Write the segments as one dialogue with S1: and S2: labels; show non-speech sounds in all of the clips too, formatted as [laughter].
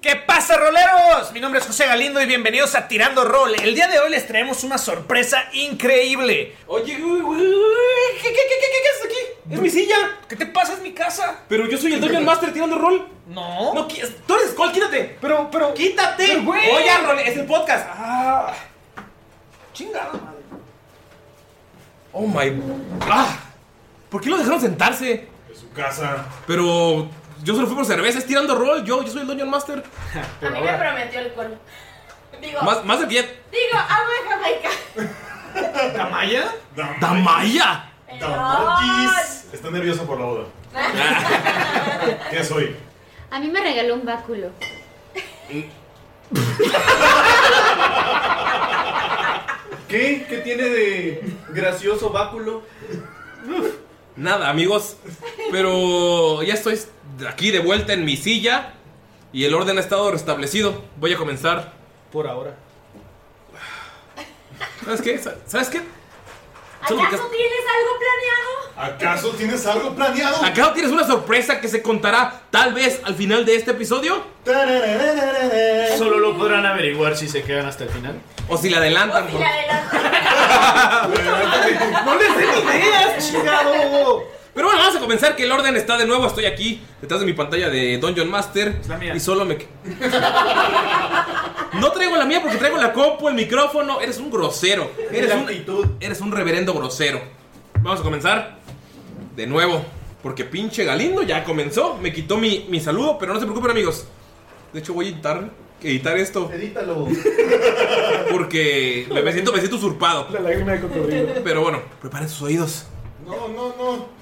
S1: ¿Qué pasa, roleros? Mi nombre es José Galindo y bienvenidos a Tirando Rol. El día de hoy les traemos una sorpresa increíble.
S2: Oye, güey, güey, ¿qué, qué, qué, qué, qué, qué haces aquí? Es mi silla.
S1: ¿Qué te pasa? Es mi casa.
S2: Pero yo soy el Dungeon Master tirando rol.
S1: No.
S2: No, qui- tú eres Skull, quítate.
S1: pero, pero.
S2: ¡Quítate!
S1: Pero, güey.
S2: Oye, rol, es el podcast.
S1: Ah, chingada madre.
S2: Oh my. ¡Ah! ¿Por qué lo dejaron sentarse?
S3: Es su casa.
S2: Pero yo solo fui por cerveza, es tirando rol. Yo, yo soy el Dungeon Master.
S4: A mí me prometió alcohol. Digo,
S2: Más, más de que.
S4: digo, agua de Jamaica.
S1: ¿Tamaya?
S2: ¡Damaya!
S3: Tamoyis. Está nervioso por la boda. ¿Qué soy?
S5: A mí me regaló un báculo.
S6: ¿Qué? ¿Qué tiene de gracioso báculo?
S2: Nada, amigos. Pero ya estoy aquí de vuelta en mi silla. Y el orden ha estado restablecido. Voy a comenzar.
S1: Por ahora.
S2: ¿Sabes qué? ¿Sabes qué? Solo porque-
S4: ¿Acaso tienes algo planeado?
S3: ¿Acaso tienes algo planeado?
S2: ¿Acaso tienes una sorpresa que se contará tal vez al final de este episodio?
S3: Tarararararara.
S6: Solo lo podrán averiguar si se quedan hasta el final.
S2: ¿O si la adelantan?
S4: O si
S2: [laughs] por-
S4: la adelantas.
S1: ¡No les den ideas, chingado!
S2: Pero bueno, vamos a comenzar que el orden está de nuevo. Estoy aquí detrás de mi pantalla de Dungeon Master.
S1: la mía.
S2: Y solo me... que- No traigo la mía porque traigo la compu, el micrófono. Eres un grosero. Eres
S6: la
S2: un,
S6: actitud.
S2: eres un reverendo grosero. Vamos a comenzar de nuevo. Porque pinche Galindo ya comenzó. Me quitó mi, mi saludo, pero no se preocupen amigos. De hecho voy a editar, editar esto
S6: Edítalo.
S2: porque me, me siento, me siento usurpado.
S6: La lágrima de cocodrilo.
S2: Pero bueno, preparen sus oídos.
S3: No, no, no.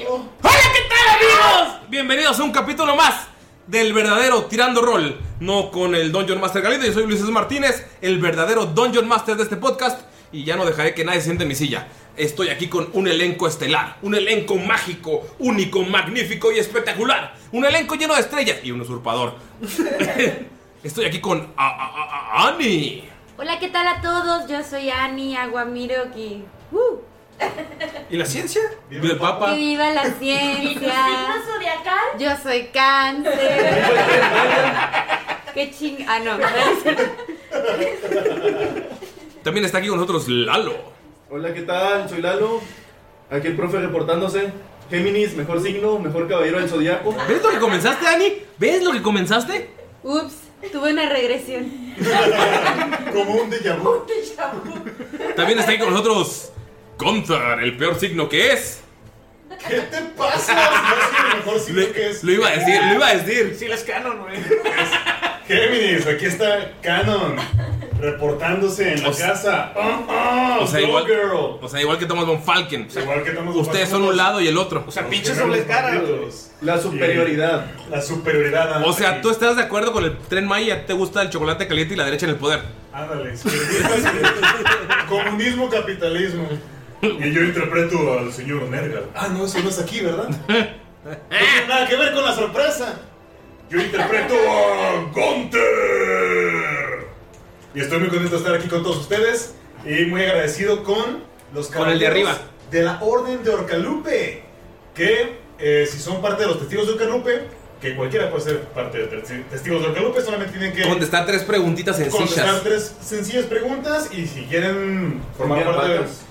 S2: ¡Hola, qué tal, amigos! Bienvenidos a un capítulo más del verdadero Tirando Rol. No con el Dungeon Master Galindo, yo soy Luis S. Martínez, el verdadero Dungeon Master de este podcast. Y ya no dejaré que nadie se siente en mi silla. Estoy aquí con un elenco estelar, un elenco mágico, único, magnífico y espectacular. Un elenco lleno de estrellas y un usurpador. Estoy aquí con A- A- A- A- Ani.
S5: Hola, ¿qué tal a todos? Yo soy Ani Aguamiroki. ¡Uh!
S1: ¿Y la ciencia?
S2: Vive el Papa.
S5: ¡Que viva la
S4: Y tus
S5: ciencia!
S4: signos zodiacales María Cal.
S5: Yo soy cáncer. Qué ching... Ah, no.
S2: También está aquí con nosotros Lalo.
S6: Hola, ¿qué tal? Soy Lalo. Aquí el profe reportándose. Géminis, mejor signo, mejor caballero del zodiaco.
S2: ¿Ves lo que comenzaste, Dani? ¿Ves lo que comenzaste?
S5: Ups, tuve una regresión.
S6: Como un déjà vu.
S2: También está aquí con nosotros Gunther, el peor signo que es.
S3: ¿Qué te pasa? No es el mejor signo que es.
S2: Lo iba a decir, lo iba a decir.
S1: Sí, las canon, güey.
S3: Géminis, aquí está Canon reportándose en la casa. Oh, oh,
S2: O sea,
S3: go
S2: igual,
S3: girl.
S2: o sea, igual que Thomas Von Falken.
S3: Igual que estamos
S2: Ustedes son un lado y el otro.
S1: O sea, pinches doble cara, güey.
S6: La superioridad.
S3: La superioridad. ándale.
S2: O sea, tú estás de acuerdo con el tren Maya, te gusta el chocolate caliente y la derecha en el poder.
S3: Ándale. Comunismo, capitalismo. Y yo interpreto al señor Nergal. Ah, no, eso no es aquí, ¿verdad? No tiene nada que ver con la sorpresa. Yo interpreto a Gunther. Y estoy muy contento de estar aquí con todos ustedes. Y muy agradecido con los
S2: Con el de
S3: caballeros
S2: arriba.
S3: De la Orden de Orcalupe. Que eh, si son parte de los testigos de Orcalupe, que cualquiera puede ser parte de testi- testigos de Orcalupe, solamente tienen que
S2: Contestar tres preguntitas
S3: contestar
S2: sencillas.
S3: tres sencillas preguntas y si quieren formar
S6: Enviar
S3: parte de,
S6: vacas.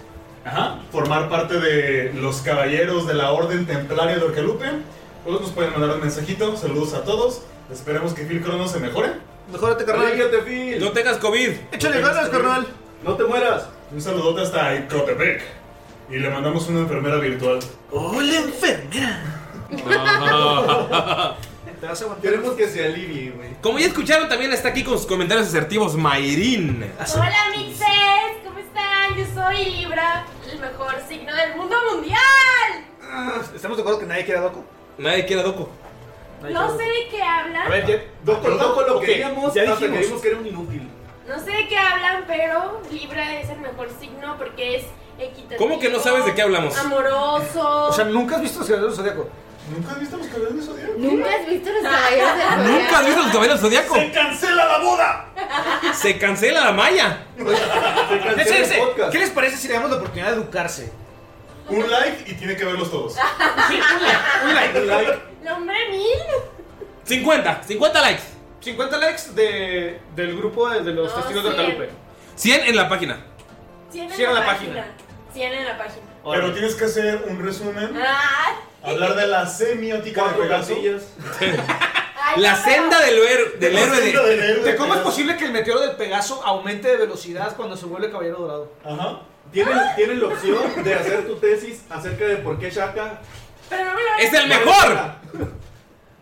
S3: Ajá, formar parte de los caballeros de la Orden Templaria de Orcalupe, pues nos pueden mandar un mensajito. Saludos a todos. Esperemos que Phil Crono se mejore.
S6: Mejórate, carnal. Fíjate, Phil.
S2: No tengas COVID.
S6: Échale ganas, carnal. No te mueras.
S3: Un saludote hasta Icotepec. Y le mandamos una enfermera virtual.
S1: ¡Hola, enfermera!
S6: Te vas a aguantar. Queremos que se alivie, güey.
S2: Como ya escucharon, también está aquí con sus comentarios asertivos Mayrin.
S4: Hola, mixes. ¿Cómo están? Yo soy Libra, el mejor signo del mundo mundial.
S6: Ah, ¿Estamos de acuerdo que nadie quiere a Doco?
S2: Nadie quiere a Doco.
S4: No sé de qué hablan.
S6: Doco, [laughs] Doco lo
S3: ok,
S6: queríamos
S3: ya
S6: hasta que
S3: dijimos.
S6: vimos que era un inútil.
S4: No sé de qué hablan, pero Libra es el mejor signo porque es equitativo.
S2: ¿Cómo que no sabes de qué hablamos?
S4: Amoroso.
S6: ¿nunca has visto los caballeros zodiaco?
S3: ¿Nunca has visto los caballeros de Zodiaco?
S5: ¿Nunca has visto
S2: [laughs]
S5: los caballeros del Zodiaco?
S2: ¿Nunca has visto los caballeros del zodiaco?
S3: ¡Se cancela la boda!
S2: Se cancela la Maya.
S1: Ese, ese,
S6: podcast.
S1: ¿Qué les parece si le damos la oportunidad de educarse?
S3: Un like y tiene que verlos todos.
S1: Un like, un like.
S4: Nombre mil.
S2: 50, 50 likes.
S1: 50 likes de, del grupo de, de los
S4: No,
S1: testigos de
S4: sí.
S1: Guadalupe.
S2: 100 en la página.
S4: 100 en
S1: Cierra
S4: la,
S1: la
S4: página.
S1: página.
S4: 100 en la página.
S3: Pero tienes que hacer un resumen,
S4: Ah,
S3: hablar de la semiótica de
S6: Cuatro
S3: Pegaso.
S6: casillas.
S4: ay,
S2: La
S4: no, pero-
S2: senda del, héroe- del
S3: La
S2: héroe
S3: senda
S2: de...
S3: del héroe de
S1: ¿De cómo es
S3: Pegaso.
S1: posible que el meteoro del Pegaso aumente de velocidad cuando se vuelve caballero dorado?
S3: Ajá.
S6: Tienen, tienen la opción de hacer tu tesis acerca de por qué Shaka,
S4: Pero no me lo van a
S2: ¡Es el
S4: enseñar,
S2: mejor!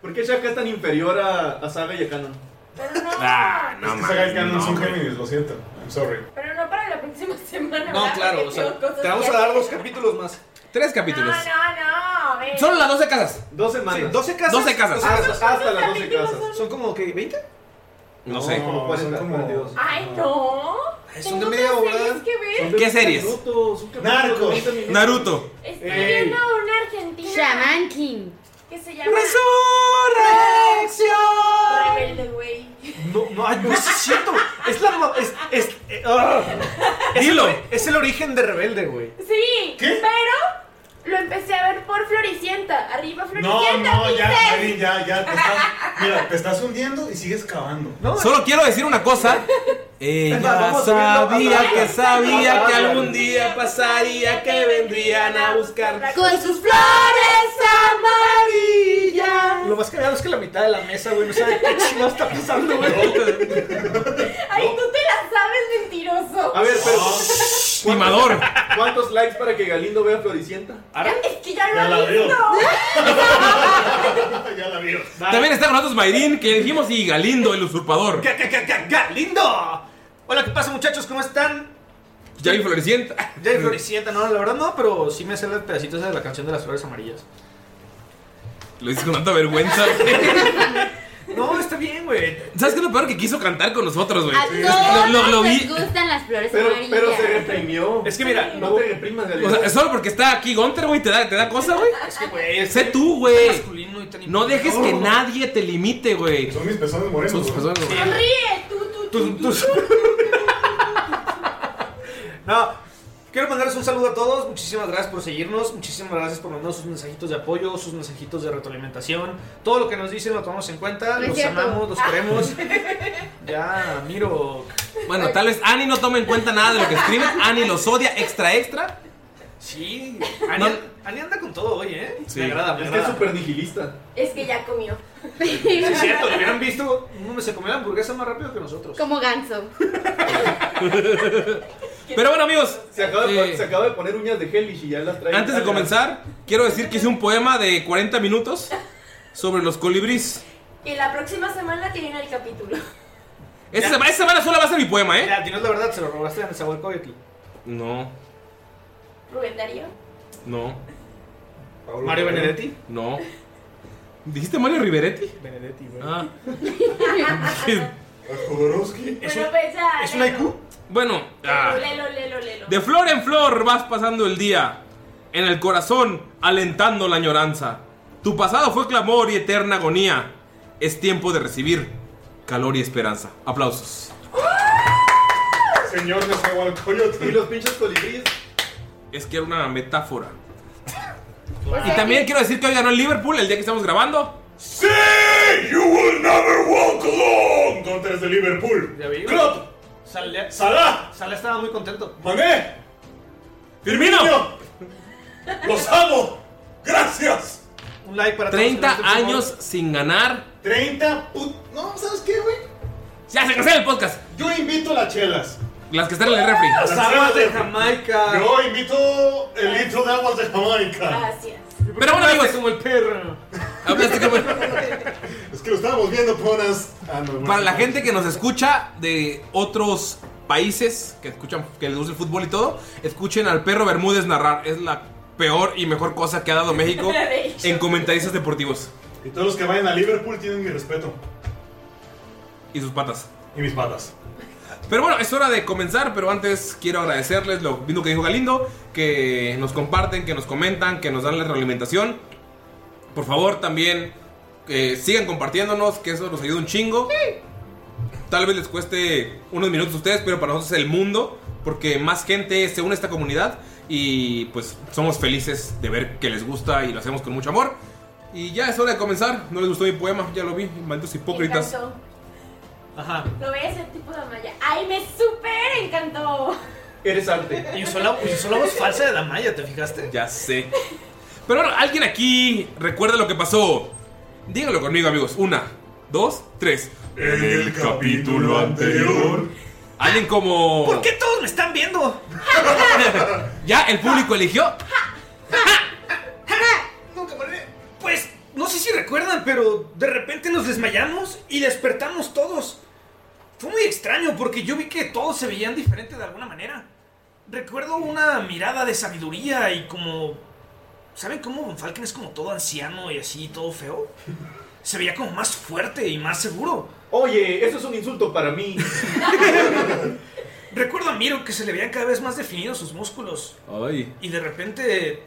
S6: por qué Shaka es tan inferior a, a Saga y a Canon.
S4: Pero
S6: [laughs]
S4: no.
S2: Ah,
S3: No,
S2: no
S3: es que Saga y
S2: mames.
S3: Canon
S2: no,
S3: son
S2: güey.
S3: Géminis, lo siento. I'm sorry.
S4: Pero no para la próxima [laughs] semana.
S1: No,
S4: ¿verdad?
S1: claro,
S4: Porque
S1: o sea,
S4: tengo [laughs] cosas
S1: te vamos
S4: que
S1: a dar
S4: hacer.
S1: dos capítulos más.
S2: Tres
S4: No,
S2: capítulos.
S4: no, no. a ver.
S2: Solo las 12 casas.
S6: Dos semanas.
S1: Sí, 12 casas.
S2: 12 casas.
S6: hasta,
S4: ¿Cuántos
S6: hasta las 12
S4: capítulos
S6: casas.
S1: Son como que 20.
S2: No sé.
S6: Como 40,
S3: son como-
S6: 42.
S4: Ay, no.
S1: Ay, son
S4: Tengo
S1: de media
S4: otras
S1: hora.
S4: series que ver.
S6: Son de
S2: ¿Qué
S6: 20
S2: series?
S6: minutos, un capítulo de
S3: Narcos.
S6: 20 minutos.
S2: Naruto.
S4: Estoy
S6: Ey.
S4: viendo a una argentina
S5: Shaman King.
S4: que se llama
S2: Resurrección.
S4: Rebelde, güey.
S1: No, no, ay, no es cierto. Es la. mo- Es, es, eh, ah. Es el
S2: Dilo.
S1: ori- es el origen de rebelde, güey.
S4: Sí,
S3: ¿Qué?
S4: pero lo empecé a ver por Floricienta. Arriba
S3: No,
S4: Floricienta.
S3: no, ya,
S4: dices.
S3: Marín, ya, ya. Te estás, mira, te estás hundiendo y sigues cavando.
S1: No,
S2: Solo quiero decir una
S4: [laughs]
S2: cosa.
S4: Pues
S2: Ella
S6: Vamos
S2: sabía
S6: subiendo.
S2: que sabía que
S6: Ah,
S2: algún día pasaría que vendrían a buscar.
S5: Con sus flores amarillas.
S1: Lo más cagado es que la mitad de la mesa, güey, no sabe qué chingado está pasando, güey.
S4: [laughs] Ay, tú te la sabes, mentiroso.
S6: A ver, pero
S4: Ah.
S2: Timador.
S6: ¿cuántos likes para que Galindo vea Floricienta?
S4: [laughs] Es que ya
S3: Ya la
S4: lo he
S3: veo.
S4: visto.
S3: [laughs]
S2: [laughs]
S3: ya la vio.
S2: También está con nosotros Mayrin, que dijimos, y Galindo, el usurpador.
S1: ¡Ga, ga, ga, ga, ga! lindo Hola, ¿qué pasa, muchachos? ¿Cómo están?
S2: [laughs] Ya vi floreciente.
S1: Ya hay florecienta, no, la verdad no, pero sí me sé el pedacito ese de la canción de las flores amarillas.
S2: Lo dices con tanta
S1: [laughs]
S2: vergüenza.
S1: No, está bien, güey.
S2: ¿Sabes qué es lo peor que quiso cantar con nosotros, güey?
S1: Ah,
S5: A
S2: Lo,
S5: todos
S2: lo- lo
S5: les
S2: vi.
S5: gustan las flores
S6: Pero,
S5: amarillas.
S6: pero se reprimió.
S1: Es que mira,
S6: No te reprimas, Galindo.
S2: O sea, solo porque está aquí Gunter, güey, te da, te da cosa, güey.
S1: es que, güey, es
S2: Sé tú,
S1: tan
S2: güey.
S1: masculino y tan
S2: No dejes que
S1: No.
S2: nadie te limite, güey.
S3: Son mis pezones morenos.
S2: Sus
S3: güey.
S2: personas, güey.
S4: Sonríe, tú, tú, tú.
S1: Tus- tus- [laughs] No, Quiero mandarles un saludo a todos. Muchísimas gracias por seguirnos. Muchísimas gracias por mandarnos sus mensajitos de apoyo, sus mensajitos de retroalimentación. Todo lo que nos dicen lo tomamos en cuenta.
S4: No es
S1: los
S4: cierto.
S1: amamos, los
S4: Ah.
S1: queremos. Ya, miro.
S2: Bueno, tal vez Ani no tome en cuenta nada de lo que escriben. Ani los odia extra extra.
S1: Sí. Ani, Ani anda con todo hoy, ¿eh?
S2: Sí.
S1: Me agrada, me
S2: Es que
S1: agrada.
S2: es súper
S6: nihilista.
S5: Es que ya comió.
S1: [laughs] Sí, es cierto. Lo hubieran visto. uno se comió la hamburguesa más rápido que nosotros.
S5: Como ganso.
S2: Pero bueno, amigos. eh,
S6: Se acaba, de, pon- se acaba de poner uñas de Hellish y ya las trae.
S2: Antes de comenzar, quiero decir que hice un poema de 40 minutos sobre los colibríes.
S4: Y la próxima semana tienen el capítulo. [laughs]
S2: Esta semana, esta semana solo va a ser mi poema, ¿eh?
S1: Ya, tienes la verdad, se lo robaste a Nezahualcóyotl.
S2: No,
S4: Rubén
S5: [laughs]
S4: Darío.
S2: no,
S1: Mario Benedetti.
S2: no. ¿Dijiste Mario Riveretti?
S1: Benedetti, güey.
S2: Ah.
S5: pues,
S4: Bueno, pues ya. léelo.
S2: Bueno, ah.
S4: Lelo, lelo, lelo.
S2: De flor en flor vas pasando el día, en el corazón alentando la añoranza. Tu pasado fue clamor y eterna agonía. Es tiempo de recibir calor y esperanza. Aplausos.
S3: Señor Nezahualcóyotl.
S6: Y los pinches colibríes.
S2: Es que era una metáfora.
S4: O sea,
S2: Y también quiero decir que hoy ganó el Liverpool el día que estamos grabando.
S3: ¡Sí! ¡You will never walk alone! Contra el de Liverpool.
S1: Ya vi, güey.
S3: ¡Klopp!
S1: Sal-
S3: ¡Salah!
S1: Sal estaba muy contento.
S3: ¡Mané!
S2: ¡Firmino!
S3: ¡Los amo! ¡Gracias!
S1: Un like para todos.
S2: 30
S1: Gracias, por
S2: años sin ganar.
S3: 30 put... No, ¿sabes qué, güey?
S2: Ya se cancela el podcast.
S3: Yo invito las chelas.
S2: Las que están en el refri.
S1: favor. Las aguas de Jamaica.
S3: Yo invito el litro de aguas de Jamaica.
S4: Gracias.
S2: Pero bueno, amigos,
S1: como el perro.
S2: hablaste como-
S3: Es que lo estábamos viendo por unas... Ah, no, bueno.
S2: Para la gente que nos escucha de otros países que escuchan que les gusta el fútbol y todo, escuchen al perro Bermúdez narrar. Es la peor y mejor cosa que ha dado
S4: [laughs]
S2: México
S4: De hecho.
S2: en comentaristas deportivos
S3: Y todos los que vayan a Liverpool tienen mi respeto.
S2: y sus patas.
S3: Y mis patas.
S2: Pero bueno, es hora de comenzar, pero antes quiero agradecerles lo mismo que dijo Galindo, que nos comparten, que nos comentan, que nos dan la retroalimentación. Por favor, también eh, sigan compartiéndonos, que eso nos ayuda un chingo. Tal vez les cueste unos minutos a ustedes, pero para nosotros es el mundo, porque más gente se une a esta comunidad y pues somos felices de ver que les gusta y lo hacemos con mucho amor. Y ya es hora de comenzar. No les gustó mi poema, ya lo vi, malditos hipócritas.
S4: Me encantó.
S1: Ajá.
S4: Lo ves el tipo de Amaya. ¡Ay, me súper encantó! [laughs]
S6: Eres arte.
S1: Y usó la, y usó la voz falsa de la Maya, ¿te fijaste?
S2: Ya sé. Pero bueno, alguien aquí recuerda lo que pasó. Díganlo conmigo, amigos. Una, dos, tres.
S3: En el capítulo anterior...
S2: Alguien como.
S1: ¿Por qué todos me están viendo?
S2: [laughs] Ya el público eligió.
S1: Nunca moriré. Pues, no sé si recuerdan, pero de repente nos desmayamos y despertamos todos. Fue muy extraño porque yo vi que todos se veían diferente de alguna manera. Recuerdo una mirada de sabiduría y como... ¿Saben cómo Von Falken es como todo anciano y así, todo feo? Se veía como más fuerte y más seguro.
S6: Oye, eso es un insulto para mí.
S1: [laughs] Recuerdo a Miro que se le veían cada vez más definidos sus músculos.
S2: Ay.
S1: Y de repente.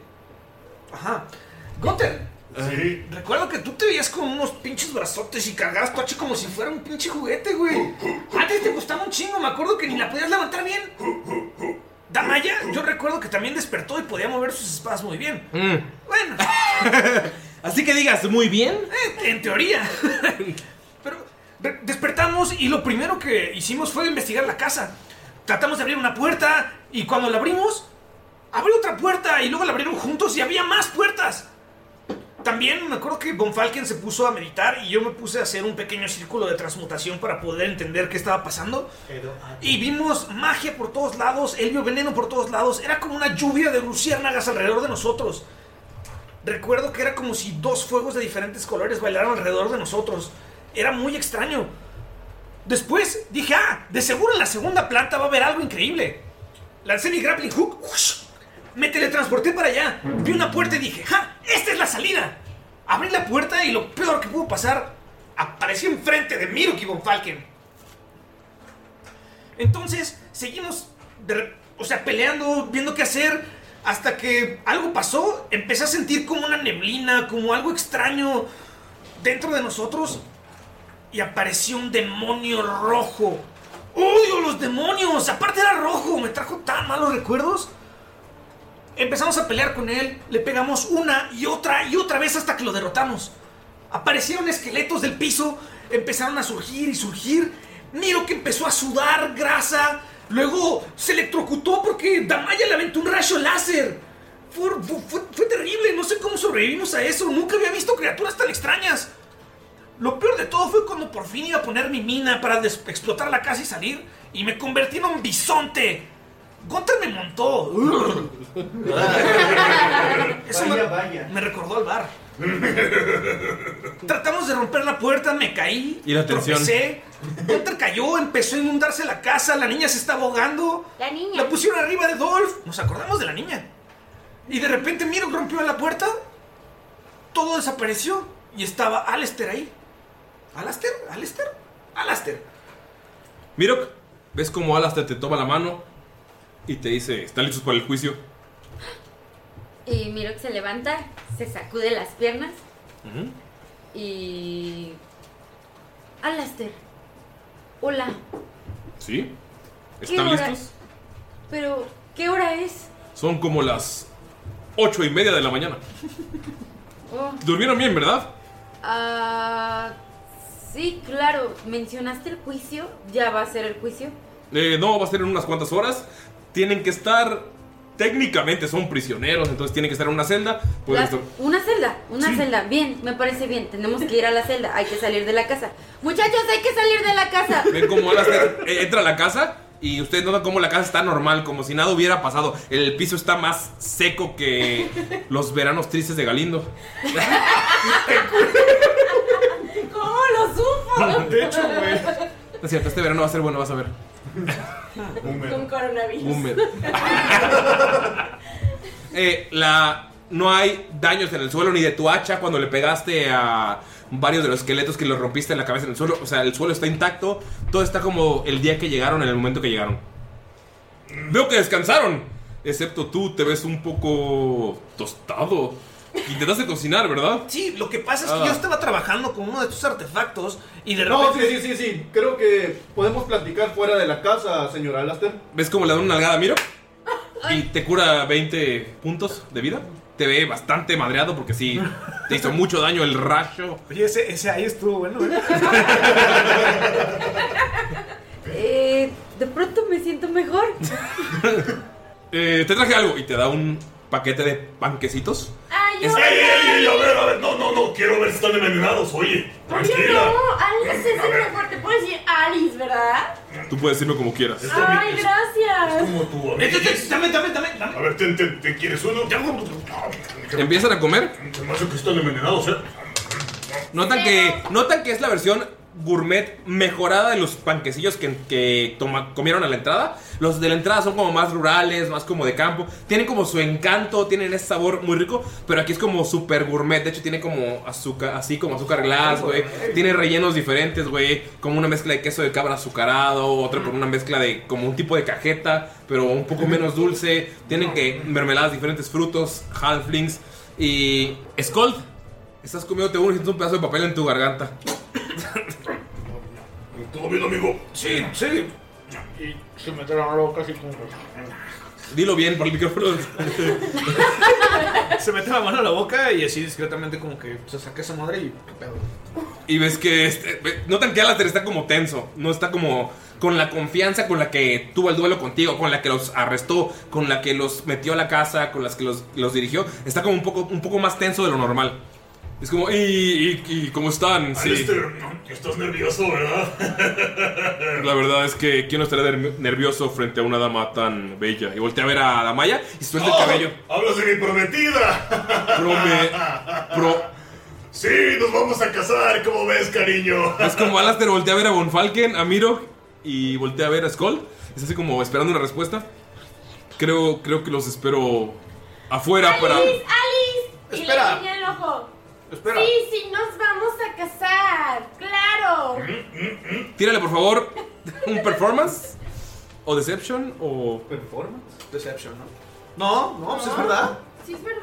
S1: Ajá. Gunther,
S3: Sí.
S1: recuerdo que tú te veías con unos pinches brazotes y cargabas tu hacha como si fuera un pinche juguete, güey. Antes te gustaba un chingo, me acuerdo que ni la podías levantar bien. Damaya, yo recuerdo que también despertó y podía mover sus espadas muy bien.
S2: Mm.
S1: Bueno,
S2: [laughs] Así que digas, muy bien.
S1: eh, en teoría. Pero re- despertamos y lo primero que hicimos fue investigar la casa. Tratamos de abrir una puerta y cuando la abrimos, abrió otra puerta y luego la abrieron juntos y había más puertas. También me acuerdo que Von Falken se puso a meditar y yo me puse a hacer un pequeño círculo de transmutación para poder entender qué estaba pasando. Y vimos magia por todos lados, él vio veneno por todos lados, era como una lluvia de luciérnagas alrededor de nosotros. Recuerdo que era como si dos fuegos de diferentes colores bailaran alrededor de nosotros. Era muy extraño. Después dije, ah, de seguro en la segunda planta va a haber algo increíble. Lancé mi grappling hook. ¡whoosh! Me teletransporté para allá. Vi una puerta y dije, ¡ja! ¡Esta es la salida! Abrí la puerta y lo peor que pudo pasar apareció enfrente de Miruki von Falken. Entonces, seguimos, de re- o sea, peleando, viendo qué hacer, hasta que algo pasó. Empecé a sentir como una neblina, como algo extraño dentro de nosotros. Y apareció un demonio rojo. ¡Odio los demonios! Aparte era rojo, me trajo tan malos recuerdos. Empezamos a pelear con él, le pegamos una y otra y otra vez hasta que lo derrotamos. Aparecieron esqueletos del piso, empezaron a surgir y surgir. Miro que empezó a sudar grasa. Luego se electrocutó porque Damaya le aventó un rayo láser. Fue, fue- fue- fue terrible, no sé cómo sobrevivimos a eso. Nunca había visto criaturas tan extrañas. Lo peor de todo fue cuando por fin iba a poner mi mina para des- explotar la casa y salir. Y me convertí en un bisonte. Gunther me montó. Eso me, me recordó al bar. Tratamos de romper la puerta, me caí.
S2: Y la tensión.
S1: Tropecé. Gunther cayó, empezó a inundarse la casa, la niña se estaba ahogando.
S4: La niña.
S1: La pusieron arriba de Dolph. Nos acordamos de la niña. Y de repente miro que rompió la puerta. Todo desapareció. Y estaba Alastair ahí. ¿Alastair? ¿Alastair? Alastair.
S2: Mirok, ves como Alastair te toma la mano y te dice, ¿están listos para el juicio?
S5: Y miro que se levanta, se sacude las piernas
S2: Ujú.
S5: y. Alastair. Hola.
S2: ¿Sí?
S5: ¿qué
S2: ¿Están
S5: hora-
S2: listos?
S5: Pero, ¿qué hora
S2: [laughs]
S5: es?
S2: Son como las ocho y media de la mañana.
S5: Oh,
S2: ¿Durmieron bien, verdad?
S5: ah, sí, claro. ¿Mencionaste el juicio? ¿Ya va a ser el juicio?
S2: Eh, no, va a ser en unas cuantas horas. Tienen que estar... Técnicamente son prisioneros, entonces tienen que estar en una celda. Pues
S5: Las-
S2: esto-
S5: una celda, una celda. Bien, me parece bien. Tenemos que ir a la celda. Hay que salir de la casa. Muchachos, hay que salir de la
S2: [laughs]
S5: casa.
S2: Ven cómo Alastair eh, entra a la casa y ustedes notan cómo la casa está normal, como si nada hubiera pasado. El piso está más seco que los veranos tristes de Galindo.
S5: ¿Cómo lo supo?
S3: [laughs] De hecho, güey.
S2: No Es cierto, este verano va a ser bueno, vas a ver.
S5: Con coronavirus.
S2: Húmedo. Eh, la, no hay daños en el suelo ni de tu hacha cuando le pegaste a varios de los esqueletos que los rompiste en la cabeza en el suelo. O sea, el suelo está intacto. Todo está como el día que llegaron, en el momento que llegaron. Veo que descansaron. Excepto tú, te ves un poco tostado. Intentaste cocinar, ¿verdad?
S1: Sí, lo que pasa es que
S2: Ah.
S1: yo estaba trabajando con uno de tus artefactos y de
S6: No,
S1: repente...
S6: sí, sí, sí, sí. Creo que podemos platicar fuera de la casa, señor Alastair.
S2: ¿Ves cómo le da una nalgada a Miro? Y te cura 20 puntos de vida. Te ve bastante madreado porque sí, te hizo mucho daño el rayo.
S1: Oye, ese, ese ahí estuvo bueno, ¿eh?
S5: Eh, de pronto me siento mejor.
S2: Eh, te traje algo y te da un paquete de panquecitos.
S4: [laughs] ¡Ay,
S2: Es-
S4: hola!
S3: ¡Ey, ey, ey! A ver, a ver, no, no, no, quiero ver si están envenenados, oye.
S4: Oye,
S3: Tranquila.
S4: no, Alice es el mejor. Te puedo decir Alice, ¿verdad?
S2: Tú puedes decirlo como quieras.
S4: Ay, gracias.
S3: Como tú, a ver.
S1: Este, este, Dame, dame, dame, dame.
S3: A ver, ¿te, te, te quieres uno? Ya,
S2: Empiezan a comer.
S3: Se me hace que están envenenados, ¿eh?
S2: Notan que, notan que es la versión gourmet mejorada de los panquecillos que, que toma- comieron a la entrada. Los de la entrada son como más rurales, más como de campo. Tienen como su encanto, tienen ese sabor muy rico, pero aquí es como super gourmet. De hecho, tiene como azúcar, así como azúcar glass, güey. Tiene rellenos diferentes, güey. Como una mezcla de queso de cabra azucarado, otra con una mezcla de como un tipo de cajeta, pero un poco menos dulce. Tienen que mermeladas, diferentes frutos, halflings y... Scold. Estás comiéndote uno y sientes un pedazo de papel en tu garganta.
S3: ¿Todo bien, amigo?
S1: Sí, sí.
S7: Y se mete la mano casi como.
S2: Dilo bien por el micrófono.
S1: Se mete la mano a la boca y así discretamente como que se saca esa madre y qué pedo.
S2: Y ves que este, ve- notan que Alastair está como tenso. No está como con la confianza con la que tuvo el duelo contigo, con la que los arrestó, con la que los metió a la casa, con las que los, los dirigió. Está como un poco, un poco más tenso de lo normal. Es como, ¿y, y, y cómo están?
S3: Ah,
S2: Sí.
S3: Alistair, este, estás nervioso, ¿verdad?
S2: La verdad es que, ¿quién no estaría nerv- nervioso frente a una dama tan bella? Y voltea a ver a la Maya y [laughs] suelta el cabello.
S3: Oh, ¡Hablas de mi prometida!
S2: [laughs] Prome, pro,
S3: Sí, nos vamos a casar, ¿cómo ves,
S2: [laughs]
S3: cariño?
S2: Es como Alastair voltea a ver a Bonfalken, a Miro y voltea a ver a Skull. Es así como esperando una respuesta. Creo, creo que los espero afuera para.
S4: Alice, Alice. Y
S1: Espera.
S4: le guiña el ojo.
S1: Espera.
S4: Sí, sí, nos vamos a casar. Claro.
S2: Tírale, por favor, un performance. O Deception, o.
S6: ¿Performance?
S1: Deception, ¿no? No, no, pues es verdad.
S4: ¿Sí es verdad?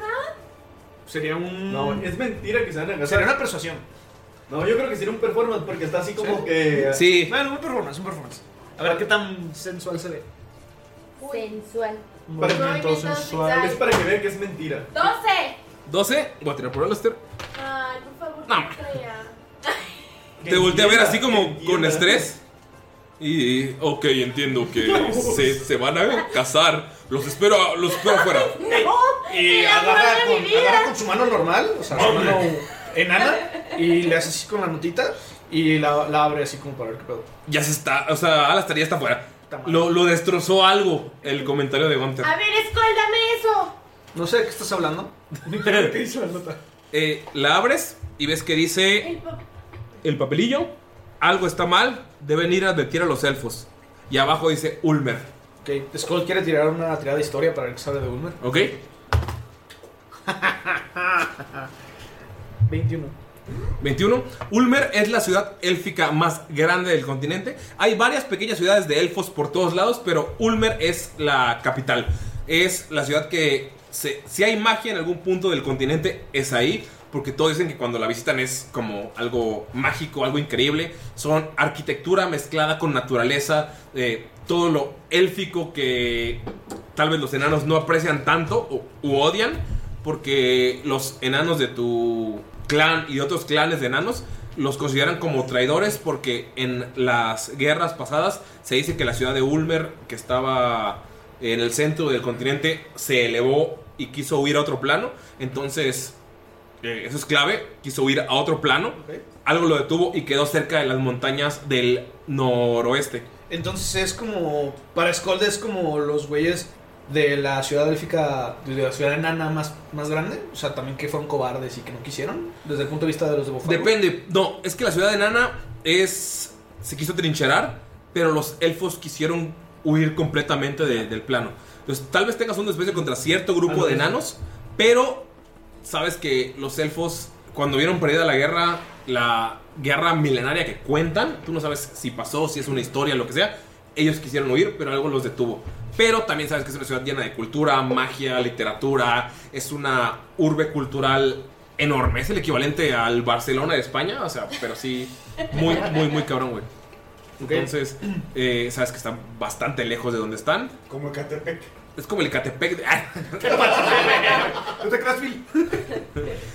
S1: Sería un...
S6: No, es mentira que se van a
S1: sería
S6: casar.
S1: una persuasión.
S6: No, yo creo que sería un performance porque está así como que.
S2: Sí.
S1: Bueno, un performance, un performance. A ver qué tan sensual se ve.
S4: Sensual. Movimiento sensual.
S6: Es para que vean que es mentira.
S4: 12.
S2: 12, voy a tirar por Alastair.
S4: Ay, por favor,
S2: No,
S4: no crea.
S2: Te volteé a ver así como con estrés. Y, ok, entiendo que
S6: [laughs]
S4: No.
S2: se, se van a casar. Los espero, los espero afuera.
S4: No.
S1: Y
S4: el amor
S1: agarra
S4: de
S1: con,
S4: mi vida.
S1: agarra con su mano normal, o sea, su mano enana, y le hace así con la notita y la, la abre así como para ver qué pedo.
S2: Ya se está, o sea, Alastar ya está afuera. Lo, lo destrozó algo el comentario de Gunter.
S4: A ver, escóldame eso.
S2: No sé de qué estás [laughs] hablando. Eh, la abres y ves que dice
S4: El papá.
S2: el papelillo. Algo está mal, deben ir a advertir a los elfos. Y abajo dice Ulmer.
S1: Ok, Skull quiere tirar una tirada de historia para ver qué sabe de Ulmer.
S2: ¿Ok?
S1: 21.
S2: 21. Ulmer es la ciudad élfica más grande del continente. Hay varias pequeñas ciudades de elfos por todos lados, pero Ulmer es la capital. Es la ciudad que, se- si hay magia en algún punto del continente, es ahí. Porque todos dicen que cuando la visitan es como algo mágico, algo increíble. Son arquitectura mezclada con naturaleza. eh, todo lo élfico que tal vez los enanos no aprecian tanto o, u odian. Porque los enanos de tu clan y de otros clanes de enanos los consideran como traidores porque en las guerras pasadas se dice que la ciudad de Ulmer, que estaba en el centro del continente, se elevó y quiso huir a otro plano. Entonces, eh, eso es clave, quiso huir a otro plano. Algo lo detuvo y quedó cerca de las montañas del noroeste.
S1: Entonces es como. Para Skull es como los güeyes de la ciudad élfica, de la ciudad enana más, más grande. O sea, también que fueron cobardes y que no quisieron, desde el punto de vista de los de Bofaru.
S2: Depende, no, es que la ciudad enana es. se quiso trincherar, pero los elfos quisieron huir completamente de- del plano. Entonces, tal vez tengas un desprecio contra cierto grupo
S1: Algo
S2: de
S1: de eso.
S2: enanos, pero sabes que los elfos, cuando vieron perdida la guerra, la guerra milenaria que cuentan, tú no sabes si pasó, si es una historia, lo que sea. Ellos quisieron huir, pero algo los detuvo. Pero también sabes que es una ciudad llena de cultura, magia, literatura. Es una urbe cultural enorme. Es el equivalente al Barcelona de España. O sea, pero sí, muy, muy,
S6: [laughs]
S2: muy cabrón, güey. Entonces, eh, sabes que están bastante lejos de donde están. Como Ecatepec. Es como el Ecatepec. de- Ah.
S1: ¿No te creas, Phil?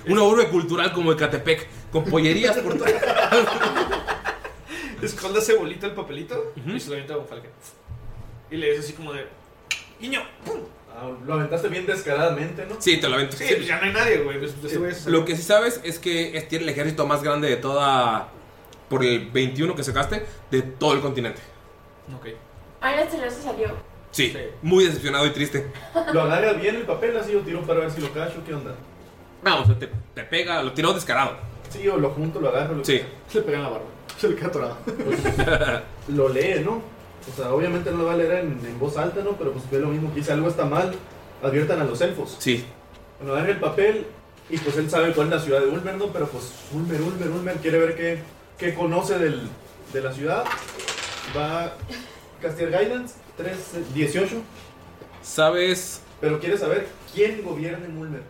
S2: Una urbe cultural como Ecatepec, con pollerías por todo.
S1: Skull hace bolita el papelito y se lo avienta a Bonfalken. Y le dice así como de. ¡Niño! ¡Pum!
S6: Lo aventaste bien descaradamente, ¿no?
S2: Sí, te lo avento.
S1: Sí, pues ya no hay nadie, güey. Pues, este güey es-
S2: Lo que sí sabes es que es- tiene el ejército más grande de toda. Por el 21 que sacaste, de todo el continente.
S1: Ok.
S4: Ahora se lo salió.
S2: Sí, muy decepcionado y triste.
S6: Lo agarras bien el papel, así yo tiro para ver si lo cacho, ¿qué onda?
S2: No, o sea, te, te pega, lo tiró descarado.
S6: Sí, o lo junto, lo agarro, lo
S2: Sí.
S6: Se le pega en la barba. Se le queda atorado.
S4: Pues,
S6: lo lee, ¿no? O sea, obviamente no lo va a leer en, en voz alta, ¿no? Pero pues ve lo mismo. Quizá algo está mal. Adviertan a los elfos.
S2: Sí.
S6: Bueno, agarra el papel y pues él sabe cuál es la ciudad de Ulmer, ¿no? Pero pues Ulmer, Ulmer, Ulmer quiere ver qué, qué conoce del, de la ciudad. Va a castear Guidance, 3, 18.
S2: [laughs] Sabes.
S6: Pero quiere saber quién gobierna en Ulmer.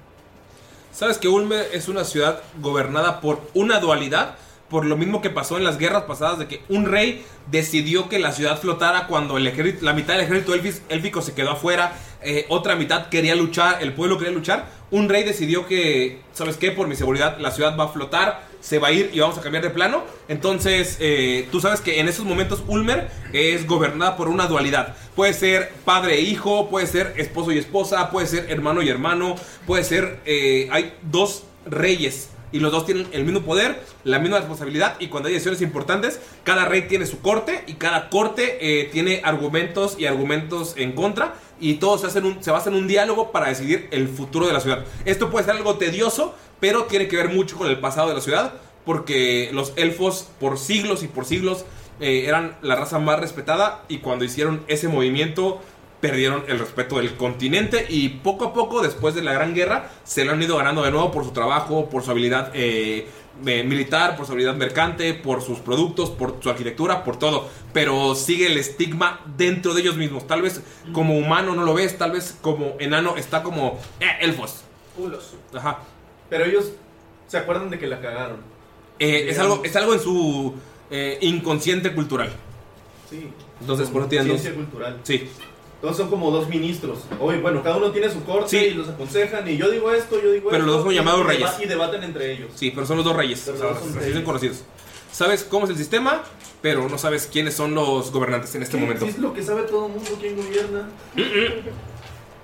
S2: Sabes que Ulmer es una ciudad gobernada por una dualidad, por lo mismo que pasó en las guerras pasadas de que un rey decidió que la ciudad flotara cuando el ejército- la mitad del ejército élfis- élfico se quedó afuera, eh, otra mitad quería luchar, el pueblo quería luchar. Un rey decidió que, ¿sabes qué? Por mi seguridad, la ciudad va a flotar, se va a ir y vamos a cambiar de plano. Entonces, eh, tú sabes que en esos momentos Ulmer es gobernada por una dualidad. Puede ser padre e hijo, puede ser esposo y esposa, puede ser hermano y hermano, puede ser... eh, hay dos reyes y los dos tienen el mismo poder, la misma responsabilidad y cuando hay decisiones importantes, cada rey tiene su corte y cada corte eh, tiene argumentos y argumentos en contra y todos se, hacen un, se basan en un diálogo para decidir el futuro de la ciudad. Esto puede ser algo tedioso, pero tiene que ver mucho con el pasado de la ciudad porque los elfos por siglos y por siglos eh, eran la raza más respetada y cuando hicieron ese movimiento perdieron el respeto del continente y poco a poco después de la gran guerra se lo han ido ganando de nuevo por su trabajo, por su habilidad eh, eh, militar, por su habilidad mercante, por sus productos, por su arquitectura, por todo. Pero sigue el estigma dentro de ellos mismos. Tal vez como humano no lo ves, tal vez como enano está como "Eh, elfos.
S6: Culos.
S2: Ajá.
S6: Pero ellos se acuerdan de que la cagaron.
S2: Eh, es, algo, es algo en su eh, inconsciente cultural.
S6: Sí.
S2: Entonces, por eso tienen dos-
S6: Ciencia cultural.
S2: Sí.
S6: Entonces son como dos ministros. Oye, bueno, cada uno tiene su corte y los aconsejan. Y yo digo esto, yo digo esto.
S2: Pero los dos son
S6: y
S2: llamados
S6: deba-
S2: reyes.
S6: Y debaten entre ellos.
S2: Sí, pero son los dos reyes.
S6: Pero
S2: o sea,
S6: los dos son
S2: así son
S6: reyes.
S2: conocidos. Sabes cómo es el sistema, pero no sabes quiénes son los gobernantes en este
S6: Sí,
S2: momento.
S6: sí es lo que sabe todo el mundo quién gobierna.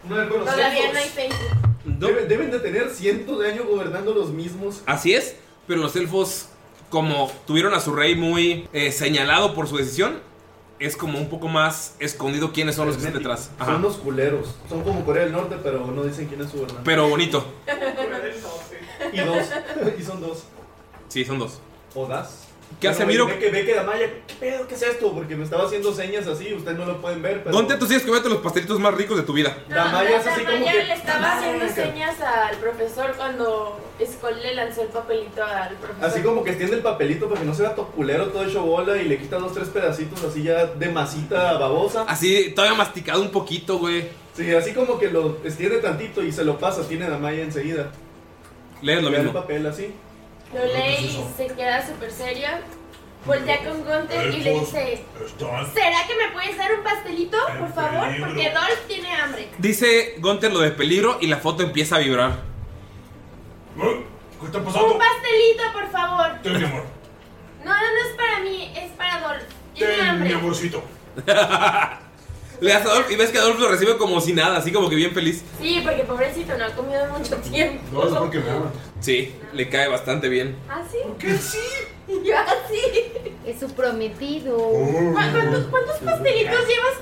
S6: No le conocemos.
S4: Todavía
S1: [laughs]
S4: no hay Facebook.
S6: Deben, deben de tener cientos de años gobernando los mismos.
S2: Así es, pero los elfos, como tuvieron a su rey muy eh, señalado por su decisión, es como un poco más escondido quiénes son los que están detrás. Ajá.
S6: Son los culeros. Son como Corea del Norte, pero no dicen quién es su gobernante.
S2: Pero bonito.
S6: Y dos. y son dos.
S2: Sí, son dos.
S6: ¿O das?
S2: ¿Qué hace
S6: Bueno,
S2: Miro?
S6: Ve que, ve que Damaya, ¿qué pedo? ¿Qué es esto? Porque me estaba haciendo señas así, ustedes no lo pueden ver, pero...
S2: ¿Dónde tú tienes que comerte los pastelitos más ricos de tu vida?
S6: Damaya es así como
S4: Damaya
S6: que...
S4: le estaba haciendo
S6: Damaya.
S4: señas al profesor cuando Skull le lanzó el papelito al profesor.
S6: Así como que extiende el papelito para que no se vea todo culero, todo hecho bola, y le quita dos, tres pedacitos así ya de masita babosa.
S2: Así, todavía masticado un poquito, güey.
S6: Sí, así como que lo extiende tantito y se lo pasa, tiene Damaya enseguida.
S2: Lees lo
S6: Le da el
S2: mismo.
S6: papel así.
S3: Ah,
S4: Lo
S3: pues
S4: lee y se queda súper seria. Voltea con Gunter y le dice: ¿Será que me puedes dar un pastelito, por favor? Porque Dolph tiene hambre.
S2: Dice Gunter lo de peligro y la foto empieza a vibrar.
S3: ¿Qué está
S4: Un
S3: pasando?
S4: pastelito, por favor.
S3: Ten, mi amor.
S4: No, no, no es para mí, es para Dolph. Tiene
S3: Ten, mi
S4: hambre.
S3: amorcito.
S2: [laughs] Le das a Adolf y ves que Adolf lo recibe como si nada, así como que bien feliz.
S4: Sí, porque pobrecito no ha comido en mucho tiempo.
S3: me ama.
S2: Sí, le cae bastante bien.
S4: ¿Ah, sí? ¿Qué [laughs] sí? Yo así.
S5: Es su prometido.
S2: Oh.
S4: ¿Cu- ¿Cuántos, cuántos pastelitos llevas?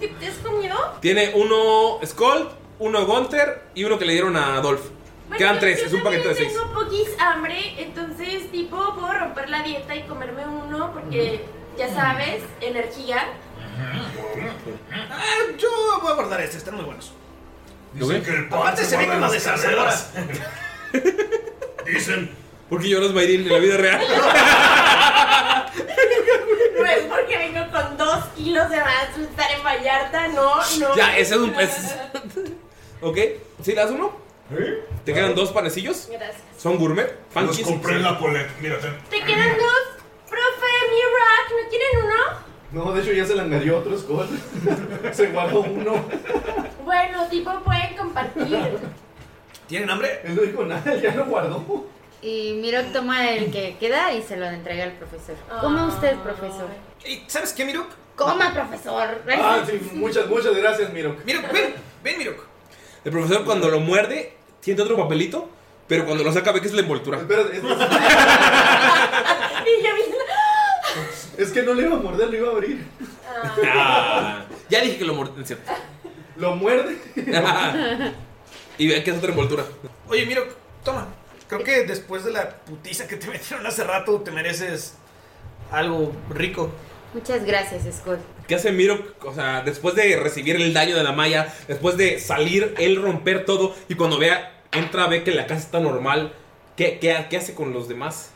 S4: ¿Te, te has comido?
S2: Tiene uno Skull, uno Gunter y uno que le dieron a Adolf.
S4: Bueno,
S2: Quedan
S4: yo-
S2: tres,
S4: yo
S2: es un paquete de
S4: también
S2: seis.
S4: Tengo poquis hambre, entonces, tipo, puedo romper la dieta y comerme uno porque, ya sabes, energía.
S1: Ah, yo voy a guardar este, están muy buenos.
S2: ¿Lo ve?
S3: Dicen que el pan
S1: Aparte se ven
S3: guarda
S1: como
S3: en las
S1: descansadoras.
S3: caderas. Dicen.
S2: Porque yo los Mayrin en la vida real.
S4: No es porque vengo con dos kilos de más estar en Vallarta, no, no.
S2: ya, ese es un pez.
S4: [laughs]
S2: ok, ¿sí le das uno?
S3: ¿Eh?
S2: Te quedan dos panecillos.
S4: Gracias.
S2: Son gourmet.
S3: Los
S2: Funkies.
S3: compré en la polet. Mira, ten.
S4: ¿Te quedan dos? Profe, mi rock, ¿no quieren uno?
S6: No, de hecho ya se le añadió otro Skull. [laughs] se guardó uno.
S4: Bueno, [laughs] tipo, pueden compartir.
S1: ¿Tienen hambre?
S6: Él no dijo nada, él ya lo guardó.
S5: Y Miro toma el que queda y se lo entrega al profesor.
S4: Ah.
S5: Coma usted, profesor.
S1: ¿Y sabes qué, Mirok?
S5: Coma, profesor.
S6: Ah, sí, muchas, muchas gracias, Miro.
S1: Mirok, ven, ven, Mirok.
S2: El profesor cuando lo muerde, tiene otro papelito, pero cuando lo saca ve que es la envoltura.
S6: Espera, es,
S4: [laughs] y yo vi-
S6: es que no le iba a morder, lo iba a abrir.
S2: Ah, ya dije que lo mordí.
S4: [laughs]
S2: es cierto.
S6: Lo muerde.
S2: y ve que es otra envoltura.
S1: [laughs] Oye, Mirok, toma. Creo que después de la putiza que te metieron hace rato, te mereces algo rico.
S5: Muchas gracias, Scott.
S2: ¿Qué hace Miro? O sea, después de recibir el daño de la malla, después de salir, él romper todo, y cuando vea, entra, ve que la casa está normal. ¿Qué, qué, qué hace con los demás?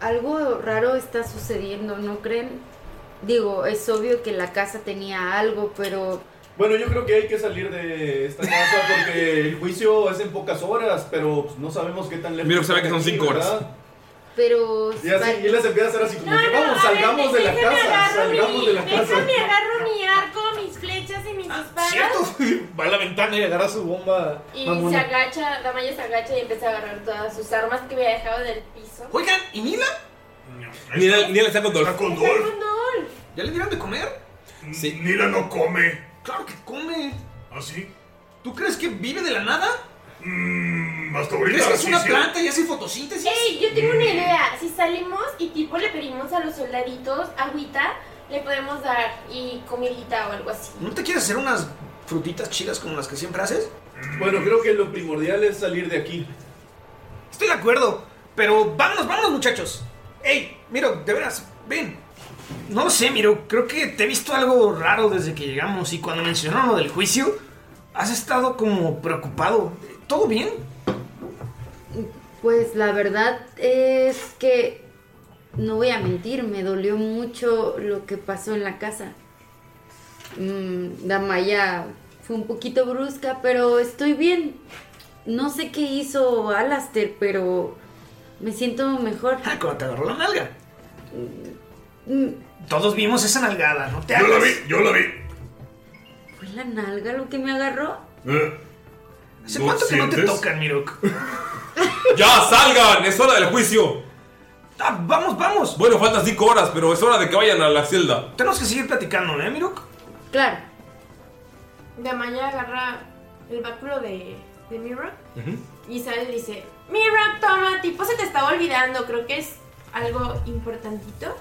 S5: Algo raro está sucediendo, ¿no creen? Digo, es obvio que la casa tenía algo, pero
S6: Bueno, yo creo que hay que salir de esta casa porque el juicio es en pocas horas, pero pues, no sabemos qué tan lejos.
S2: Miro que sabe que son
S6: está aquí,
S2: cinco horas.
S6: ¿verdad?
S5: pero
S6: Y, así, y les empieza a hacer así como
S4: No,
S6: que
S4: no,
S6: vamos,
S4: a ver,
S6: salgamos de la
S4: déjame
S6: casa,
S4: agarro
S6: salgamos
S4: mi-
S6: de la casa.
S4: Déjame agarro mi arco, mis flechas y mis espadas.
S1: Va a la ventana y agarra su bomba.
S4: Y se
S1: mamona.
S4: agacha, Damaya se agacha y empieza a agarrar todas sus armas que había dejado del piso.
S1: Oigan, ¿y Nila?
S2: Ni la, ni la saca
S3: Está
S2: Dolph.
S3: con
S4: Está
S3: Dolph.
S4: con Dolph.
S1: ¿Ya le dieron de comer?
S2: Sí.
S3: Nila Mm, no come. ¿Ah,
S1: Claro que come.
S3: ¿Así?
S1: ¿Tú crees que vive de la nada?
S3: Mmm. Hasta ahorita.
S1: ¿Crees que es
S3: sí,
S1: una
S3: sí.
S1: planta y hace fotosíntesis? Mm.
S4: Ey, yo tengo una idea. Si salimos y tipo le pedimos a los soldaditos agüita, le podemos dar y comidita o algo así.
S1: ¿No te quieres hacer unas frutitas chidas como las que siempre haces?
S6: Bueno, creo que lo primordial es salir de aquí.
S1: Estoy de acuerdo, pero vámonos, vámonos muchachos. Ey, Miro, de veras, ven. No lo sé, Miro, creo que te he visto algo raro desde que llegamos y cuando mencionaron lo del juicio, has estado como preocupado. ¿Todo bien?
S5: Pues la verdad es que no voy a mentir, me dolió mucho lo que pasó en la casa. Mm, Damaya fue un poquito brusca, pero estoy bien. No sé qué hizo Alastair, pero me siento mejor.
S1: Ah, cuando te agarró la nalga.
S5: Mm,
S1: Todos vimos esa nalgada, no te
S3: Yo la
S1: hagas.
S3: vi, yo la vi.
S5: ¿Fue la nalga lo que me agarró?
S3: Eh.
S1: ¿Hace cuánto que no te
S2: sientes?
S1: tocan, Mirok?
S2: ¡Ya salgan! ¡Es hora del juicio!
S1: Ah, ¡Vamos, vamos!
S2: Bueno, faltan 5 horas, pero es hora de que vayan a la celda.
S1: Tenemos que seguir platicando, ¿eh, Mirok?
S5: Claro.
S4: De mañana agarra el báculo de, de Mira y sale y dice: Mira, toma, tipo, se te estaba olvidando. Creo que es algo importantito.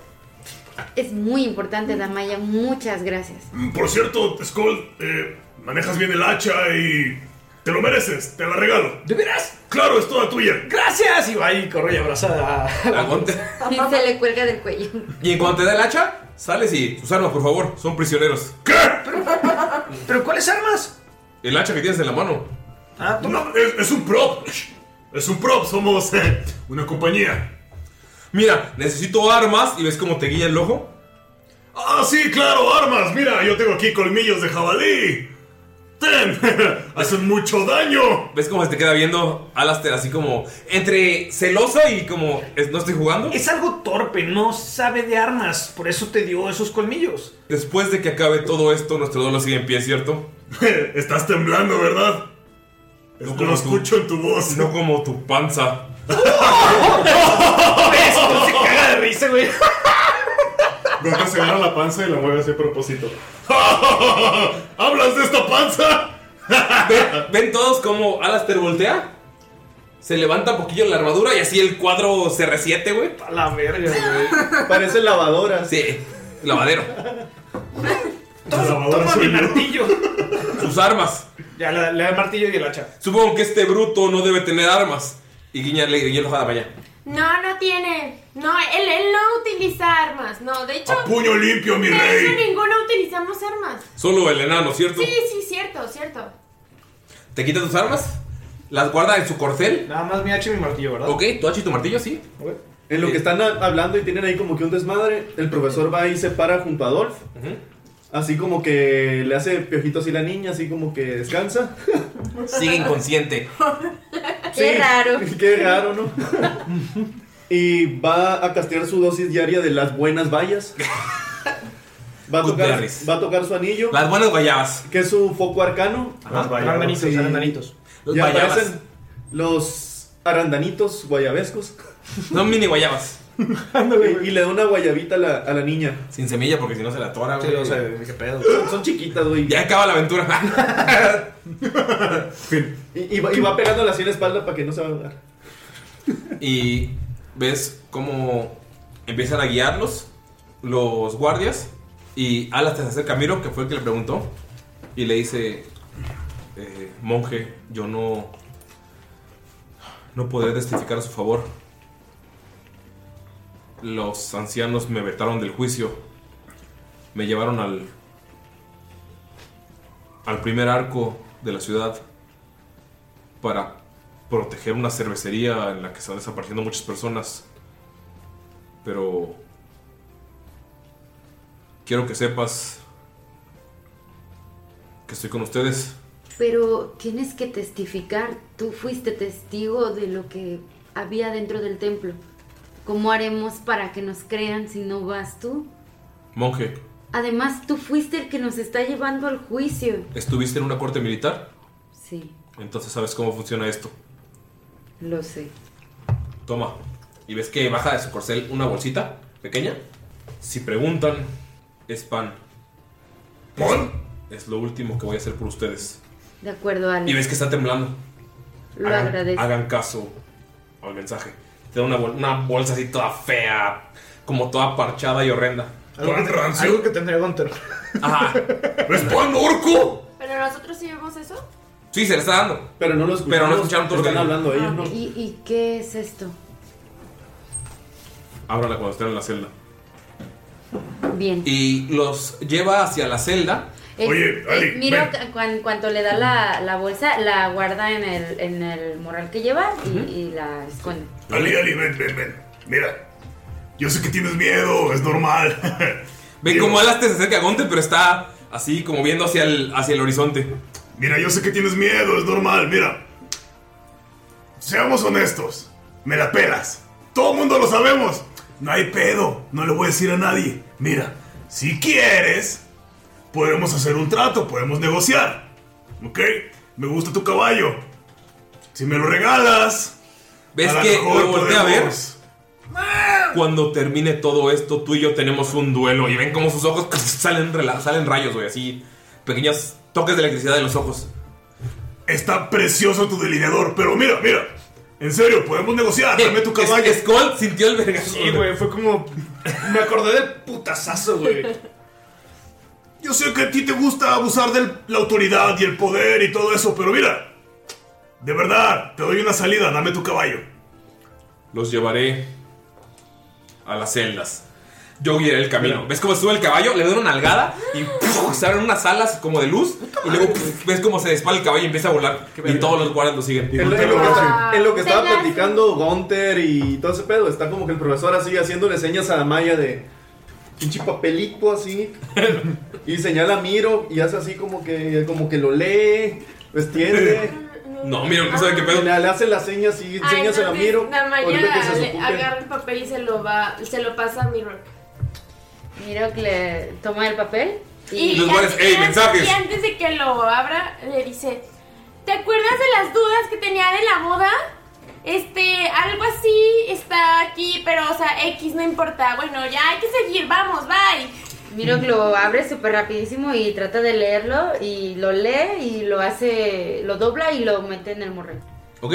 S5: Es muy importante, Damaya. Muchas gracias.
S4: [laughs]
S3: Mm, Por cierto, Skull, eh, manejas bien el hacha y. Te lo mereces, te la regalo.
S1: ¿De veras?
S3: Claro, es toda tuya.
S1: ¡Gracias! Y va y corre y abrazada a [laughs] la
S5: Y se le cuelga del cuello.
S2: Ah, Y en cuanto te da el hacha, sales y. Sus armas, por favor, son prisioneros.
S3: Eh.
S1: ¿Pero cuáles armas?
S2: El hacha que tienes en la mano.
S1: Ah,
S3: No, es, es un prop. Es un prop, somos eh, una compañía.
S2: Mira, necesito armas y ves cómo te guía el ojo.
S3: Ah, sí, claro, armas. Mira, yo tengo aquí colmillos de jabalí. Ten, [laughs] hacen mucho daño.
S2: ¿Ves cómo se te queda viendo Alastair así como entre celosa y como "Es- no estoy jugando?
S1: Es algo torpe, no sabe de armas, por eso te dio esos colmillos.
S2: Después de que acabe todo esto, nuestro duelo sigue en pie, ¿cierto?
S3: [laughs] Estás temblando, ¿verdad?
S2: No
S3: Lo escucho en tu voz.
S2: No como tu panza.
S1: ¿Ves? Se caga de risa, güey.
S8: Goku se agarra la panza y la mueve así a propósito.
S3: [laughs] ¿Hablas de esta panza? [laughs]
S2: ¿Ven todos cómo Alastair voltea? Se levanta un poquillo la armadura y así el cuadro se resiete, güey.
S1: A la verga, güey.
S6: Parece lavadora.
S2: Sí, lavadero.
S1: Toma, toma mi martillo.
S2: Sus armas.
S1: Ya, la- le da el martillo y el hacha.
S2: Supongo que este bruto no debe tener armas. Y guiñale, guiñale la ojada para allá.
S4: No, no tiene. No, él, él no utiliza armas. No, de hecho,
S3: A puño limpio, mi
S4: de hecho,
S3: rey.
S4: ninguno utilizamos armas.
S2: Solo el enano, ¿cierto?
S4: Sí, sí, cierto, cierto.
S2: Te quita tus armas, las guarda en su corcel.
S1: Nada más mi hacha y mi martillo, ¿verdad?
S2: Ok, tu hacha y tu martillo, sí.
S6: En lo que están a- hablando y tienen ahí como que un desmadre, el profesor va y se para junto a Adolf. Así como que le hace piojito así la niña, así como que descansa.
S4: [laughs]
S2: Sigue inconsciente.
S5: Qué raro.
S6: Qué raro, ¿no? y va a castear su dosis diaria de las buenas
S2: [laughs]
S6: vallas. Va a
S2: Good
S6: tocar,
S2: berries.
S6: va a tocar su anillo,
S2: Las buenas guayabas.
S6: que es su foco arcano. Ah,
S1: Ajá, eran nanitos,
S6: sí.
S1: eran nanitos.
S2: Los
S6: y
S2: guayabas.
S6: aparecen los arandanitos guayabescos.
S2: [laughs] Son mini
S6: [laughs]
S2: guayabas.
S6: y, y le da una guayabita a la, a la niña.
S2: Sin semilla porque si no se la tora, güey.
S1: Sí, o sea, qué pedo.
S6: Son chiquitas, güey.
S2: Ya acaba la aventura.
S6: [laughs] Y, y va, y va pegándola así en la espalda para que no se va a ahogar.
S2: y ves cómo empiezan a guiarlos los guardias. Y Alas se acerca a Miro, que fue el que le preguntó. Y le dice: eh, Monje, yo no. No podré testificar a su favor. Los ancianos me vetaron del juicio. Me llevaron al. al primer arco de la ciudad para proteger una cervecería en la que están desapareciendo muchas personas. Pero quiero que sepas que estoy con ustedes.
S5: Pero tienes que testificar. Tú fuiste testigo de lo que había dentro del templo. ¿Cómo haremos para que nos crean si no vas tú?
S2: Monje,
S5: Además, tú fuiste el que nos está llevando al juicio.
S2: ¿estuviste en una corte militar?
S5: Sí,
S2: Entonces sabes cómo funciona esto.
S5: lo sé.
S2: Toma. Y ves que baja de su corcel una bolsita pequeña. Si preguntan, es pan.
S3: ¿Pon?
S2: Es lo último que voy a hacer por ustedes.
S5: De acuerdo,
S2: Y
S5: Alex.
S2: ves que está temblando.
S5: Lo
S2: hagan,
S5: agradezco.
S2: hagan caso al mensaje. Te da una, bol- una bolsa así toda fea, como toda parchada y horrenda.
S1: Algo que,
S3: ¿Pan
S1: te-
S3: rancio?
S1: algo que tendría Gunter.
S2: Ajá.
S3: [laughs] ¿Es pan orco?
S4: Pero nosotros sí vemos eso.
S2: Sí, se le está dando.
S6: Pero no lo escucharon.
S2: Pero no escucharon todo lo que
S6: Están
S2: dijo.
S6: hablando
S4: Ah,
S6: ellos, ¿no?
S5: ¿Y, ¿Y qué es esto?
S2: Ábrala cuando estén en la celda.
S5: Bien.
S2: Y los lleva hacia la celda.
S5: Es-
S3: Oye,
S5: es-
S3: Ali,
S5: mira,
S3: ven.
S5: cu- en cuanto le da la, la bolsa, la guarda en el, en el morral que lleva y, y la esconde.
S3: Ali, Ali, ven, ven, ven. Mira, yo sé que tienes miedo, es normal.
S2: Ven
S3: Digo,
S2: como Alastair se acerca a Gonte, pero está así como viendo hacia el, hacia el horizonte.
S3: Mira, yo sé que tienes miedo, es normal, mira. Seamos honestos, me la pelas. Todo el mundo lo sabemos. No hay pedo, no le voy a decir a nadie. Mira, si quieres, Podemos hacer un trato, podemos negociar. ¿Ok? Me gusta tu caballo. Si me lo regalas.
S2: ¿Ves
S3: a lo
S2: que
S3: mejor
S2: lo voltea a ver?
S3: podemos-
S2: Cuando termine todo esto, tú y yo tenemos un duelo. Y ven cómo sus ojos [laughs] salen, rela- salen rayos, güey. Así, pequeños toques de electricidad en los ojos.
S3: Está precioso tu delineador, pero mira, mira. En serio, podemos
S1: Eh,
S3: negociar. Dame tu caballo.
S2: Skull sintió el vergazo.
S3: Sí, güey, fue como. Me acordé del putazazo,
S1: [laughs]
S3: güey. Yo sé que a ti te gusta abusar de la autoridad y el poder y todo eso, pero mira. De verdad, te doy una salida, dame tu caballo.
S2: Los llevaré a las celdas. Yo guiaré el camino. ¿Ves cómo sube el caballo? Le doy una nalgada y ¡puf! se abren unas alas como de luz. Y luego ¡puf! ves cómo se dispara el caballo y empieza a volar. Y todos los guardias lo siguen.
S6: En, en lo que, en lo que estaba platicando Gunter y todo ese pedo, está como que el profesor así haciéndole señas a Maya de pinche
S2: [laughs]
S6: papelito así. y señala a Miro y hace así como que, como que lo lee, lo extiende. Ah.
S2: No, Miro, no sabe qué pedo.
S6: Le, le hace las señas y
S4: Ah,
S6: enséñaselo a
S4: entonces,
S6: Miro. ahorita que
S4: Damaya
S6: se
S4: le-
S6: desocupe.
S4: agarra el papel y se lo va, se lo pasa a Mirok.
S5: Miro que le toma el papel
S4: Y,
S2: Los
S4: y
S2: guardias,
S4: antes-
S2: "Ey,
S4: y antes-
S2: mensajes".
S4: y antes de que lo abra, le dice, ¿te acuerdas de las dudas que tenía de la boda? Este, algo así está aquí, pero o sea, X no importa. Bueno, ya hay que seguir, vamos, bye.
S5: Miro que lo abre súper rapidísimo y trata de leerlo y lo lee y lo hace, lo dobla y lo mete en el morrel.
S2: Ok.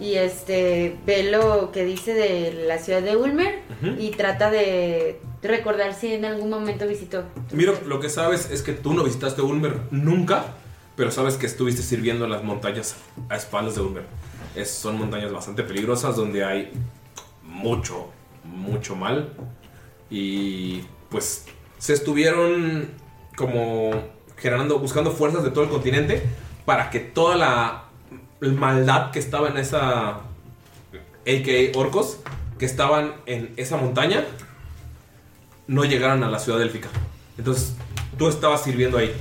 S5: Y este, ve lo que dice de la ciudad de Ulmer
S2: Ujú.
S5: y trata de recordar si en algún momento visitó.
S2: Miro, lo que sabes es que tú no visitaste Ulmer nunca, pero sabes que estuviste sirviendo en las montañas a espaldas de Ulmer. Es- son montañas bastante peligrosas donde hay mucho, mucho mal. Y pues se estuvieron como generando, buscando fuerzas de todo el continente para que toda la maldad que estaba en esa, a.k.a. orcos, que estaban en esa montaña, no llegaran a la ciudad élfica. Entonces, tú estabas sirviendo ahí.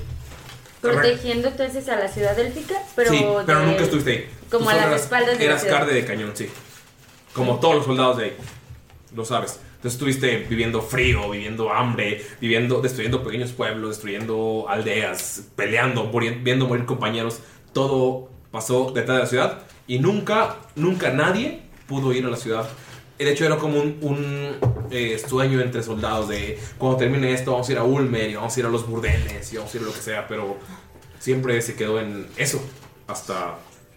S5: Protegiendo entonces a la ciudad élfica, pero,
S2: sí, pero
S5: de-
S2: nunca estuviste ahí.
S5: Como
S2: Tú
S5: a
S2: solo
S5: las
S2: eras-
S5: espaldas de la
S2: Eras
S5: ciudad.
S2: carne de cañón, sí. Como todos los soldados de ahí. Lo sabes. Entonces estuviste viviendo frío, viviendo hambre, viviendo, destruyendo pequeños pueblos, destruyendo aldeas, peleando, muri- viendo morir compañeros. Todo pasó detrás de la ciudad y nunca, nunca nadie pudo ir a la ciudad. De hecho era como un, un, eh, sueño entre soldados de cuando termine esto vamos a ir a Ulmer y vamos a ir a los burdeles y vamos a ir a lo que sea, pero siempre se quedó en eso hasta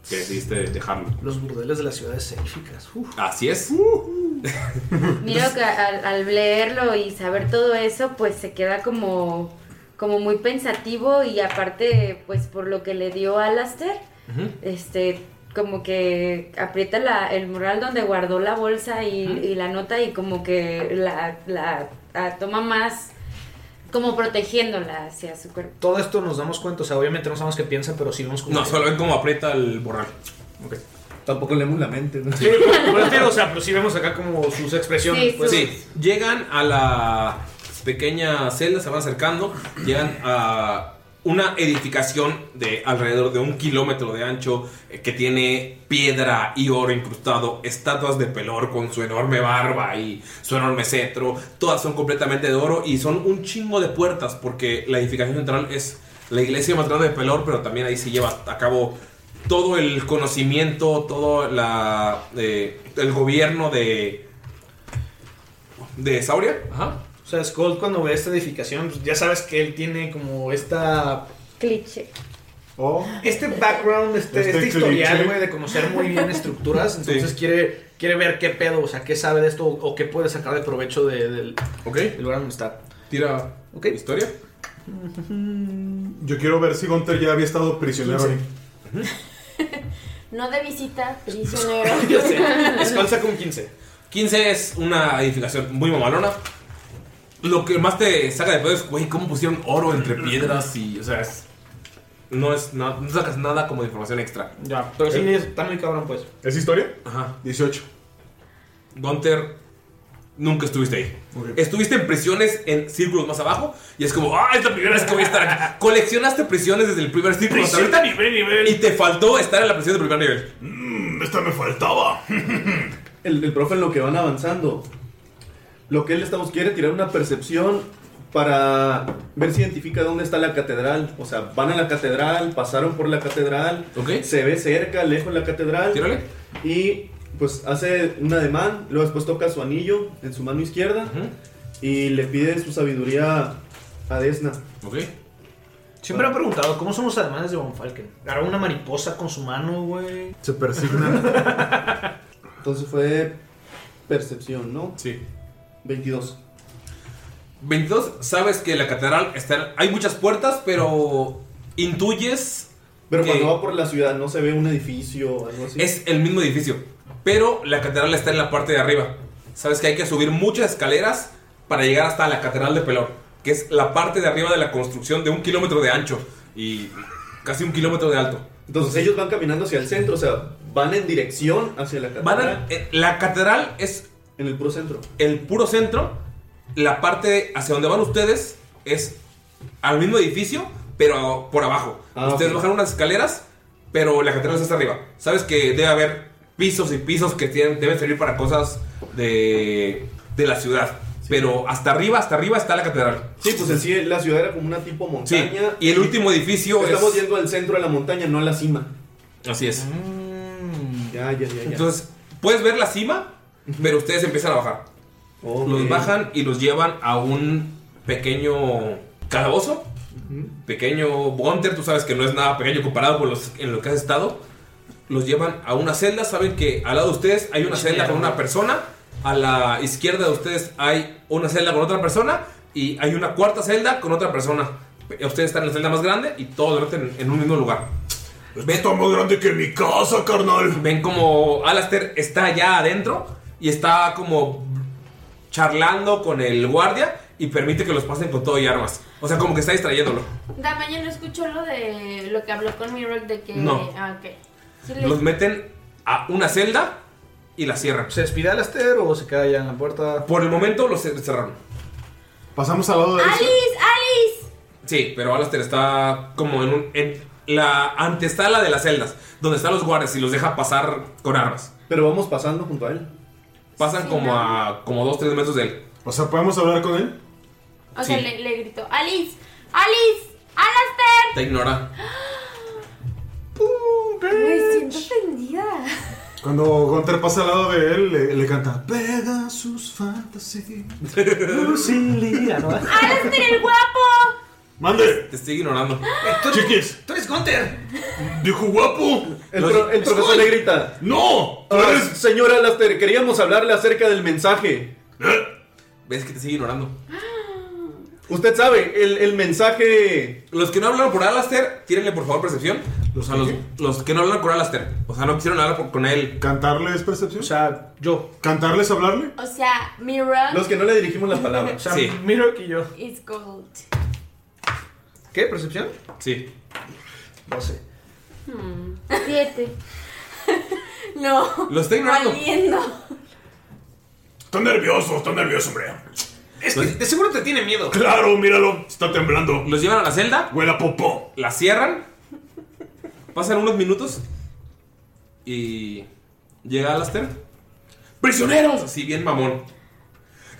S2: que decidiste dejarlo.
S1: Los burdeles de las ciudades élficas. uf.
S2: Así es.
S1: Uh.
S5: Miro que al, al leerlo y saber todo eso, pues se queda como, como muy pensativo y aparte, pues por lo que le dio Alastair, este, como que aprieta la, el mural donde guardó la bolsa y, y la nota y como que la, la- la toma más, como protegiéndola hacia su cuerpo.
S1: Todo esto nos damos cuenta, o sea, obviamente no sabemos qué piensa, pero sí vemos como.
S2: No, solo ven cómo aprieta el borrar.
S6: Tampoco leemos la mente. ¿no?
S1: Sí, pero- pero te digo, o sea, pues, pero sí vemos acá como sus expresiones. pues.
S2: Sí, llegan a la pequeña celda, se van acercando, llegan a una edificación de alrededor de un kilómetro de ancho eh, que tiene piedra y oro incrustado, estatuas de pelor con su enorme barba y su enorme cetro, todas son completamente de oro y son un chingo de puertas porque la edificación central es la iglesia más grande de pelor, pero también ahí se lleva a cabo todo el conocimiento, todo la, eh, el gobierno de, ¿De Sauria? Ajá.
S1: O sea, Skull cuando ve esta edificación, pues, ya sabes que él tiene como esta.
S5: Cliché.
S1: Este background, este,
S5: Este
S1: este, historial,
S5: cliché.
S1: güey, de conocer muy bien
S2: [laughs]
S1: estructuras. Entonces quiere, quiere ver qué pedo, o sea, qué sabe de esto o qué puede sacar de provecho de- del del lugar donde está.
S2: Tira historia.
S8: Yo quiero ver si Gunter ya había estado prisionero ahí.
S4: No de visita, prisionero.
S1: Ya sé. Skull saca un 15.
S2: 15 es una edificación muy mamalona. Lo que más te saca de pedo es, güey, cómo pusieron oro entre piedras y, o sea, es- no es nada, no sacas nada como de información extra. Eh,
S1: Ya, pero sí está muy cabrón, pues.
S8: ¿Es historia?
S2: Ajá.
S8: 18.
S2: Gunter, nunca estuviste ahí. Estuviste en prisiones en círculos más abajo y es como, ah, es la primera vez que voy a estar aquí. Coleccionaste prisiones desde el primer círculo hasta ahorita y te faltó estar en la prisión del primer nivel.
S3: Mm, esta me faltaba.
S6: El, el profe en lo que van avanzando. Lo que él estamos quiere tirar una percepción para ver si identifica dónde está la catedral. O sea, van a la catedral, pasaron por la catedral, se ve cerca, lejos la catedral. Y pues hace un ademán, luego después toca su anillo en su mano izquierda y le pide su sabiduría a Desna.
S2: Ok.
S1: Siempre me han preguntado cómo son los alemanes de Von Falken. Agarra una mariposa con su mano, güey.
S6: Se persigna.
S1: [laughs]
S6: Entonces fue percepción, ¿no?
S2: Sí.
S6: 22.
S2: 22, sabes que la catedral está. Hay muchas puertas, pero intuyes.
S6: Pero
S2: que
S6: cuando va por la ciudad no se ve un edificio o algo así.
S2: es el mismo edificio. Pero la catedral está en la parte de arriba. Sabes que hay que subir muchas escaleras para llegar hasta la catedral de Pelor, que es la parte de arriba de la construcción de un kilómetro de ancho y casi un kilómetro de alto.
S6: Entonces ellos van caminando hacia el centro, o sea, van en dirección hacia la catedral.
S2: eh, la catedral es.
S6: En el puro centro.
S2: El puro centro. La parte hacia donde van ustedes es al mismo edificio, pero por abajo.
S6: Ah,
S2: ustedes
S6: ok.
S2: bajan unas escaleras, pero la catedral está hasta arriba. Sabes que debe haber pisos y pisos que tienen- deben servir para cosas de, de la ciudad. Pero hasta arriba, hasta arriba está la catedral.
S6: Sí, pues en sí la ciudad era como una tipo montaña.
S2: Y el último edificio es-
S6: Estamos yendo al centro de la montaña, no a la cima.
S2: Así es.
S6: Ya, ya, ya, ya.
S2: Entonces, puedes ver la cima, pero ustedes empiezan a bajar. Los bajan y los llevan a un pequeño calabozo. Pequeño Bonter, tú sabes que no es nada pequeño comparado con los en lo que has estado. Los llevan a una celda, saben que al lado de ustedes hay una celda con una persona, a la izquierda de ustedes hay una celda con otra persona y hay una cuarta celda con otra persona. Ustedes están en la celda más grande y todos duermen en- en un mismo lugar. Está más grande que mi casa, carnal. Ven como Alastair está allá adentro y está como charlando con el guardia y permite que los pasen con todo y armas. O sea, como que está distrayéndolo.
S4: Dama, yo no escuchó lo de lo que habló con Mirok de que.
S2: No.
S4: Ah, ok. Sí, le-
S2: Los meten a una celda y la cierran.
S1: ¿Se despide Alastair o se queda ya en la puerta?
S2: Por el momento los cerraron.
S8: Pasamos al lado de
S4: ¡Alice! ¡Alice!
S2: Sí, pero Alastair está como en, un, en la antesala de las celdas, donde están los guardias y los deja pasar con armas.
S6: Pero vamos pasando junto a él.
S2: Pasan como a como 2-3 metros de él.
S8: O sea, ¿podemos hablar con él?
S4: O sea,
S2: Sí.
S4: le, le gritó: ¡Alice! ¡Alice! ¡Alastair!
S2: Te ignora.
S4: Me siento ofendida.
S8: Cuando Gunter pasa al lado de él, le, le canta Pega sus fantasías.
S1: Lucía, ¿no?
S4: ¡Alastair el guapo!
S8: ¡Mande!
S2: Te sigue ignorando.
S8: ¡Chiquis!
S1: ¡Tú eres Gunter!
S8: ¡Dijo guapo!
S6: El, pro- el profesor le grita.
S8: ¡No!
S6: "Ah, Señora Laster, queríamos hablarle acerca del mensaje.
S2: Ves que te sigue ignorando.
S6: Usted sabe, el, el mensaje...
S2: Los que no hablaron por Alastair, tírenle por favor percepción. Los, a los, los que no hablaron con Alastair. O sea, no quisieron hablar por- con él.
S8: ¿Cantarle es percepción?
S1: O sea, yo.
S8: ¿Cantarle es hablarle?
S4: O sea, Mirok
S6: Los que no le dirigimos las
S1: O
S6: palabras.
S1: sea,
S2: Sí.
S1: Mirok y yo.
S4: is gold.
S1: ¿Qué? ¿Percepción?
S2: Sí.
S1: No sé.
S5: Siete.
S4: Hmm. [laughs] No.
S2: Lo está ignorando.
S4: Valiendo.
S8: Está nervioso, está nervioso, hombre.
S1: Es que de seguro te tiene miedo.
S8: Claro, míralo, está temblando.
S2: Los llevan a la celda,
S8: Huela popó.
S2: la cierran. Pasan unos minutos. Y. Llega Alastair. ¡Prisioneros! Así bien mamón.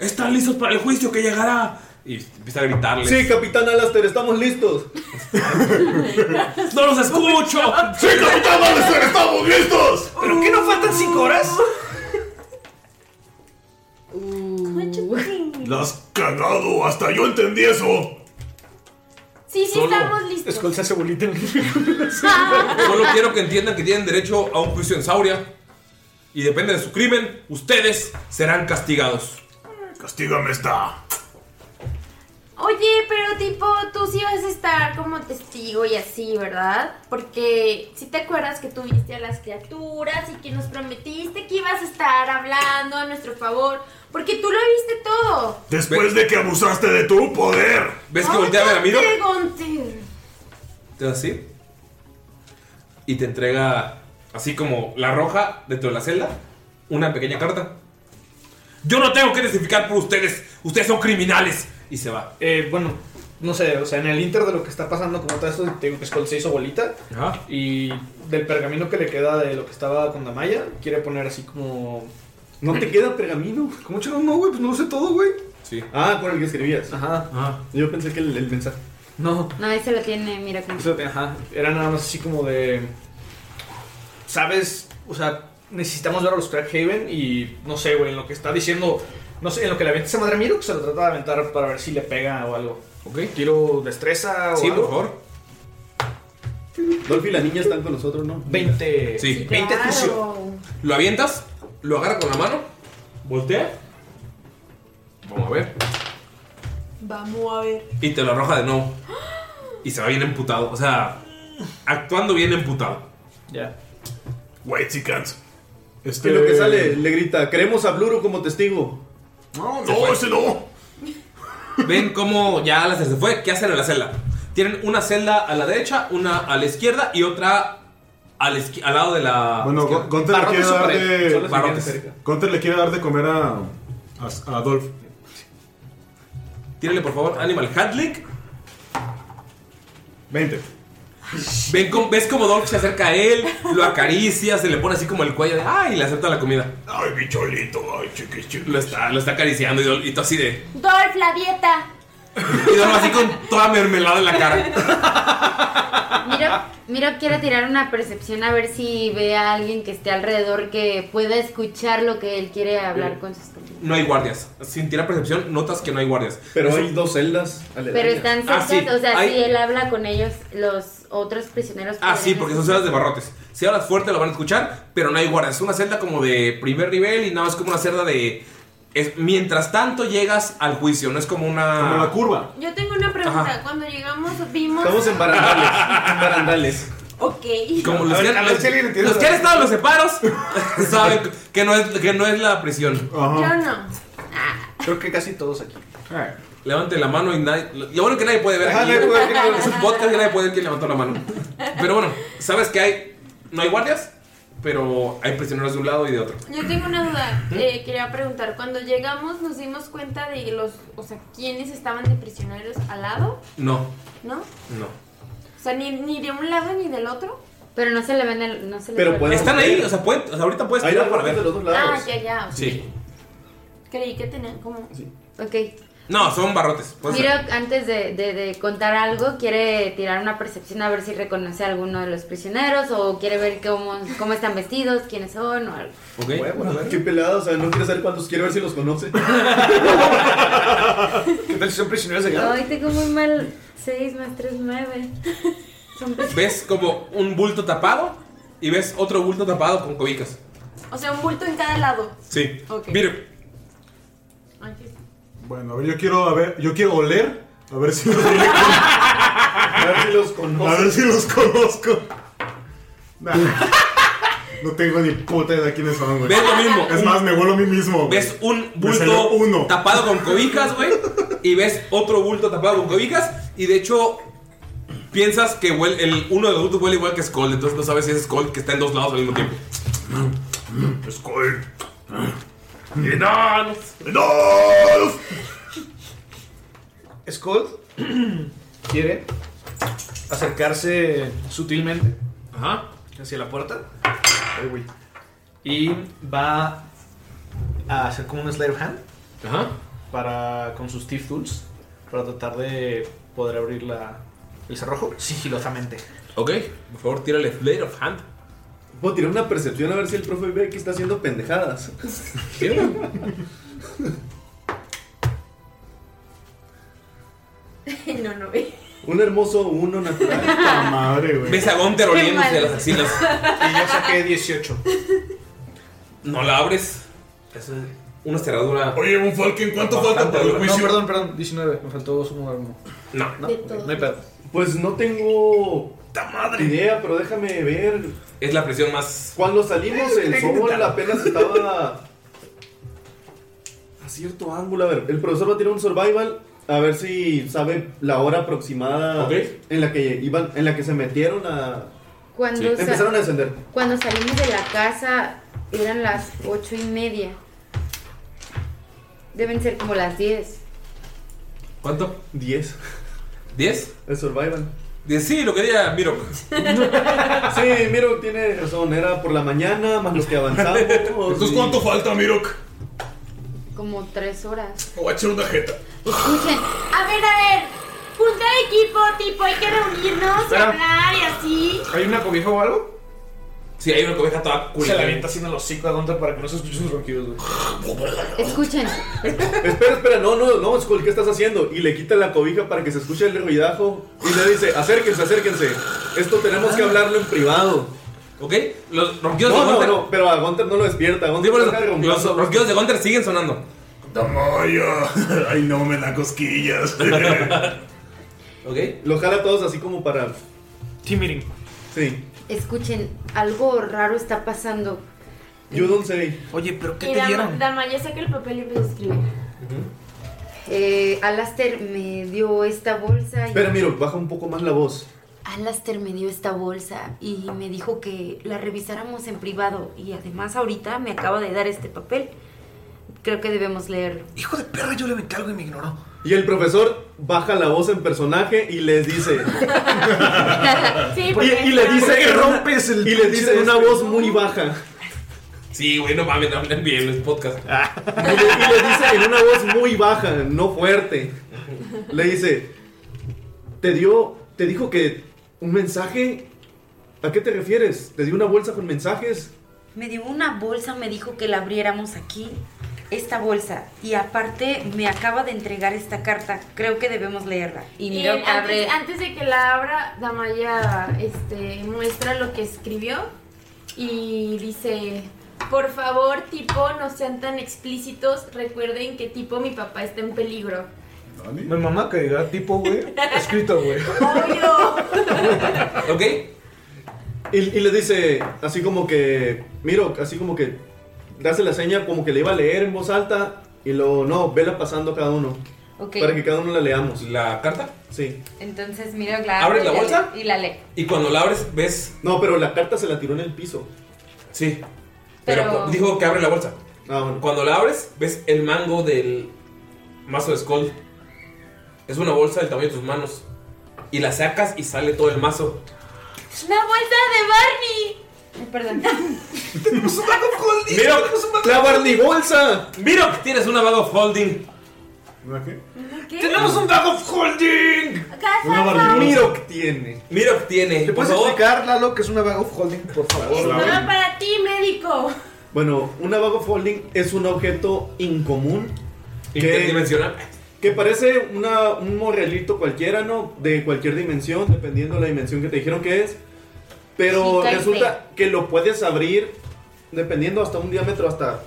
S2: Están listos para [gasps] el juicio que llegará. Y empieza a gritarles.
S6: Sí, capitán Alaster, estamos listos.
S2: [laughs] ¡No los escucho!
S8: ¡Sí, capitán Alastair, estamos listos!
S1: ¿Pero qué no faltan cinco horas?
S8: ¡La has cagado! ¡Hasta yo entendí eso!
S4: Sí, sí,
S2: Solo.
S4: estamos listos.
S1: Skull se hace bolita en
S2: [laughs] Solo quiero que entiendan que tienen derecho a un juicio en Sauria. Y depende de su crimen, ustedes serán castigados.
S8: Castígame esta.
S4: Oye, pero tipo, tú sí vas a estar como testigo y así, ¿verdad? Porque si te acuerdas que tuviste a las criaturas y que nos prometiste que ibas a estar hablando a nuestro favor, porque tú lo viste todo.
S8: Después de que abusaste de tu poder.
S2: ¿Ves que voltea a ver a Miro?
S4: Gunter, Gunter.
S2: Te hace así. Y te entrega, así como la roja dentro de la celda, una pequeña carta. Yo no tengo que testificar por ustedes. Ustedes son criminales. Y se va.
S1: Eh, bueno, no sé, o sea, en el inter de lo que está pasando como todo esto, te digo que Skull se hizo bolita.
S2: Ajá.
S1: Y del pergamino que le queda de lo que estaba con Damaya, quiere poner así como.
S6: ¿No te queda pergamino?
S1: ¿Cómo chingón no, güey? Pues no lo sé todo, güey.
S2: Sí.
S6: Ah, con el que escribías. Ajá. Yo pensé que el, el mensaje.
S9: No.
S5: No, ese lo tiene, mira cómo.
S9: Eso, ajá, era nada más así como de. ¿Sabes? O sea, necesitamos ver a los Crackhaven y no sé, güey, en lo que está diciendo. No sé, en lo que le avienta esa madre a Miro, que se lo trata de aventar para ver si le pega o algo.
S2: Ok.
S9: Tiro destreza o
S2: Sí,
S9: algo.
S2: por favor.
S6: Dolphy y la niña están con nosotros, ¿no?
S9: 20.
S2: Sí.
S9: 20 tucio.
S2: Lo avientas, lo agarra con la mano, voltea. Vamos a ver.
S10: Vamos a ver.
S2: Y te lo arroja de nuevo. Y se va bien emputado. O sea, actuando bien emputado.
S9: Ya.
S2: Wait, si canso.
S6: Y lo que sale, le grita, queremos a Bluro como testigo.
S2: No,
S6: no, ese
S2: no. Ven cómo ya la se fue. ¿Qué hacen en la celda? Tienen una celda a la derecha, una a la izquierda y otra al, esqui- al lado de la.
S3: Bueno, Gon-
S2: izquierda.
S3: Gunter le quiere dar de.
S2: Barrotes.
S3: Gunter le quiere dar de comer a. a, a Adolf.
S2: Tírale, por favor, Animal Handling.
S3: 20.
S2: Ven cómo- ves como Dolph se acerca a él, lo acaricia, se le pone así como el cuello de. ¡Ay! Y le acepta la comida. ¡Ay, bicholito! ¡Ay, chiquichito! Lo está, lo está acariciando y, Dolph- y tú así de.
S4: Dolph, la dieta.
S2: Y Dolph así con toda mermelada en la cara.
S5: Mira, mira, quiere tirar una percepción a ver si ve a alguien que esté alrededor que pueda escuchar lo que él quiere hablar con sus compañeros.
S2: No hay guardias. Sin tirar percepción, notas que no hay guardias.
S6: Pero hay dos celdas.
S5: Pero están
S2: Ah,
S5: cerca,
S2: sí.
S5: o sea,
S2: Hay-
S5: si él habla con ellos, los otros prisioneros.
S2: Ah,
S5: pueden
S2: sí, porque son celdas de barrotes. Si hablas fuerte lo van a escuchar, pero no hay guardias. Es una celda como de primer nivel y nada más como una celda de... es- mientras tanto llegas al juicio, no es como una...
S3: Como la curva.
S4: Yo tengo una pregunta.
S2: Ajá.
S4: Cuando llegamos, vimos.
S6: Estamos en barandales. en barandales.
S4: Ok.
S2: Como los, que, los- los que han estado en los separos [laughs] saben que no es, que no es la prisión.
S4: Yo no.
S9: Creo que casi todos aquí.
S2: Levante la mano y nadie... Lo bueno que nadie puede ver.
S9: Ajá,
S2: aquí.
S9: nadie puede ver quién-
S2: es un podcast y nadie puede ver quién levantó la mano. Pero bueno, sabes que hay... No hay guardias, pero hay prisioneros de un lado y de otro.
S4: Yo tengo una duda. Eh, quería preguntar. Cuando llegamos, nos dimos cuenta de los. O sea, quiénes estaban de prisioneros al lado,
S2: No,
S4: ¿no?
S2: no.
S4: O sea, ni, ni de un lado ni del otro.
S5: Pero no se le ven el. No se le
S2: Pero
S5: ve el-
S2: están ahí, o sea, pueden, o sea, ahorita puedes tirar para ver.
S4: Ah, ya, ya.
S2: Sí.
S4: Creí que tenían como.
S5: Ok.
S2: No, son barrotes. puede ser.
S5: Mira, antes de, de- de contar algo, quiere tirar una percepción a ver si reconoce a alguno de los prisioneros o quiere ver cómo, cómo están vestidos, quiénes son o algo.
S6: Huevo, qué pelada, o sea, no quiere saber cuántos, quiere ver si los
S2: [laughs]
S6: conoce.
S9: ¿Qué tal si son prisioneros de guerra?
S5: Ay, tengo muy mal 6 más 3, 9.
S2: Ves como un bulto tapado y ves otro bulto tapado con cobijas.
S4: O sea, un bulto en cada lado.
S2: Sí.
S4: Ok.
S2: Mire,
S3: Bueno, a ver, yo quiero, a ver, yo quiero oler. A ver si los,
S6: A ver si los conoce.
S3: a ver si los conozco. Nah. No tengo ni puta idea quiénes son, güey.
S2: ves lo mismo.
S3: Es
S2: un-
S3: más, me vuelo a mí mismo. güey.
S2: ves un
S3: Me salió
S2: bulto
S3: uno.
S2: tapado con cobijas, güey. Y ves otro bulto tapado con cobijas. Y de hecho, piensas que huele- el, uno de los bultos huele igual que Skull. Entonces no sabes si es Skull que está en dos lados al mismo tiempo.
S3: Skull.
S2: ¡Enanos!
S3: ¡Enanos!
S9: Skull quiere acercarse sutilmente
S2: Ajá.
S9: hacia la puerta. Ay, güey. Y va a hacer como un slide of hand
S2: Ajá.
S9: para, con sus Thief Tools para tratar de poder abrir la, el cerrojo sigilosamente.
S2: Ok, por favor, tírale Flare of Hand.
S6: Puedo tirar una percepción a ver si el profe ve que está haciendo pendejadas.
S4: [laughs] no, no
S2: [laughs]
S4: ve.
S6: Un hermoso
S3: [laughs]
S6: uno natural.
S3: madre, güey.
S2: Ves a Gunter
S4: Qué
S2: oliéndose
S4: mal.
S2: las axilas.
S4: [laughs] Mm-hmm.
S9: Y yo saqué 18.
S2: No la abres. Es una cerradura.
S11: Oye, un Falken, ¿cuánto falta para el
S9: No,
S11: juicio?
S9: perdón, perdón, 19. Me faltó sumar uno.
S2: No.
S9: No,
S5: De
S9: ok,
S5: todo.
S9: no hay pedo.
S6: Pues no tengo
S2: madre!
S6: idea, pero déjame ver.
S2: Es la presión más.
S6: Cuando salimos, el sol apenas estaba a cierto ángulo. A ver, el profesor va a tirar un survival. A ver si sabe la hora aproximada
S2: Ok.
S6: en la que iban, en la que se metieron a.
S5: Cuando,
S2: Sí.
S5: sa-
S6: Empezaron a descender.
S5: cuando salimos de la casa eran las ocho y media. Deben ser como las 10.
S2: ¿Cuánto?
S6: 10.
S2: ¿Diez?
S6: El survival.
S2: Diez, sí, lo que diga, miro.
S6: [laughs] Sí, Miro tiene
S2: [laughs]
S6: razón. Era por la mañana, más los que avanzamos.
S11: Entonces,
S6: y-
S11: ¿cuánto falta, Mirok?
S5: como tres horas.
S3: Me voy a echar una jeta.
S5: Escuchen.
S4: A ver, a ver. Junta de equipo, tipo, hay que reunirnos y
S2: Espera.
S4: hablar y así.
S2: ¿Hay una cobija o algo? Sí, hay una cobija toda
S1: Se
S2: culera.
S1: la avienta así en el hocico a Gunter para que no se escuchen sus ronquidos,
S5: Escuchen.
S6: Espera, espera, no, no, no, Skull, ¿qué estás haciendo? Y le quita la cobija para que se escuche el ruidajo y le dice, acérquense, acérquense. Esto tenemos que hablarlo en privado.
S2: ¿Ok? Los ronquidos
S6: no,
S2: de
S6: No,
S2: Gunther-
S6: no, pero a Gunter no lo despierta. Gunther
S2: por
S6: no
S2: eso,
S6: está roncando.
S2: los ronquidos de Gunter siguen sonando.
S3: Damoyo. Ay, no, me da cosquillas.
S6: Lo jala a todos así como para... Team meeting. Sí.
S5: Escuchen, algo raro está pasando.
S6: You don't say. Oye, pero
S4: Y Dama, Damaya saca el papel y empieza a escribir.
S5: Eh, Alastair me dio esta bolsa. y-
S6: Espera, miro, baja un poco más la voz.
S5: Alastair me dio esta bolsa y me dijo que la revisáramos en privado. Y además ahorita me acaba de dar este papel. Creo que debemos leerlo.
S1: Hijo de perra, yo le aventé algo y me ignoró.
S6: Y el profesor baja la voz en personaje y les dice. y, y le dice
S2: Porque
S6: rompes el este. y le dice en una voz muy baja.
S2: Sí, güey, no mames, hablen bien los podcasts.
S6: Y le, y le dice en una voz muy baja, no fuerte. Le dice, "Te dio te dijo que un mensaje ¿A qué te refieres? ¿Te dio una bolsa con mensajes?
S5: Me dio una bolsa, me dijo que la abriéramos aquí. Esta bolsa. Y aparte me acaba de entregar esta carta. Creo que debemos leerla. Y
S4: Y
S5: miro,
S4: él,
S5: abre.
S4: antes, antes de que la abra, Damaya este, muestra lo que escribió y dice, por favor, tipo, no sean tan explícitos, recuerden que tipo, mi papá está en peligro.
S1: Me mamá que diga tipo, güey. Escrito,
S2: [laughs]
S1: güey.
S2: ¿Ok?
S6: Y, y le dice, así como que, miro, así como que, le hace la seña como que le iba a leer en voz alta y luego, no, vela pasando cada uno.
S5: Ok.
S6: Para que cada uno la leamos.
S2: ¿La carta?
S6: Sí.
S5: Entonces miro la
S6: ¿Abres
S5: y
S6: la bolsa?
S5: lee- Y la lee.
S2: Y cuando la abres, ves.
S6: No, pero la carta se la tiró en el piso.
S2: Sí. Pero,
S5: Pero-
S2: dijo que abre la bolsa.
S6: Ah,
S2: Cuando la abres, ves el mango del mazo de Skull. Es una bolsa del tamaño de tus manos. Y la sacas y sale todo el
S6: [laughs]
S2: mazo.
S4: ¡La bolsa de Barney!
S1: [laughs]
S5: Perdón.
S2: ¡Miro! ¡La Barney
S6: bolsa!
S2: ¡Miro! Tienes una bag of holding.
S4: ¿Qué?
S2: ¡Tenemos un bag of holding!
S6: Miro que tiene.
S2: Miro que tiene.
S1: ¿Te puedes
S2: Oh.
S1: explicar, Lalo, que es una bag of holding, por favor?
S4: Estaba para ti, médico.
S6: Bueno, una bag of holding es un objeto incomún.
S2: Interdimensional.
S6: Que parece una- un morrelito cualquiera, ¿no? De cualquier dimensión, dependiendo de la dimensión que te dijeron que es. Pero
S2: Chica y
S6: resulta que lo puedes abrir dependiendo hasta un diámetro, hasta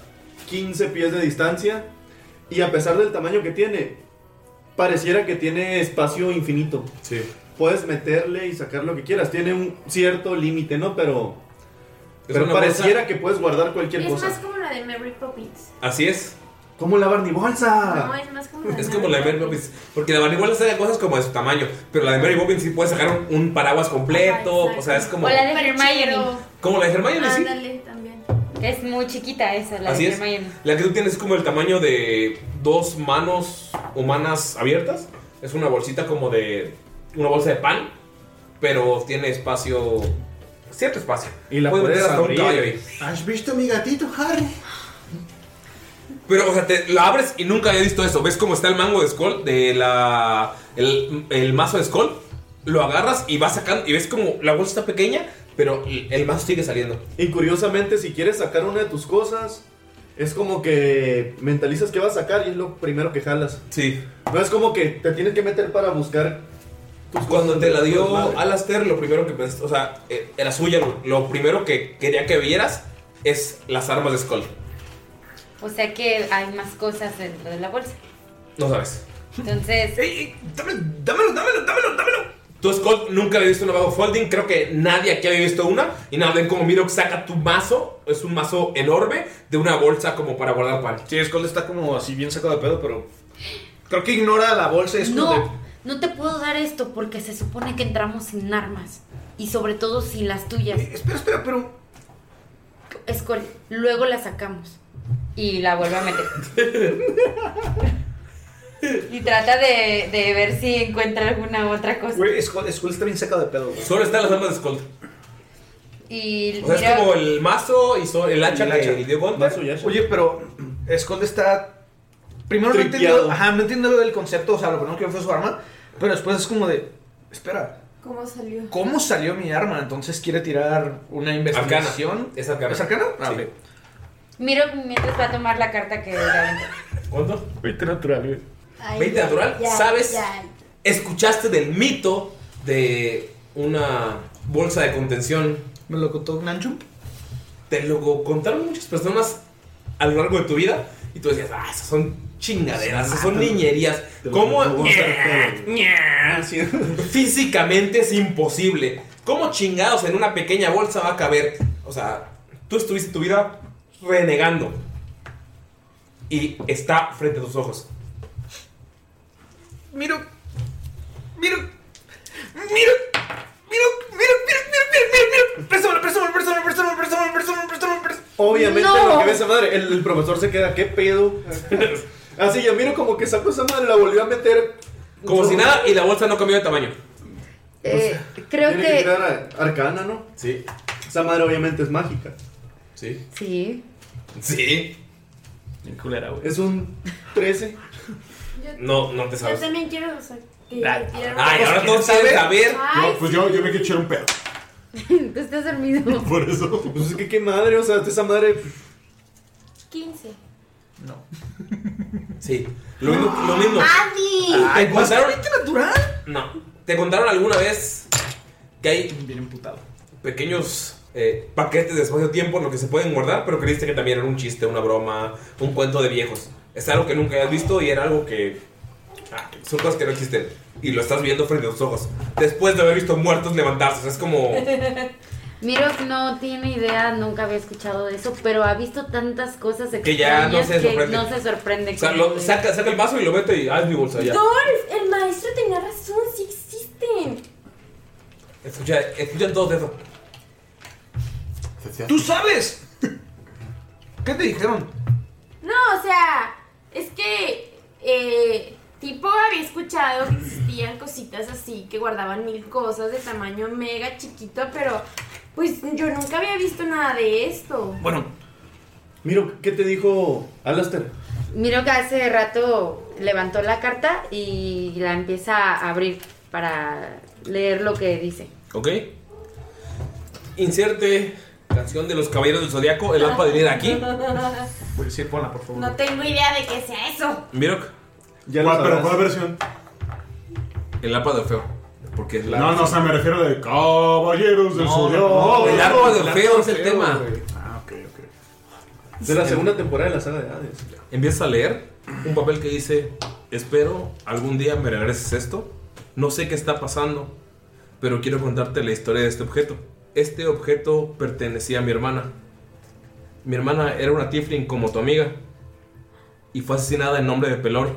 S6: 15 pies de distancia. Y a pesar del tamaño que tiene, pareciera que tiene espacio infinito.
S2: Sí.
S6: Puedes meterle y sacar lo que quieras. Tiene un cierto límite, ¿no? Pero,
S2: Es
S6: pero
S2: una
S6: pareciera
S2: bolsa.
S6: que puedes guardar cualquier
S4: Es
S6: cosa.
S4: más como la de Mary Poppins.
S2: Así es.
S6: este. Como la Barney
S4: No,
S6: Bolsa.
S4: es más como la de
S2: Es como la de Mary Poppins. Porque la de Barney Wallace hace cosas como de su tamaño. Pero la de Mary Poppins sí puede sacar un, un paraguas completo. o sea, es como.
S5: O la de
S4: Pero
S5: Hermione.
S2: Como la de Hermione, sí.
S4: Ándale, también.
S5: Es muy chiquita esa, la
S2: Así
S5: de
S2: es.
S5: Hermione.
S2: La que tú tienes es como el tamaño de dos manos humanas abiertas. Es una bolsita como de. Una bolsa de pan. Pero tiene espacio. Cierto espacio.
S6: Y la
S2: Puedes meter
S6: puedes
S2: hasta un
S6: abrir.
S2: caballo ahí.
S12: ¿Has visto mi gatito, Harry?
S2: Pero, o sea, te la abres y nunca había visto eso. ¿Ves cómo está el mango de Skull? De la. El, el mazo de Skull. Lo agarras y vas sacando. Y ves como la bolsa está pequeña, pero el el mazo sigue saliendo.
S6: Y curiosamente, si quieres sacar una de tus cosas, es como que mentalizas que vas a sacar y es lo primero que jalas.
S2: Sí.
S6: No es como que te tienes que meter para buscar tus
S2: Cuando
S6: cosas.
S2: te la
S6: Madre.
S2: dio Alastair, lo primero que pensaste. O sea, eh, era suya. lo- Lo primero que quería que vieras es las armas de Skull.
S5: O sea que hay más cosas dentro de la bolsa.
S2: No sabes. [laughs]
S5: Entonces.
S2: Dámelo, dámelo, dámelo, dámelo. Tú, Skull, nunca había visto una bajo folding. Creo que nadie aquí había visto una. Y nada, ven como Miro saca tu mazo. Es un mazo enorme de una bolsa como para guardar pan.
S1: Sí, Skull está como así bien sacado de pedo, pero. Creo que ignora la bolsa y es como de-
S5: No, no te puedo dar esto porque se supone que entramos sin armas. Y sobre todo sin las tuyas.
S2: Eh,
S1: espera, espera, pero.
S5: Escol, luego la sacamos. Y la vuelve a meter. y trata de, de ver si encuentra alguna otra cosa.
S1: Güey, Skull, Skull está bien sacado de pedo, güey.
S2: Solo están las armas de Skull.
S5: Y
S2: O sea,
S5: mira-
S2: es como el mazo y so- el hacha
S1: El
S2: que
S1: hacha.
S2: le dio Gunther.
S1: Oye, pero Skull está Primero no
S6: Tripeado.
S1: entiendo, ajá, no entiendo el concepto, o sea, lo primero que fue su arma, pero después es como de, espera,
S13: ¿Cómo salió?
S1: ¿cómo salió mi arma? Entonces quiere tirar una investigación. ¿Es arcana? ¿Es arcana? Ah, ok.
S5: Miro mientras va a tomar la carta que la aventó.
S2: ¿Cuánto?
S7: 20 natural, güey.
S2: 20 natural,
S5: ya,
S2: ¿sabes?
S5: ya.
S2: Escuchaste del mito de una bolsa de contención.
S1: ¿Me lo contó Nancho?
S2: Te lo contaron muchas personas a lo largo de tu vida y tú decías, ah, esas son chingaderas, esas son
S1: Ah, te-
S2: niñerías.
S1: te lo
S2: ¿Cómo?
S1: contó
S2: Ñe, ñe, así, Físicamente es imposible. ¿Cómo chingados en una pequeña bolsa va a caber? O sea, tú estuviste tu vida renegando y está frente a tus ojos.
S1: Miro, miro, miro, miro, miro, miro, miro, miro, miro. Préstamelo, préstamelo, préstamelo, préstamelo, préstamelo, préstamelo, préstamelo, préstamelo.
S6: Obviamente
S1: No.
S6: lo que ve esa madre, el, el profesor se queda, ¿qué pedo? Así ya miro como que sacó esa madre, la volvió a meter.
S2: Como si nada y la bolsa no cambió de tamaño.
S5: Eh, creo
S6: Tiene que
S5: que.
S6: tirar a- Pues, arcana, ¿no?
S2: Sí.
S6: Esa madre obviamente es mágica.
S2: Sí.
S5: Sí.
S2: Sí.
S6: Es un 13.
S2: No, no te
S4: Yo también quiero o sea, que
S2: Ay,
S4: tirar una-
S2: Ay, ahora todos quieren saber.
S4: Ay,
S6: pues yo, yo me quiero echar un pedo.
S4: [laughs]
S5: Tú estás dormido.
S6: [laughs] Por eso. Pues es que qué madre, o sea, esa madre.
S4: 15.
S2: Sí. Lo mismo. Lo mismo.
S4: ¡Adi!
S2: Ay, pues, pasaron-
S1: natural?
S2: No. ¿Te contaron alguna vez que hay pequeños eh, paquetes de espacio-tiempo en los que se pueden guardar, pero creíste que también era un chiste, una broma, un cuento de viejos? Es algo que nunca habías visto y era algo que... ah, son cosas que no existen. Y lo estás viendo frente a tus ojos. Después de haber visto muertos levantarse. o sea, es como... Oh.
S5: [laughs] Miro no tiene idea, nunca había escuchado de eso, pero ha visto tantas cosas extrañas
S2: Que ya no se sorprende.
S5: no se sorprende
S2: O sea,
S5: con
S2: lo-
S5: eso.
S2: saca, saca el vaso y lo mete y haz mi bolsa ya.
S4: Dolph, el maestro tenía razón, sí existen.
S2: Escucha, escucha todos eso.
S1: ¡Tú sabes! ¿Qué te dijeron?
S4: No, o sea, es que eh, tipo había escuchado que existían cositas así, que guardaban mil cosas de tamaño mega chiquito, pero pues yo nunca había visto nada de esto.
S1: Bueno.
S6: Miro, ¿qué te dijo Alastair?
S5: Miro que hace rato levantó la carta y la empieza a abrir para leer lo que dice.
S2: ¿Ok? Inserte canción de los caballeros del zodiaco, el alfa de Lira aquí. Pues sí, ponla, por favor.
S4: [laughs] No tengo idea de que sea eso.
S2: Mirok.
S6: Ya
S8: ¿Cuál, pero cuál versión?
S2: El arpa de Orfeo. Porque es la.
S8: No, no, o sea, me refiero a la de Caballeros del
S2: No, no,
S8: Zodiaco.
S3: Oh,
S2: no, el arpa de Orfeo es el tema.
S8: Ah, ok, ok.
S6: De la segunda temporada de la saga de Hades.
S2: Empiezas a leer un papel que dice: Espero algún día me regreses esto. No sé qué está pasando, pero quiero contarte la historia de este objeto. Este objeto pertenecía a mi hermana. Mi hermana era una tiefling como tu amiga y fue asesinada en nombre de Pelor.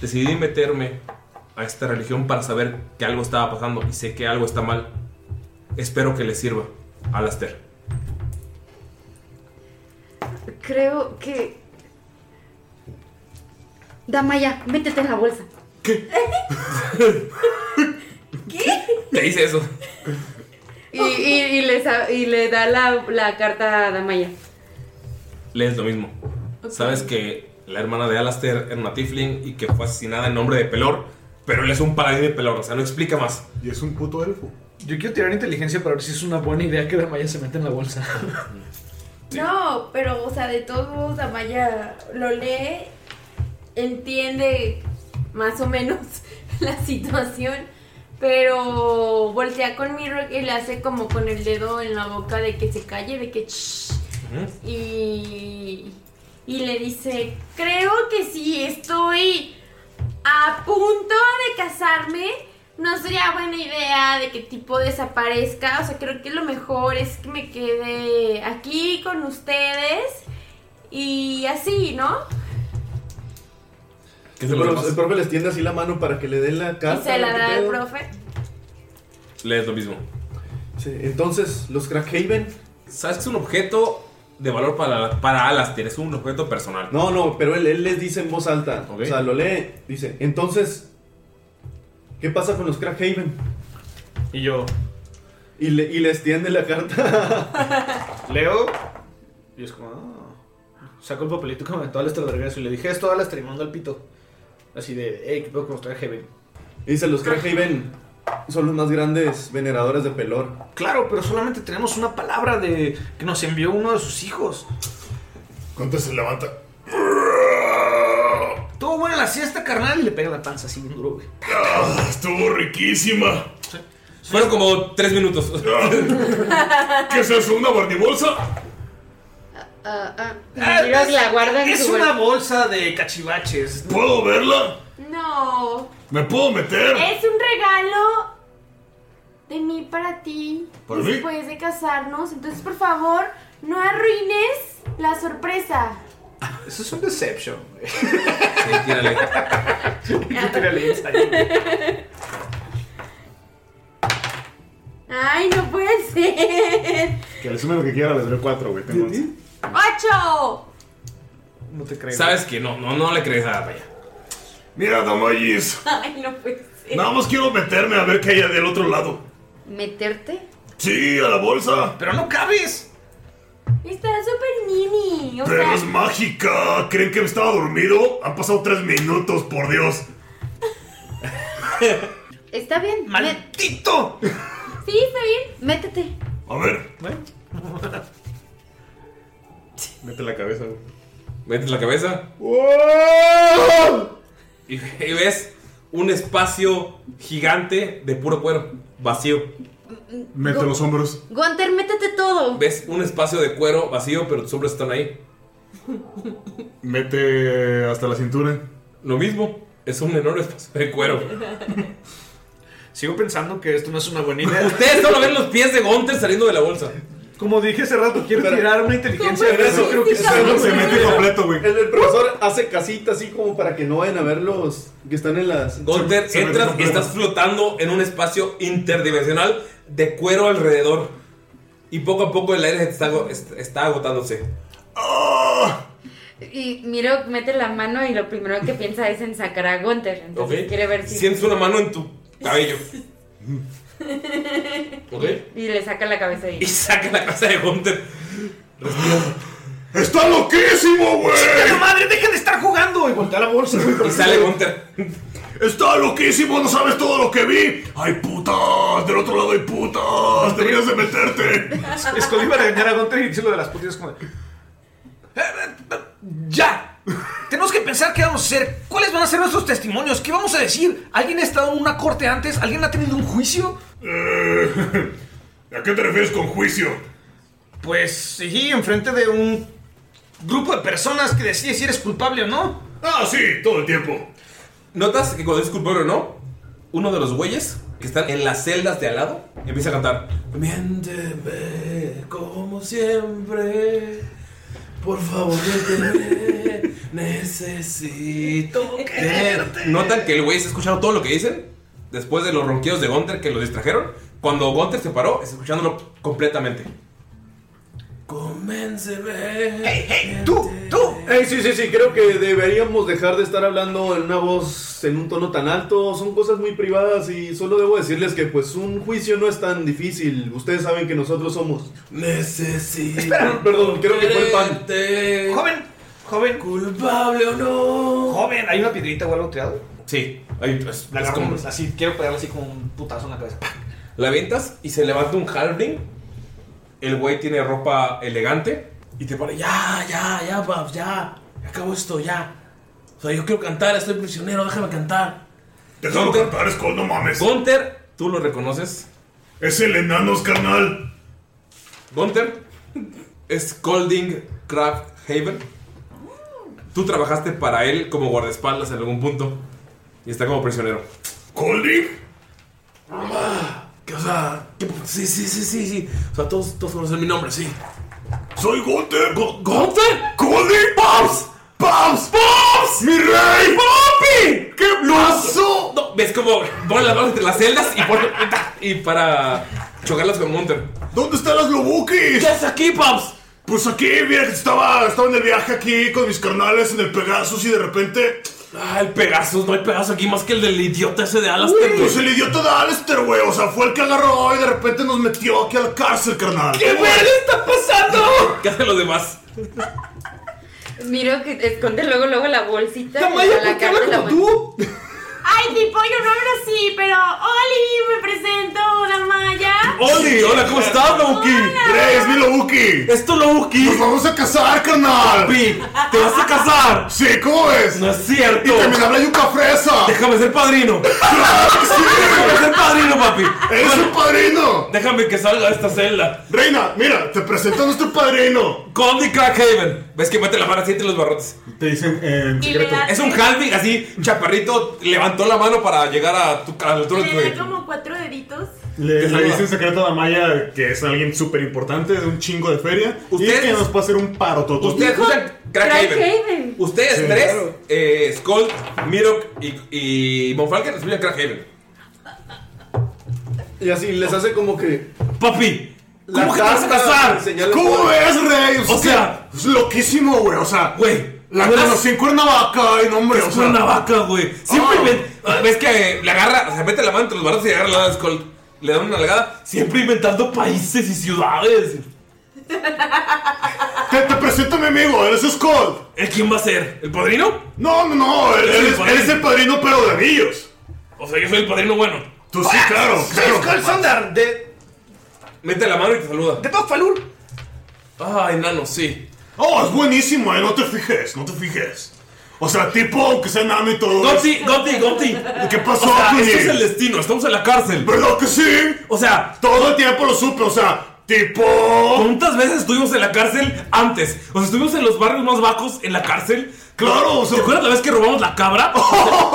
S2: Decidí meterme a esta religión para saber que algo estaba pasando y sé que algo está mal. Espero que le sirva. Alastair.
S5: Creo que... Damaya, métete en la bolsa.
S2: Te dice eso.
S5: Y, y, y les a- y le da la, la carta a Damaya.
S2: lees lo mismo.
S5: Ok.
S2: Sabes que la hermana de Alastair era una tiefling y que fue asesinada en nombre de Pelor, pero él es un paladín de Pelor, o sea, no explica más.
S8: Y es un puto elfo.
S1: Yo quiero tirar inteligencia para ver si es una buena idea que Damaya se meta en
S9: [laughs]
S1: la bolsa.
S4: No, pero o sea, de todos modos Amaya lo lee, entiende más o menos [laughs] la situación, pero voltea con Mirror y le hace como con el dedo en la boca de que se calle, de que... "Shh", y, y le dice, creo que si estoy a punto de casarme, no sería buena idea de que tipo desaparezca. O sea, creo que lo mejor es que me quede aquí con ustedes y así, ¿no?
S2: ¿Qué
S6: el, profe, el profe les tiende así la mano para que le den la carta.
S4: Y se la
S6: ¿no? ¿Qué
S4: da al
S6: pedo?
S4: profe.
S2: Lees lo mismo.
S6: Sí, entonces, los Crackhaven.
S2: ¿Sabes que es un objeto de valor para, para Alastair? Es un objeto personal.
S6: No, no, pero él, él les dice en voz alta. O sea, lo lee. Dice, entonces, ¿qué pasa con los Crackhaven?
S2: Y yo.
S6: Y, le-
S9: [laughs]
S6: y les tiende la carta.
S1: Leo. Y es como, ah,
S9: sacó el papelito que me aventó Alastor de regreso y le dije, esto Alastor y mandó al pito. Así de, hey, ¿qué puedo mostrar Heaven?
S6: Y dice, los Crackhaven son los más grandes veneradores de pelor.
S9: Claro, pero solamente tenemos una palabra de que nos envió uno de sus hijos.
S8: ¿Cuánto Pues se levanta?
S9: Todo bueno en la siesta, carnal, y le pega la panza así bien duro, güey.
S8: Ah, estuvo riquísima. Ah.
S2: Fueron como tres minutos.
S8: ¿Qué es eso? ¿Una barnibolsa?
S5: Ah, ah,
S9: Ah,
S5: Miros la guardan
S9: es
S5: su
S9: una
S5: bol-
S9: bolsa de cachivaches.
S8: ¿Puedo verla?
S4: No.
S8: ¿Me puedo meter?
S4: Es un regalo de mí para ti.
S8: ¿Para mí?
S4: Después de casarnos. Entonces, por favor, no arruines la sorpresa. [laughs]
S9: Eso es un deception. güey. [laughs]
S2: Tírale.
S9: Tírale insight.
S4: Ay, no puede ser.
S3: Que le sume lo que quiera, les doy cuatro, güey. Tengo once.
S4: ¡Ocho!
S9: No te creo.
S2: Sabes que no, no, no le crees a Maya.
S8: Mira, Damayis.
S5: [laughs] Ay, no puede
S9: Eh.
S5: ser.
S8: Nada más quiero meterme a ver qué hay del otro lado.
S5: ¿Meterte?
S8: Sí, a la bolsa.
S9: Pero no cabes.
S4: Está súper mini. O
S8: Pero
S4: sea,
S8: es mágica. ¿Creen que estaba dormido? Han pasado tres minutos, por Dios.
S5: Está bien.
S9: ¡Maldito!
S4: Sí, está bien.
S5: Métete.
S8: A ver.
S5: [laughs]
S2: Mete la cabeza, güey. Mete la cabeza. Y, y ves un espacio gigante de puro cuero, vacío.
S3: Mete los hombros.
S5: Gunter, métete todo.
S2: Ves un espacio de cuero vacío, pero tus hombros están ahí.
S3: Mete hasta la cintura.
S2: Lo mismo, es un enorme espacio de cuero.
S9: Sigo pensando que esto no es una buena idea.
S2: [laughs] Ustedes solo ven los pies de Gunter saliendo de la bolsa.
S9: Como dije hace rato, quiero tirar una inteligencia
S6: Pero eso,
S9: creo que
S6: eso
S9: es algo
S6: no se [laughs]
S9: que-
S6: mete
S3: completo, güey.
S6: El, el profesor hace casita así como para que no vayan a ver los que están en las.
S2: Gunter,
S6: Se- se mete
S2: entras y
S6: completo.
S2: estás flotando en un espacio interdimensional de cuero alrededor. Y poco a poco el aire está, ago- está agotándose.
S5: Y Miro mete la mano y lo primero que piensa es en sacar a Gunter. Entonces
S2: Ok.
S5: quiere ver si. [laughs]
S2: Sientes una mano en tu cabello. Ok.
S5: y le saca la cabeza y.
S2: Y saca la cabeza de Gunter.
S8: ¡Está loquísimo, güey!
S9: ¡Chinga tu madre! ¡Deja de estar jugando! Y voltea la
S8: [laughs]
S9: bolsa.
S2: Y sale Gunter.
S8: Está loquísimo, no sabes todo lo que vi. Hay putas, del otro lado hay putas. Deberías de meterte.
S9: Escondí para engañar a Gunter y decirlo de las putas como... de, "Eh, eh, eh, ¡Ya! Tenemos que pensar qué vamos a hacer. ¿Cuáles van a ser nuestros testimonios? ¿Qué vamos a decir? ¿Alguien ha estado en una corte antes? ¿Alguien ha tenido un juicio?
S8: Eh, [laughs] ¿A qué te refieres con juicio?
S9: Pues sí, enfrente de un grupo de personas que decide si eres culpable o no.
S8: Ah, sí, todo el tiempo.
S2: Notas que cuando es culpable o no, uno de los güeyes que están en las celdas de al lado empieza a cantar. Miénteme como siempre. Por favor, miénteme. Necesito quererte. Notan que el güey está escuchando todo lo que dicen después de los ronquidos de Gunter que lo distrajeron. Cuando Gunter se paró, está escuchándolo completamente.
S9: ¡Hey, hey! ¡Tú! ¡Tú!
S6: Ey, Eh, sí, sí, sí, creo que deberíamos dejar de estar hablando en una voz en un tono tan alto. Son cosas muy privadas y solo debo decirles que pues un juicio no es tan difícil. Ustedes saben que nosotros somos.
S2: Necesito.
S6: Espera, perdón, creo que fue el pan.
S1: este
S9: Joven, joven.
S2: ¿Culpable o no?
S9: Joven, ¿hay una piedrita o algo tirado?
S2: Sí, ahí es,
S9: La
S2: es
S9: agarro
S2: como-
S9: así, quiero pegarle así como un putazo en la cabeza.
S2: La aventas y se levanta un halfling. El güey tiene ropa elegante y te pone ya, ya, ya, Babs, ya. Acabo esto, ya. O sea, yo quiero cantar, estoy prisionero, déjame cantar.
S8: Déjalo
S2: Gunter.
S8: cantar, Skull, no mames.
S2: Gunter, tú lo reconoces.
S8: Es el enanos, carnal.
S2: Gunter es Colding Craft Haven. Tú trabajaste para él como guardaespaldas en algún punto y está como prisionero.
S8: ¿Colding?
S2: o sea, sí, sí, sí, sí, sí. O sea, todos, todos conocen mi nombre, sí.
S8: Soy Gunter.
S2: ¿Gunter?
S8: ¡Colding!
S2: ¡Pops!
S8: ¡Pops!
S2: ¡Pops!
S8: ¡Mi rey!
S2: ¡Poppy!
S8: ¿Qué pasó?
S2: No, ves como ponen las manos entre las celdas y ponen- y para chocarlas
S8: [laughs]
S2: con Gunter.
S8: ¿Dónde están las Lobukis?
S2: es aquí, Pops?
S8: Pues aquí, mira, estaba, estaba en el viaje aquí con mis carnales en el Pegasus y de repente.
S2: Ah, el Pegasus, no hay Pegasus aquí más que el del idiota ese de Alastair. güey.
S8: Pues el idiota de Alistair, güey. O sea, fue el que agarró y de repente nos metió aquí a la cárcel, carnal.
S2: verga está pasando? ¿Qué hacen los demás?
S5: Miro que esconde luego, luego la bolsita.
S4: Damaya,
S5: y la
S4: ¿por qué habla
S5: carta en la
S4: como
S5: mano.
S4: Ay, tipo, yo no hablo así, pero Oli, me presento, Damaya.
S2: ¡Oli! ¡Hola! ¿Cómo estás, Lobuki?
S8: ¡Eres mi Lobuki!
S2: ¡Es tu Lobuki!
S8: ¡Nos vamos a casar, carnal!
S2: ¡Papi! ¿Te vas a casar?
S8: ¡Sí, cómo es!
S2: No es
S8: ¡Y
S2: cierto.
S8: también habla yuca fresa!
S2: Déjame ser
S8: [laughs]
S2: padrino. Déjame ser padrino, papi.
S8: ¡Eres un padrino!
S2: Déjame que salga de esta celda.
S8: Reina, mira, te presento a nuestro padrino.
S2: Condi Crackhaven. Ves que mete la mano así entre los barrotes.
S8: Te dicen eh, en
S4: Y secreto. le das-
S2: Es un halving así, chaparrito. Levantó la mano para llegar a, tu, a la altura de tu
S4: Le da
S2: dedito.
S4: como cuatro deditos.
S8: Le,
S2: saluda.
S8: le dice en secreto a Damaya que es alguien súper importante de un chingo de feria y que nos puede hacer un paro todo.
S2: Ustedes usan Crackhaven.
S5: Crackhaven.
S2: Ustedes
S8: Sí,
S2: tres,
S8: claro.
S2: eh, Skull, Mirok y, y Monfalken, usan Crackhaven.
S6: Y así les hace como que.
S2: ¡Papi!
S6: La
S8: ¿Cómo que te vas a
S6: carta
S8: casar?
S6: señala-
S8: ¿Cómo es, Rey?
S6: O sea,
S8: es loquísimo, güey. O sea,
S2: güey.
S8: La
S2: no eres-
S8: conocí en Cuernavaca, ay, no, hombre.
S2: Es
S8: o sea,
S2: una vaca, güey. Siempre inven- Ah, ves que le agarra, o sea, mete la mano entre los brazos y agarra la de Skull. Le dan una nalgada, siempre inventando países y ciudades.
S8: Ah, Te, te presento a mi amigo, eres Skull.
S2: ¿El quién va a ser? ¿El padrino?
S8: No, no, no,
S2: Yo soy el
S8: eres,
S2: padrino.
S8: eres el padrino, pero de anillos.
S2: O sea, yo soy el padrino bueno.
S8: Tú sí, claro, claro.
S1: Skull Sundar de,
S2: Mete la mano y te saluda. Ah,
S1: de Buffalo.
S2: Ay, nano, sí.
S8: Oh, es buenísimo, eh, no te fijes, no te fijes. O sea, tipo, aunque sea nano y todo.
S2: Goti, Goti,
S8: [laughs]
S2: Goti.
S8: ¿Qué pasó,
S2: O sea,
S8: Tony?
S2: este es el destino, estamos en la cárcel.
S8: ¿Verdad que sí?
S2: O sea,
S8: Todo el tiempo lo supe, o sea, tipo.
S2: ¿cuántas veces estuvimos en la cárcel antes? O sea, estuvimos en los barrios más bajos en la cárcel.
S8: Claro, o
S2: ¿Te
S8: sea.
S2: acuerdas la vez que robamos la cabra?
S8: [laughs]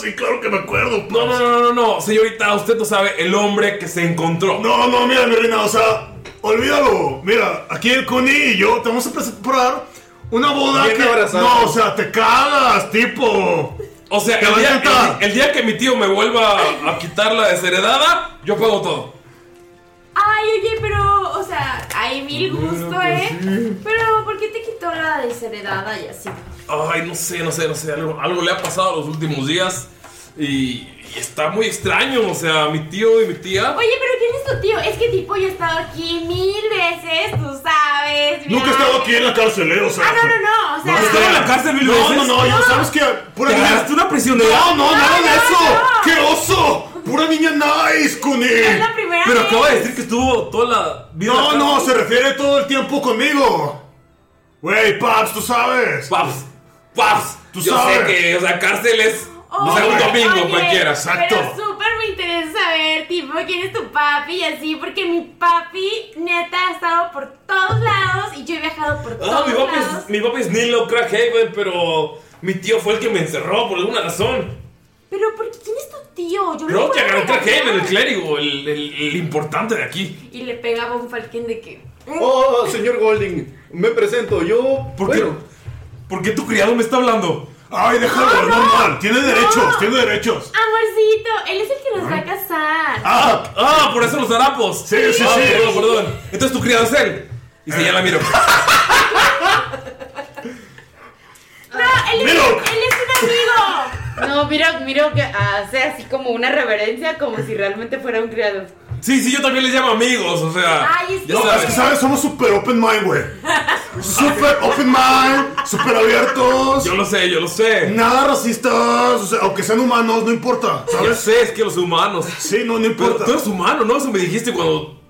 S8: sí, claro que me acuerdo.
S2: No, no,
S8: pues.
S2: no, no, no, señorita, usted no sabe el hombre que se encontró.
S8: No, Oh, no, mira, mi reina, o sea, olvídalo. Mira, aquí el Kuni y yo te vamos a preparar una boda
S6: Bien
S8: que.
S6: abrazados.
S8: No, o sea, te cagas, tipo.
S2: O sea,
S8: Te
S2: el
S8: va a
S2: día,
S8: encantar.
S2: el- el día que mi tío me vuelva a quitar la desheredada, yo pago todo.
S4: Ay, oye, pero, o sea, hay mil gusto, ¿eh? Pero, ¿por qué te quitó la desheredada y así?
S2: Ay, no sé, no sé, no sé. Algo, algo le ha pasado los últimos días y, y está muy extraño. O sea, mi tío y mi tía.
S4: Oye, pero ¿quién es tu tío? Es que tipo, yo he estado aquí mil veces, tú sabes. mira.
S8: Nunca he estado aquí en la cárcel, eh, o sea.
S4: Ah, no, no, no, o sea.
S2: ¿Has estado en la cárcel mil
S8: no,
S2: veces?
S8: No, no, ya sabes que. Pura
S2: ¿Te
S8: niña.
S2: agarraste una prisionera?
S8: No, no, nada de
S4: no,
S8: eso.
S4: no.
S8: ¡Qué oso! ¡Pura niña nice, Kuni!
S4: Es la primera
S2: Pero
S4: vez.
S2: acabo de decir que estuvo toda la vida.
S8: No,
S2: en la
S8: no, se
S2: cárcel.
S8: refiere todo el tiempo conmigo. Wey, Paps, tú sabes.
S2: Paps, paps.
S8: Tú
S2: yo
S8: sabes.
S2: sé que, o sea, cárcel es.
S4: Oh,
S2: o sea, un
S4: oye,
S2: domingo
S4: oye,
S2: cualquiera.
S4: Pero súper me interesa saber, tipo, quién es tu papi y así, porque mi papi, neta, ha estado por todos lados y yo he viajado por
S2: Ah,
S4: todos
S2: mi papi,
S4: lados.
S2: es, mi papi es Nilo Crackhaven, pero mi tío fue el que me encerró por alguna razón.
S4: Pero, ¿por qué? ¿quién es tu tío? Yo
S2: Creo
S4: lo
S2: que
S4: puedo
S2: agarró
S4: regañar.
S2: Crackhaven, el clérigo, el, el- el importante de aquí.
S4: Y le pegaba un falquén de que.
S6: Oh, señor Golding, me presento. Yo.
S2: ¿Por,
S6: bueno,
S2: qué, ¿Por qué tu criado me está hablando?
S8: Ay, déjalo,
S4: No,
S8: es
S4: no.
S8: normal. Tiene
S4: No.
S8: derechos, tiene derechos.
S4: Amorcito, él es el que nos va a casar.
S8: Ah,
S2: Ah, por eso los harapos.
S8: Sí, sí,
S2: Ah,
S8: sí.
S2: Perdón, perdón. Entonces tu criado es él. Y se ya la miro.
S4: No, él es,
S8: Miro.
S4: él es un amigo.
S5: No, miro, miro que hace así como una reverencia, como si realmente fuera un criado.
S2: Sí, sí, yo también les llamo amigos, o sea.
S4: Ay, es
S2: ya
S4: que-
S8: no, es que Ah, sabes, somos super open mind,
S2: [laughs]
S8: güey. Super open mind, super abiertos.
S2: Yo lo sé, yo lo sé.
S8: Nada racistas, o sea, aunque sean humanos, no importa,
S2: Yo
S8: ¿sabes?
S2: sé, es que los humanos.
S8: Sí, no, no
S2: Pero
S8: importa.
S2: tú eres humano, ¿no? Eso me dijiste cuando.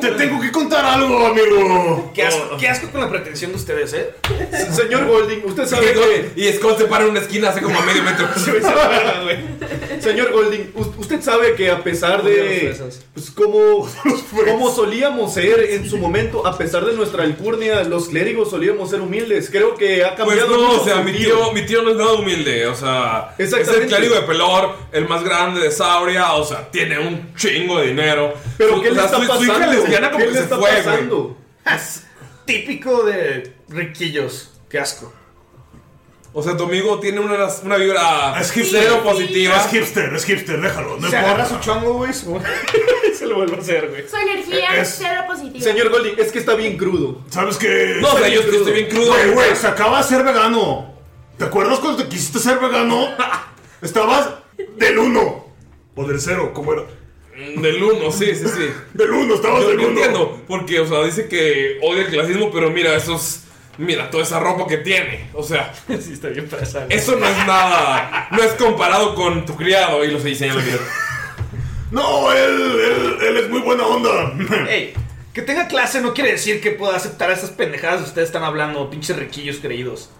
S8: Te tengo que contar algo, amigo.
S1: Qué
S2: Oh.
S1: asco, qué asco con la pretensión de ustedes, ¿eh?
S6: [laughs] señor Golding, usted sabe que.
S2: Y Scott se para en una esquina hace como a medio
S6: [laughs]
S2: metro.
S6: Señor Golding, us- usted sabe que a pesar
S1: Odio
S6: de
S1: los fresas.
S6: pues, como,
S8: fresas.
S6: como solíamos ser en su momento, a pesar de nuestra alcurnia, los clérigos solíamos ser humildes. Creo que ha
S2: Pues
S6: cambiado
S2: no,
S6: mucho
S2: o sea,
S6: su
S2: mi
S6: sentido.
S2: tío, mi tío no es nada humilde, o sea, es el
S6: Exactamente.
S2: clérigo de Pelor, el más grande de Sauria, o sea, tiene un chingo de dinero.
S6: Pero
S2: Su-
S6: ¿qué
S2: o
S6: le
S2: sea,
S6: está
S2: su-
S6: pasando?
S2: Su hija lesbiana como
S6: ¿Qué
S2: que
S6: le
S2: se
S6: está
S2: fue, güey.
S6: pasando?
S1: Es típico de riquillos. Qué asco.
S2: O sea, tu amigo tiene una, una vibra
S8: Es hipster.
S2: Ah, cero positiva.
S8: Es hipster, es hipster, déjalo, no
S1: Se agarra
S8: importa.
S1: su chongo,
S9: [laughs]
S1: güey, su-
S8: [laughs]
S1: y se lo vuelve a hacer, güey.
S4: Su energía
S8: Es-
S4: cero positiva.
S6: Señor Golding, es que está bien crudo.
S8: ¿Sabes qué?
S2: No, o sea,
S6: Estoy
S2: yo
S6: bien
S2: estoy bien crudo.
S8: Güey, güey, se acaba de ser vegano. ¿Te acuerdas cuando te quisiste ser
S2: [laughs]
S8: vegano? Estabas del 1. O del 0, ¿cómo era?
S2: Mm, Del uno, [laughs] sí, sí,
S6: [laughs]
S2: sí.
S8: Del 1, estabas
S2: Yo
S8: del
S2: no
S8: 1.
S2: entiendo, porque, o sea, dice que odia el clasismo, pero mira, esos Mira toda esa ropa que tiene. O sea, Eso no es nada. No es comparado con tu criado. Y los diseñan los videos.
S8: No, él, él, él es muy buena onda.
S1: Ey, que tenga clase no quiere decir que pueda aceptar esas pendejadas que ustedes están hablando, pinches riquillos creídos.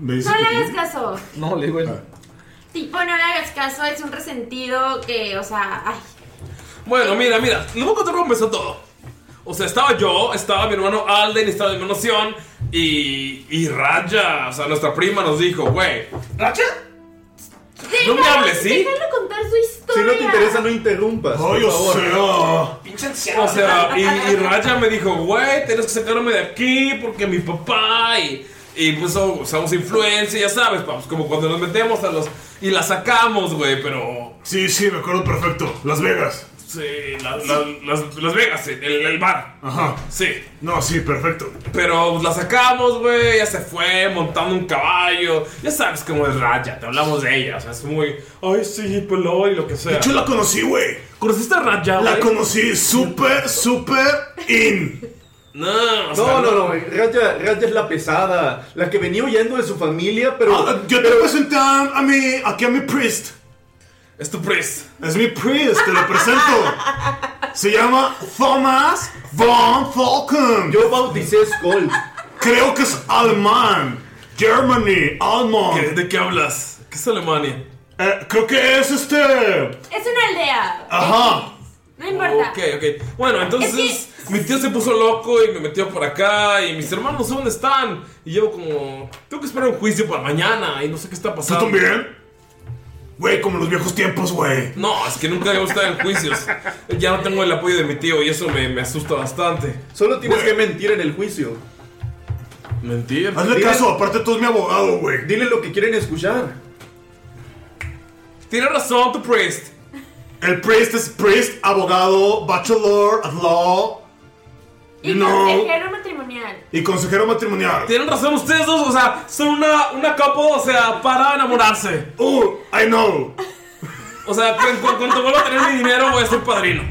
S8: Me
S4: No le hagas caso.
S1: No, le digo él.
S4: Tipo, no le hagas caso, es un resentido que, o sea, ay.
S2: Bueno, mira, mira, les voy a contar cómo empezó todo. O sea, estaba yo, estaba mi hermano Alden, estaba mi hermano Sion y, y Raya, o sea, nuestra prima nos dijo, güey. ¿Raya? No me hables, ¿sí?
S4: Déjalo contar su historia.
S2: no ah. interrumpas.
S8: por favor.
S1: Pinche anciano.
S2: O sea, y,
S4: [laughs]
S2: y Raya me dijo, güey, tienes que sacarme de aquí porque mi papá y, y pues so- usamos influencia, ya sabes, vamos, como cuando nos metemos a los... Y la sacamos, güey, pero...
S8: Sí, sí, me acuerdo perfecto. Las Vegas.
S2: Sí, la- la- las, las Vegas, el, el bar.
S8: Ajá.
S2: Sí.
S8: No, sí, perfecto.
S2: Pero pues, la sacamos, güey, ya se fue montando un caballo. Ya sabes cómo es Raya, te hablamos de ella, o sea, es muy... Ay, sí, pelón y lo que sea.
S8: De hecho, la conocí, güey.
S2: ¿Conociste a Raya,
S8: La
S2: güey?
S8: conocí súper, súper in.
S2: No,
S6: no, no, no, Raya, Raya es la pesada, la que venía huyendo de su familia, pero...
S8: Ah, yo te presenté a, a mi, aquí a mi priest.
S2: Es tu priest.
S8: Es mi priest, te lo presento. Se llama Thomas von Falcon. Yo
S6: bauticé Skull.
S8: Creo que es alemán. Germany, alemán.
S2: ¿De qué hablas? ¿Qué es Alemania?
S8: Eh, creo que es este.
S4: Es una aldea.
S8: Ajá.
S4: No importa.
S2: Ok, ok. Bueno, entonces mi tío se puso loco y me metió por acá y mis hermanos no sé dónde están. Y yo como, tengo que esperar un juicio para mañana y no sé qué está
S8: ¿Tú
S2: pasando.
S8: también? Güey, como los viejos tiempos, güey.
S2: No, es que nunca había estado en juicios. Ya no tengo el apoyo de mi tío y eso me, me asusta bastante.
S6: Solo tienes que mentir en el juicio.
S2: Mentir.
S8: Hazle caso, aparte tú es mi abogado, güey.
S6: Dile lo que quieren escuchar.
S2: Tiene razón tu priest.
S8: El priest es priest, abogado, bachelor, at law.
S4: Y eh,
S8: No.
S4: consejero matrimonial.
S8: Y consejero matrimonial.
S2: Tienen razón ustedes dos, o sea, son una, una capo, o sea, para enamorarse.
S8: Uh, I know.
S2: O sea, cu- cu- cuando vuelva a tener mi dinero voy a ser padrino.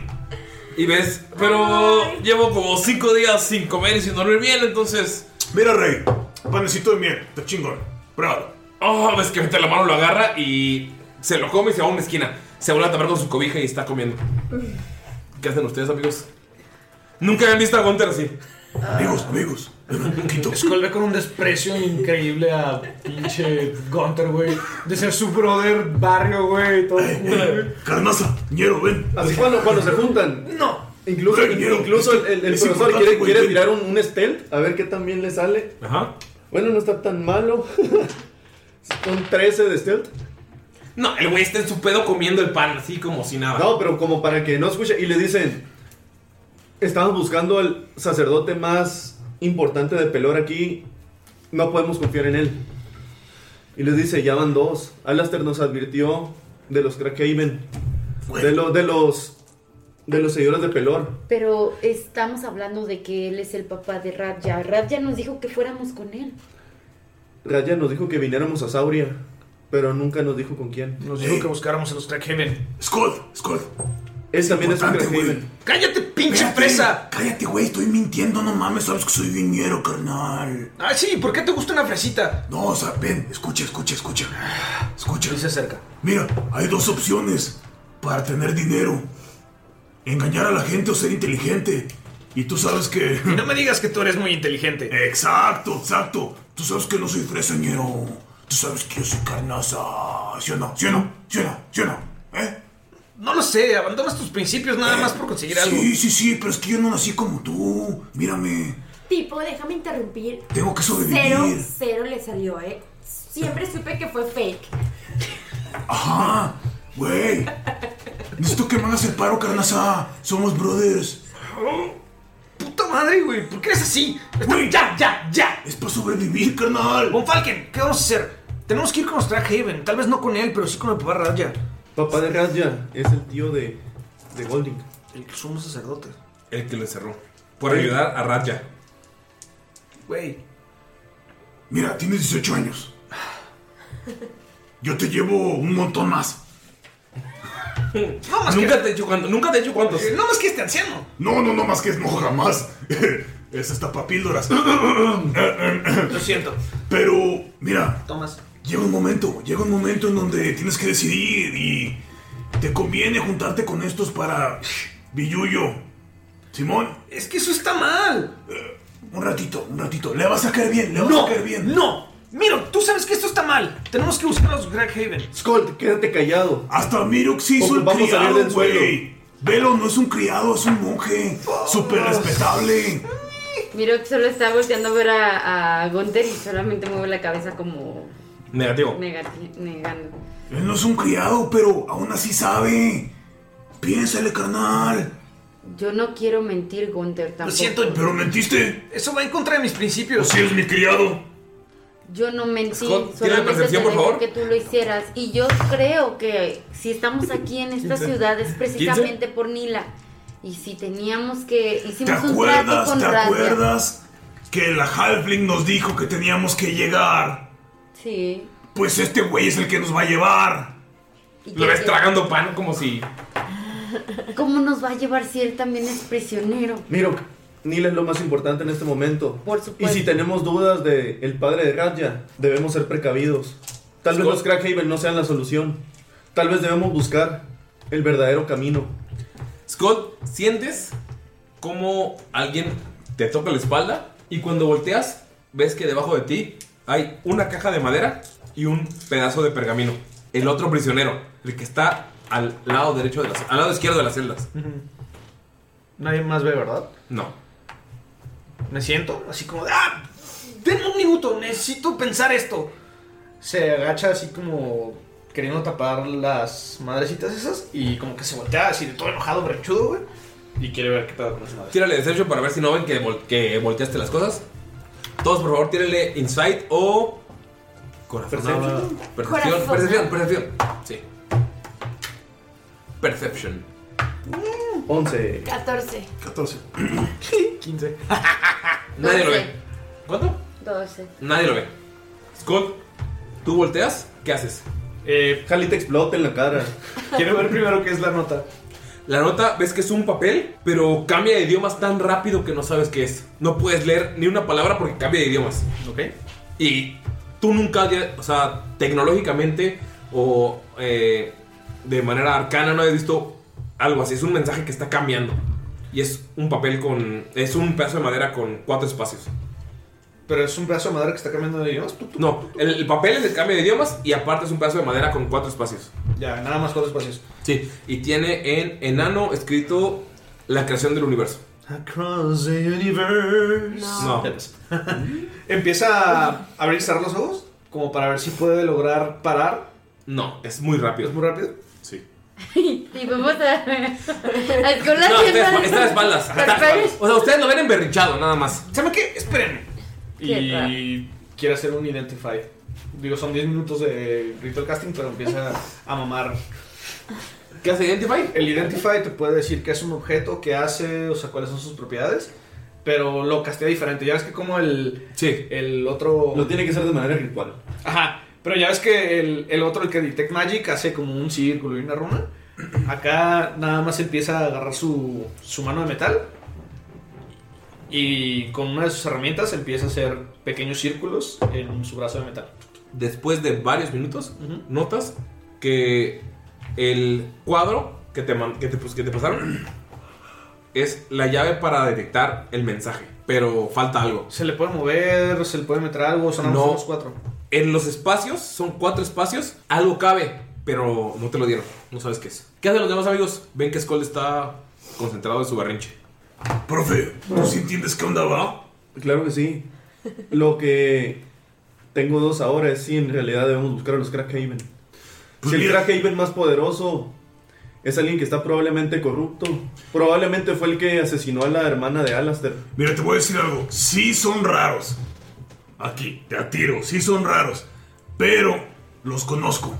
S2: Y ves, pero llevo como cinco días sin comer y sin dormir bien, entonces...
S8: Mira, Rey, panecito de miel, está chingón. Pruébalo.
S2: Oh, ves que mete la mano, lo agarra y se lo come y se va a una esquina. Se vuelve a tapar con su cobija y está comiendo. ¿Qué hacen ustedes, amigos? Nunca habían visto a Gunter así.
S8: Amigos, amigos.
S1: Skull ve con un desprecio increíble a pinche Gunter, güey. De ser su brother, barrio, güey. Todo.
S6: [laughs]
S8: Carnaza, ñero, ven.
S6: Así cuando, cuando se juntan.
S1: No.
S6: Incluso,
S8: Rey, ñero,
S6: incluso
S8: es
S6: el,
S8: que
S6: el- el
S8: es
S6: profesor
S8: importante,
S6: quiere,
S8: güey,
S6: quiere
S8: ven.
S6: tirar un, un stealth, a ver qué tan bien le sale.
S2: Ajá.
S6: Bueno, no está tan malo. [laughs] Son 13 de stealth.
S2: No, el güey está en su pedo comiendo el pan, así como si nada.
S6: No, pero como para que no escuche. Y le dicen: Estamos buscando al sacerdote más importante de Pelor aquí. No podemos confiar en él. Y les dice: Ya van dos. Alastair nos advirtió de los Crackhaven. De, lo- de los. De los seguidores de Pelor.
S5: Pero estamos hablando de que él es el papá de Radya. Radya nos dijo que fuéramos con él.
S6: Raya nos dijo que viniéramos a Sauria. Pero nunca nos dijo con quién.
S1: Nos dijo que buscáramos a los Crackhaven.
S8: Skull, Skull.
S6: Él también es un Crackhaven.
S1: ¡Cállate, pinche fresa!
S8: Cállate, güey, estoy mintiendo, no mames, sabes que soy viñero, carnal.
S1: Ah, sí, ¿por qué te gusta una fresita?
S8: No, o sea, ven, escucha, escucha, escucha. Escucha.
S1: Y se acerca.
S8: Mira, hay dos opciones para tener dinero. Engañar a la gente o ser inteligente. Y tú sabes que...
S1: Y no me digas que tú eres muy inteligente.
S8: Exacto, exacto. Tú sabes que no soy fresañero. Tú sabes que yo soy carnaza. ¿Sí o no? ¿Sí o no? ¿Sí o no? ¿Sí o no?
S1: No lo sé, abandonas tus principios nada más por conseguir algo.
S8: Sí, sí, sí, pero es que yo no nací como tú. Mírame,
S4: Tipo, déjame interrumpir.
S8: tengo que
S4: Cero,
S8: sobrevivir.
S4: cero le salió, ¿eh? Siempre supe que fue fake.
S8: Ajá, güey. Necesito que me hagas el paro, carnaza. Somos brothers.
S1: Puta madre, güey, ¿por qué eres así? Está- ya, ya, ya.
S8: Es para sobrevivir, carnal.
S1: Von Falken, ¿qué vamos a hacer? Tenemos que ir con los Crackhaven. Tal vez no con él, pero sí con el papá Raya.
S6: Papá de Radya [laughs] es el tío de, de Golding.
S1: El sumo sacerdote.
S2: El que lo encerró. Por ayudar a Raya.
S1: Güey.
S8: Mira, tienes 18 años. Yo te llevo un montón más.
S1: [laughs] No más Eh,
S2: nunca te he hecho cuántos. Nunca te he hecho cuántos.
S1: No más que este anciano.
S8: No, no, no, más que no, jamás. [laughs] Es hasta
S1: [coughs]
S8: papíldoras.
S9: Lo siento.
S8: Pero, mira.
S9: Tomas.
S8: Llega un momento, llega un momento en donde tienes que decidir y te conviene juntarte con estos
S1: [sighs]
S8: para Billuyo. Simón. Eh,
S9: Es que eso está mal.
S8: Un ratito, un ratito. Le vas a caer bien, le vas
S9: No,
S8: a caer bien.
S9: No. Mira, tú sabes que esto está mal. Tenemos que buscar a los Greg Haven.
S8: Skull, quédate callado. Hasta Mirux hizo el
S6: Ocupamos salir
S8: criado,
S6: del suelo.
S8: güey. Velo no es un criado, es un monje. Súper respetable.
S5: Miro que solo está volteando a ver a, a Gunther y solamente mueve la cabeza como
S2: Negativo.
S5: negati- negando.
S8: Él no es un criado, pero aún así sabe. Piénsale, carnal.
S5: Yo no quiero mentir, Gunther, tampoco.
S8: pero mentiste.
S9: Eso va en contra de mis principios.
S8: Si es mi criado.
S5: Yo no mentí,
S9: Scott, ¿tiene
S5: solamente te
S9: percepción, por
S5: dejé
S9: favor?
S5: que tú lo hicieras. Y yo creo que si estamos aquí en esta
S8: 15.
S5: ciudad es precisamente por Nila. Y si teníamos que...
S8: ¿Te
S5: Hicimos un trato
S8: acuerdas?
S5: con
S8: ¿Te
S5: Radia.
S8: acuerdas? Que la Halfling nos dijo que teníamos que llegar.
S5: Sí.
S8: Pues este güey es el que nos va a llevar.
S2: Lo ves tragando pan como si.
S5: ¿Cómo nos va a llevar si él también es prisionero?
S6: Miro, Nila es lo más importante en este momento.
S5: Por supuesto.
S6: Y si tenemos dudas del padre de Radya, debemos ser precavidos. Tal vez los Crackhaven no sean la solución. Tal vez debemos buscar el verdadero camino.
S2: Scott, sientes como alguien te toca la espalda y cuando volteas ves que debajo de ti hay una caja de madera y un pedazo de pergamino. El otro prisionero, el que está al lado derecho de las, al lado izquierdo de las celdas.
S9: Nadie más ve, ¿verdad?
S2: No.
S9: Me siento así como de, ¡Ah! Denme un minuto, necesito pensar esto. Se agacha así como queriendo tapar las madrecitas esas y como que se voltea así de todo enojado, brechudo, güey. Y quiere ver qué pedo con las madres.
S2: Tírale deception para ver si no ven que, vol- que volteaste las cosas. Todos, por favor, tírale insight o corazón.
S6: Perception.
S2: Percepción,
S6: Corazonada.
S2: percepción, percepción. Sí. Perception.
S6: 11.
S4: 14.
S8: 14.
S9: 15.
S2: Nadie lo ve.
S5: 12.
S2: Nadie lo ve. Scott, tú volteas, ¿qué haces?
S9: Eh,
S6: Jali te explota en la cara.
S9: Quiero ver primero qué es la nota.
S2: La nota, ves que es un papel, pero cambia de idiomas tan rápido que no sabes qué es. No puedes leer ni una palabra porque cambia de idiomas.
S9: Ok.
S2: Y tú nunca, ya- o sea, tecnológicamente o eh, de manera arcana no has visto algo así. Es un mensaje que está cambiando. Y es un papel con... Es un pedazo de madera con cuatro espacios.
S9: Pero es un pedazo de madera que está cambiando de idiomas. Tú, tú.
S2: No, el, el papel es el cambio de idiomas y aparte es un pedazo de madera con cuatro espacios.
S9: Ya, nada más cuatro espacios.
S2: Sí, y tiene en enano escrito la creación del universo.
S9: Across the universe.
S2: No. No.
S9: Empieza a abrir y cerrar los ojos como para ver si puede lograr parar.
S2: No, es muy rápido.
S9: ¿Es muy rápido?
S2: Sí.
S5: y vamos a... a escolar
S2: No, está, de
S5: siempre-
S2: espa- está de espaldas. está de espaldas. O sea, ustedes lo ven emberrinchado, nada más.
S9: ¿Saben qué? Esperen.
S2: Qué raro.
S9: Y quiere hacer un identify. Digo, son 10 minutos de ritual casting, pero empieza a mamar.
S2: ¿Qué hace Identify?
S9: El Identify te puede decir qué es un objeto, qué hace, o sea, cuáles son sus propiedades, pero lo castea diferente. Ya ves que como el, el otro...
S6: Lo tiene que hacer de manera ritual.
S9: Ajá, pero ya ves que el, el otro, el que Detect Magic, hace como un círculo y una runa. Acá nada más empieza a agarrar su, su mano de metal y con una de sus herramientas empieza a hacer pequeños círculos en su brazo de metal.
S2: Después de varios minutos, notas que el cuadro que te, man- que te, pues, que te pasaron es la llave para detectar el mensaje. Pero falta algo.
S9: Se le puede mover, se le puede meter algo, son
S2: No.
S9: los cuatro.
S2: En los espacios, son cuatro espacios, algo cabe, pero no te lo dieron. No sabes qué es. ¿Qué hacen los demás amigos? Ven que Skull está concentrado en su berrinche.
S8: Profe, ¿tú sí entiendes qué onda
S2: [laughs]
S8: va?
S6: Claro que sí. Lo que tengo dos ahora es si en realidad debemos buscar a los Crackhaven.
S8: Pues
S6: si el Crackhaven más poderoso es alguien que está probablemente corrupto, probablemente fue el que asesinó a la hermana de Alastair.
S8: Mira, te voy a decir algo. Sí son raros. Aquí, te atiro. Sí son raros. Pero los conozco.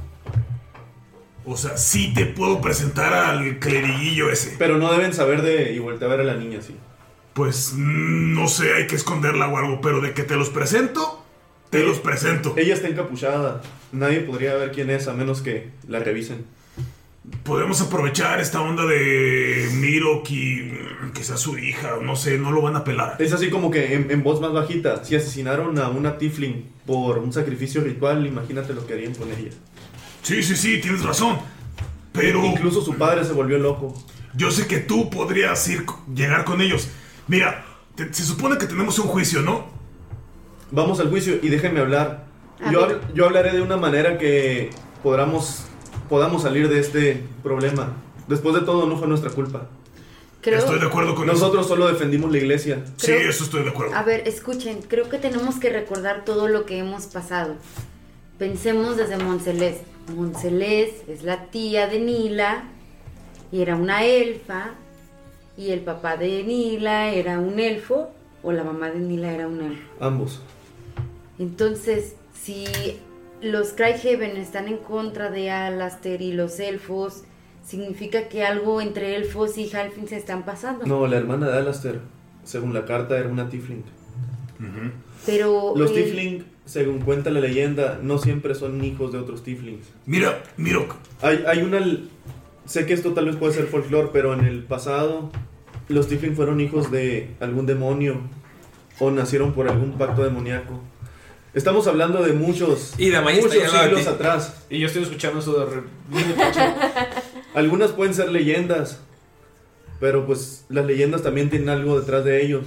S8: O sea, sí te puedo presentar al cleriguillo ese.
S6: Pero no deben saber de y voltear a ver a la niña, sí.
S8: Pues mm, no sé, hay que esconderla o algo. Pero de que te los presento, te
S6: Eh,
S8: los presento.
S6: Ella está encapuchada. Nadie podría ver quién es a menos que la revisen.
S8: Podemos aprovechar esta onda de Mirok y mm, que sea su hija, no sé, no lo van a pelar.
S6: Es así como que en, en voz más bajita, si asesinaron a una tifling por un sacrificio ritual, imagínate lo que harían con ella.
S8: Sí, sí, sí, tienes razón. Pero.
S6: Incluso su padre se volvió loco.
S8: Yo sé que tú podrías ir, llegar con ellos. Mira, te- se supone que tenemos un juicio, ¿no?
S6: Vamos al juicio y déjenme hablar.
S8: A
S6: Yo,
S8: ver.
S6: hab- yo hablaré de una manera que podamos, podamos salir de este problema. Después de todo, no fue nuestra culpa.
S5: Creo- Estoy de
S8: acuerdo
S6: con Nosotros solo defendimos la iglesia.
S5: Creo- Sí,
S8: eso estoy de acuerdo.
S5: A ver, escuchen, creo que tenemos que recordar todo lo que hemos pasado. Pensemos desde Moncelés. Moncelés es la tía de Nila y era una elfa. Y el papá de Nila era un elfo o la mamá de Nila era un elfo.
S6: Ambos.
S5: Entonces, si los Cryhaven están en contra de Alastair y los elfos, significa que algo entre elfos y Halfling se están pasando.
S6: No, la hermana de Alastair, según la carta, era una tiefling.
S5: Pero
S6: Los
S5: el-
S6: tiefling, según cuenta la leyenda, no siempre son hijos de otros tieflings.
S8: Mira, Mirok.
S6: Hay, hay una... l- Sé que esto tal vez puede ser folclore, pero en el pasado los tiefling fueron hijos de algún demonio o nacieron por algún pacto demoníaco. Estamos hablando de muchos,
S2: Y Damaya
S6: muchos
S2: está ahí al lado de
S6: siglos
S2: ti.
S6: atrás.
S9: [laughs]
S1: Y yo estoy escuchando eso de...
S6: Algunas pueden ser leyendas, pero pues las leyendas también tienen algo detrás de ellos.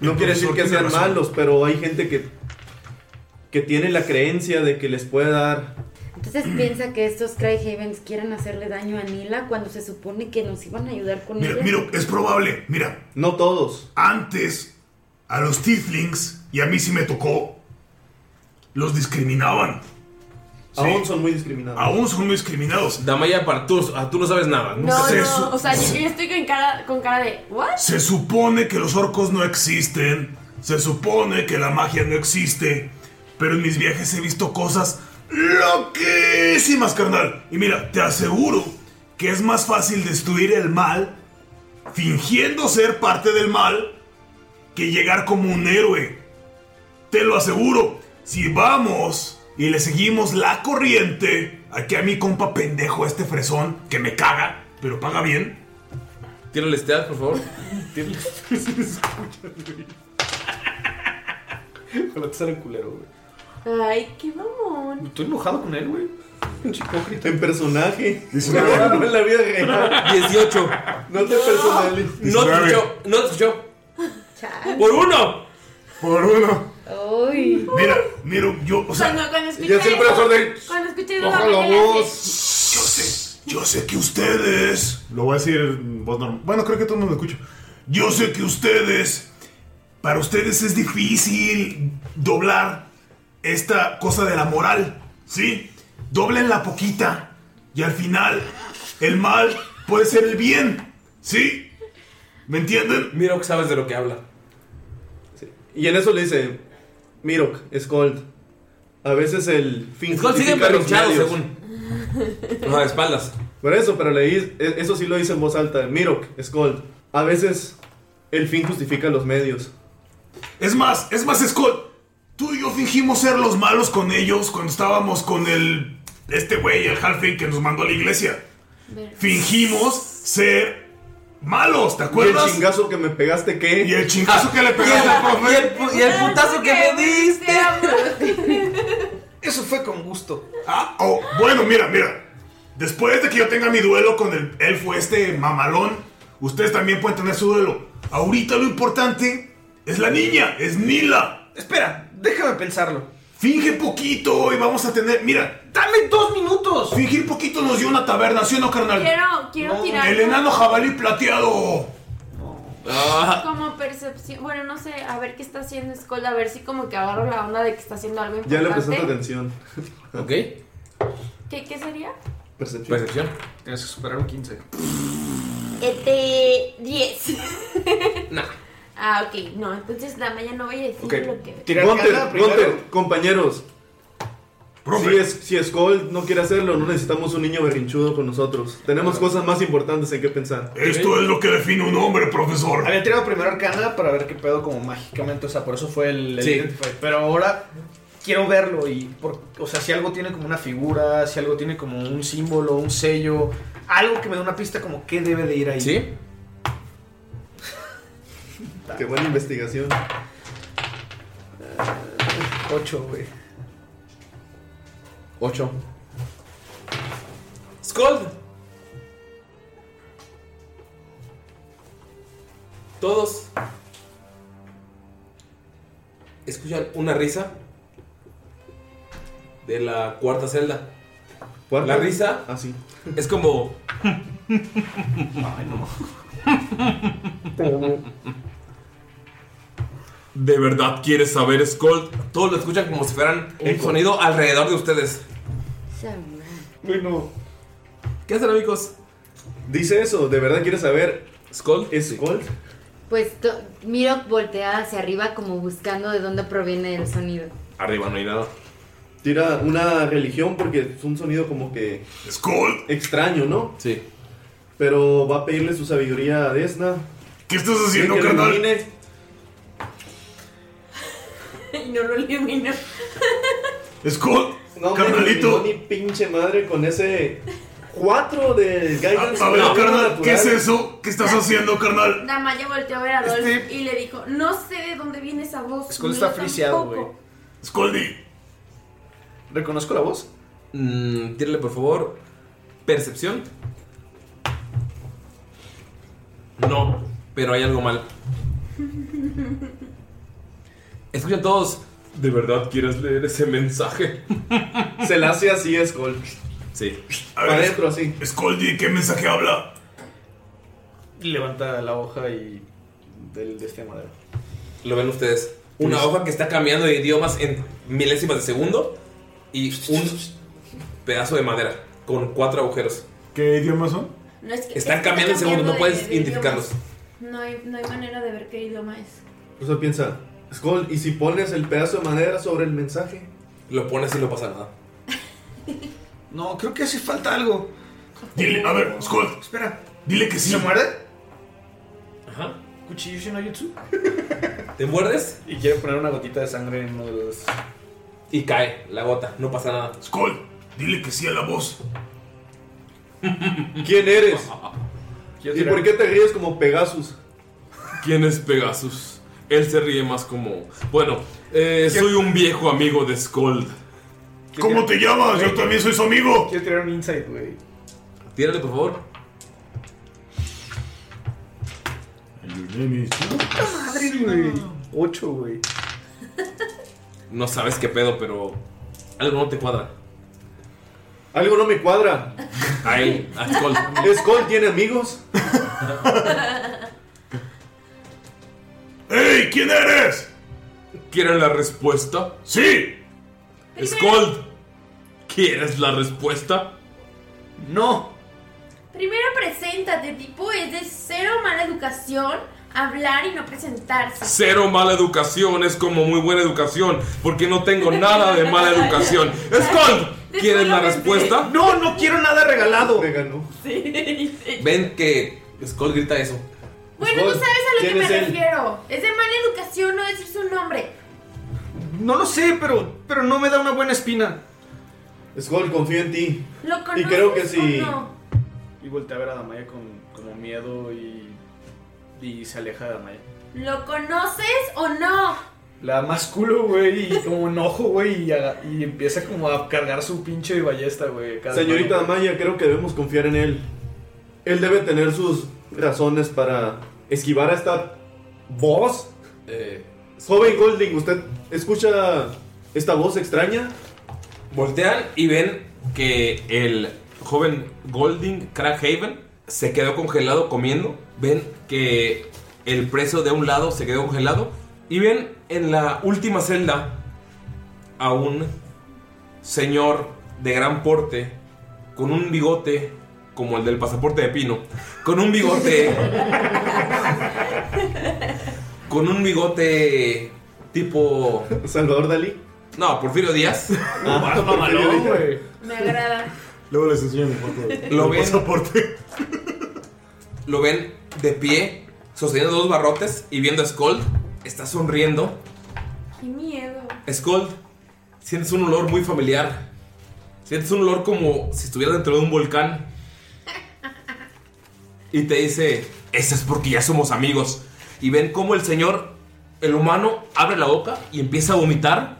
S6: No
S8: El
S6: quiere decir
S8: profesor
S6: que
S8: tiene
S6: sean
S8: razón.
S6: malos, pero hay gente que, que tiene la creencia de que les puede dar...
S8: [clears throat]
S5: Entonces piensa que estos Cryhavens quieran hacerle daño a Nila cuando se supone que nos iban a ayudar con
S8: Mira,
S5: ella.
S8: Mirok, es probable. Mira.
S6: No todos.
S8: Antes, a los Tieflings, y a mí sí me tocó, los discriminaban.
S6: Aún son muy discriminados.
S8: Aún son muy discriminados. Pues
S2: Damaya, para tú, ah, tú no sabes nada.
S4: No,
S8: se,
S4: no,
S8: su-
S4: o sea, yo, yo estoy con cara, con cara de. ¿What?
S8: se supone que los orcos no existen. Se supone que la magia no existe. Pero en mis viajes he visto cosas loquísimas, carnal. Y mira, te aseguro que es más fácil destruir el mal fingiendo ser parte del mal que llegar como un héroe. Te lo aseguro, si vamos y le seguimos la corriente, aquí a mi compa pendejo, este fresón, que me caga, pero paga bien.
S2: Tírale este ad, por favor. [laughs]
S1: Ojalá te salga culero, güey.
S4: Ay, qué mamón.
S1: Estoy enojado con él, güey. Pinche hipócrita.
S6: En personaje.
S1: No,
S6: [laughs] en la vida
S1: [laughs]
S6: real.
S2: 18.
S6: No te personales.
S2: No te escuchó, no te escuchó.
S5: Chale.
S2: ¡Por uno!
S8: Por uno.
S5: Ay.
S8: Mira, mira, yo, o sea,
S4: Cuando, cuando escuché.
S8: Ya sé el profesor de-
S4: Cuando escuché
S8: Baja
S4: Baja
S8: la
S4: la
S8: voz. Yo sé, yo sé que ustedes. Lo voy a decir en voz normal. Bueno, creo que todo el mundo escucha. Yo sé que ustedes. Para ustedes es difícil doblar esta cosa de la moral. ¿Sí? Doblen la poquita. Y al final, el mal puede ser el bien. ¿Sí? ¿Me entienden?
S2: Mira que sabes de lo que habla.
S6: Y en eso le dice, Mirok, Scold. A veces el fin
S2: Scold sigue
S6: justifica los
S2: encapuchado,
S6: medios".
S2: según. No, de espaldas.
S6: Por eso, pero leí, e- eso sí lo dice en voz alta. Mirok, Scold. A veces el fin justifica los medios.
S8: Es más, es más, Skull. Tú y yo fingimos ser los malos con ellos cuando estábamos con el. Este güey, el Halfling que nos mandó a la iglesia. Fingimos ser malos, ¿te acuerdas?
S6: ¿Y el chingazo que me pegaste qué?
S8: Y el chingazo que le pegaste
S1: Ah,
S8: al profe.
S1: y el putazo que me diste.
S8: Eso fue con gusto. Ah, oh, bueno, mira, mira. Después de que yo tenga mi duelo con el elfo este mamalón, ustedes también pueden tener su duelo. Ahorita lo importante es la niña, es Nila. Espera, déjame pensarlo. Finge poquito y vamos a tener. Mira. ¡Dame dos minutos! Fingir poquito nos dio una taberna, ¿sí o no, carnal?
S4: Quiero, quiero tirar.
S8: El enano jabalí plateado.
S2: Ah.
S4: Como percepción. Bueno, no sé, a ver qué está haciendo Skull. A ver si como que agarro la onda de que está haciendo algo
S6: Ya le
S4: importante.
S6: prestaste atención.
S2: ok.
S4: ¿Qué, ¿Qué sería?
S6: Percepción.
S1: Tienes que superar un 15.
S4: Este. 10. [laughs] Ah, ok, no, entonces la Maya no voy a decir
S6: Ok.
S4: lo que.
S6: Gunter, Gunter, compañeros. Si, es, si Skull no quiere hacerlo, no necesitamos un niño berrinchudo con nosotros. Tenemos cosas más importantes en que pensar.
S8: Esto es lo que define un hombre, profesor.
S1: Había tirado primero arcana para ver qué pedo como mágicamente, o sea, por eso fue el, el
S6: Sí.
S1: Identify. Pero ahora quiero verlo y, por- o sea, si algo tiene como una figura, si algo tiene como un símbolo, un sello, algo que me dé una pista como qué debe de ir ahí. [laughs]
S2: ¿Sí?
S6: Qué buena investigación.
S1: Ocho, güey.
S2: 8. Scold. Todos escuchan una risa de la cuarta celda. La risa es como. Ay, no. ¿De verdad quieres saber, Scold? Todos lo escuchan como si fueran un
S5: Eco.
S2: sonido alrededor de ustedes.
S5: Sabrá.
S6: Bueno.
S2: ¿Qué hacen, amigos?
S6: Dice eso, ¿de verdad quieres saber?
S2: ¿Skull?
S6: ¿Es Skull?
S5: Pues to- miro volteada hacia arriba como buscando de dónde proviene el
S8: [laughs]
S5: sonido.
S2: Arriba no hay nada.
S6: Tira una religión porque es un sonido como que.
S8: ¡Skull!
S6: Extraño, ¿no?
S2: Sí.
S6: Pero va a pedirle su sabiduría a Desna.
S8: ¿Qué estás
S4: haciendo,
S8: carnal?
S4: [laughs] Y no lo elimino.
S8: Skull,
S6: no, carnalito. ni pinche madre con ese 4 del Guidance.
S8: A ver,
S6: No,
S8: carnal, ¿qué es
S6: natural.
S8: eso? ¿Qué estás haciendo, carnal?
S4: Damaya volteó a ver a Adolf y le dijo, no sé de dónde viene esa voz.
S1: Skull
S4: ni
S1: está
S4: yo
S1: friseado,
S4: tampoco".
S1: güey.
S8: Scoldy.
S1: ¿Reconozco la voz?
S2: Mm, tírale, por favor. Percepción. No, pero hay algo mal. Escuchen todos. ¿De verdad quieres leer ese mensaje?
S6: Se la hace así, Skull.
S2: Sí.
S8: A ver,
S6: Adentro, así.
S8: Scoldy, ¿qué mensaje habla?
S1: Y levanta la hoja y del, de este madera.
S2: Lo ven ustedes. Una
S8: Pues-
S2: hoja que está cambiando de idiomas en milésimas de segundo y un pedazo de madera con cuatro agujeros.
S8: ¿Qué idiomas son?
S4: No, es que-
S2: Están
S4: es que
S2: cambiando en segundos, no
S4: de-
S2: puedes
S4: de
S2: identificarlos.
S4: idiomas. No hay, no hay manera de ver qué idioma es.
S6: O sea, piensa, Skull, ¿y si pones el pedazo de madera sobre el mensaje?
S2: Lo pones y no pasa nada.
S1: No, creo que hace falta algo.
S8: Dile, a ver, Skull.
S1: Espera.
S8: Dile que sí.
S1: ¿Se muerde?
S2: Ajá.
S1: ¿Cuchillo Shinojutsu?
S2: ¿Te muerdes?
S1: Y quiere poner una gotita de sangre en uno de los.
S2: Y cae la gota, no pasa nada.
S8: Skull, dile que sí a la voz.
S6: [laughs] ¿Quién eres? ¿Y por qué te ríes como Pegasus?
S2: ¿Quién es Pegasus? Él se ríe más como. Bueno, eh, soy un viejo amigo de Skold.
S8: ¿Cómo te llamas? Yo también soy su amigo.
S1: Quiero tirar un insight, güey.
S2: Tírale, por favor.
S1: Madre, güey. Ocho, güey.
S2: No sabes qué pedo, pero. Algo no te cuadra.
S6: Algo no me cuadra.
S2: A
S6: [laughs]
S2: él, a Skold.
S6: ¿Skull tiene amigos?
S8: ¡Ey! ¿Quién eres?
S2: ¿Quieren la respuesta?
S8: ¡Sí!
S2: Skold, ¿quieres la respuesta?
S1: No.
S4: Primero preséntate, tipo, es de cero mala educación hablar y no presentarse.
S2: Cero mala educación es como muy buena educación, porque no tengo nada de mala
S4: [laughs]
S2: educación. Skold, ¿quieres la respuesta?
S1: No, no quiero nada regalado.
S4: Sí, [laughs] sí.
S2: Ven que Skold grita eso.
S4: Bueno, tú sabes a lo que
S2: ¿Quién
S4: me
S2: es él?
S4: refiero. Es de mala educación no decir su nombre.
S1: No lo sé, pero, pero no me da una buena espina.
S6: Skull, confío en ti.
S4: Lo
S6: Y
S4: conoces
S6: creo que sí.
S4: o no?
S1: Y voltea a ver a Damaya con como miedo y. Y se aleja de Damaya.
S4: ¿Lo conoces o no?
S1: La más culo, güey, y como enojo, güey, y, haga- y empieza como a cargar su pinche ballesta, güey. cada
S6: Señorita
S1: mano.
S6: Amaya, creo que debemos confiar en él. Él debe tener sus razones para esquivar a esta voz.
S2: Eh,
S6: Joven Golding, ¿usted escucha esta voz extraña?
S2: Voltean y ven que el joven Golding Crackhaven se quedó congelado comiendo. Ven que el preso de un lado se quedó congelado. Y ven en la última celda a un señor de gran porte con un bigote como el del pasaporte de Pino. Con un bigote. con un bigote tipo.
S6: Salvador Dalí.
S2: No, Porfirio Díaz.
S6: Ah, Porfirio Díaz.
S4: Me
S2: [laughs]
S4: agrada.
S8: Luego les enseño mi foto.
S2: Lo
S8: Mi
S2: ven.
S8: pasaporte.
S2: Lo ven de pie, sosteniendo dos barrotes y viendo a Skull. Está sonriendo.
S4: Qué miedo.
S2: Skull, Sientes un olor muy familiar. Sientes un olor como si estuvieras dentro de un volcán. Y te dice, ese es porque ya somos amigos. Y ven cómo el señor, el humano, abre la boca y empieza a vomitar.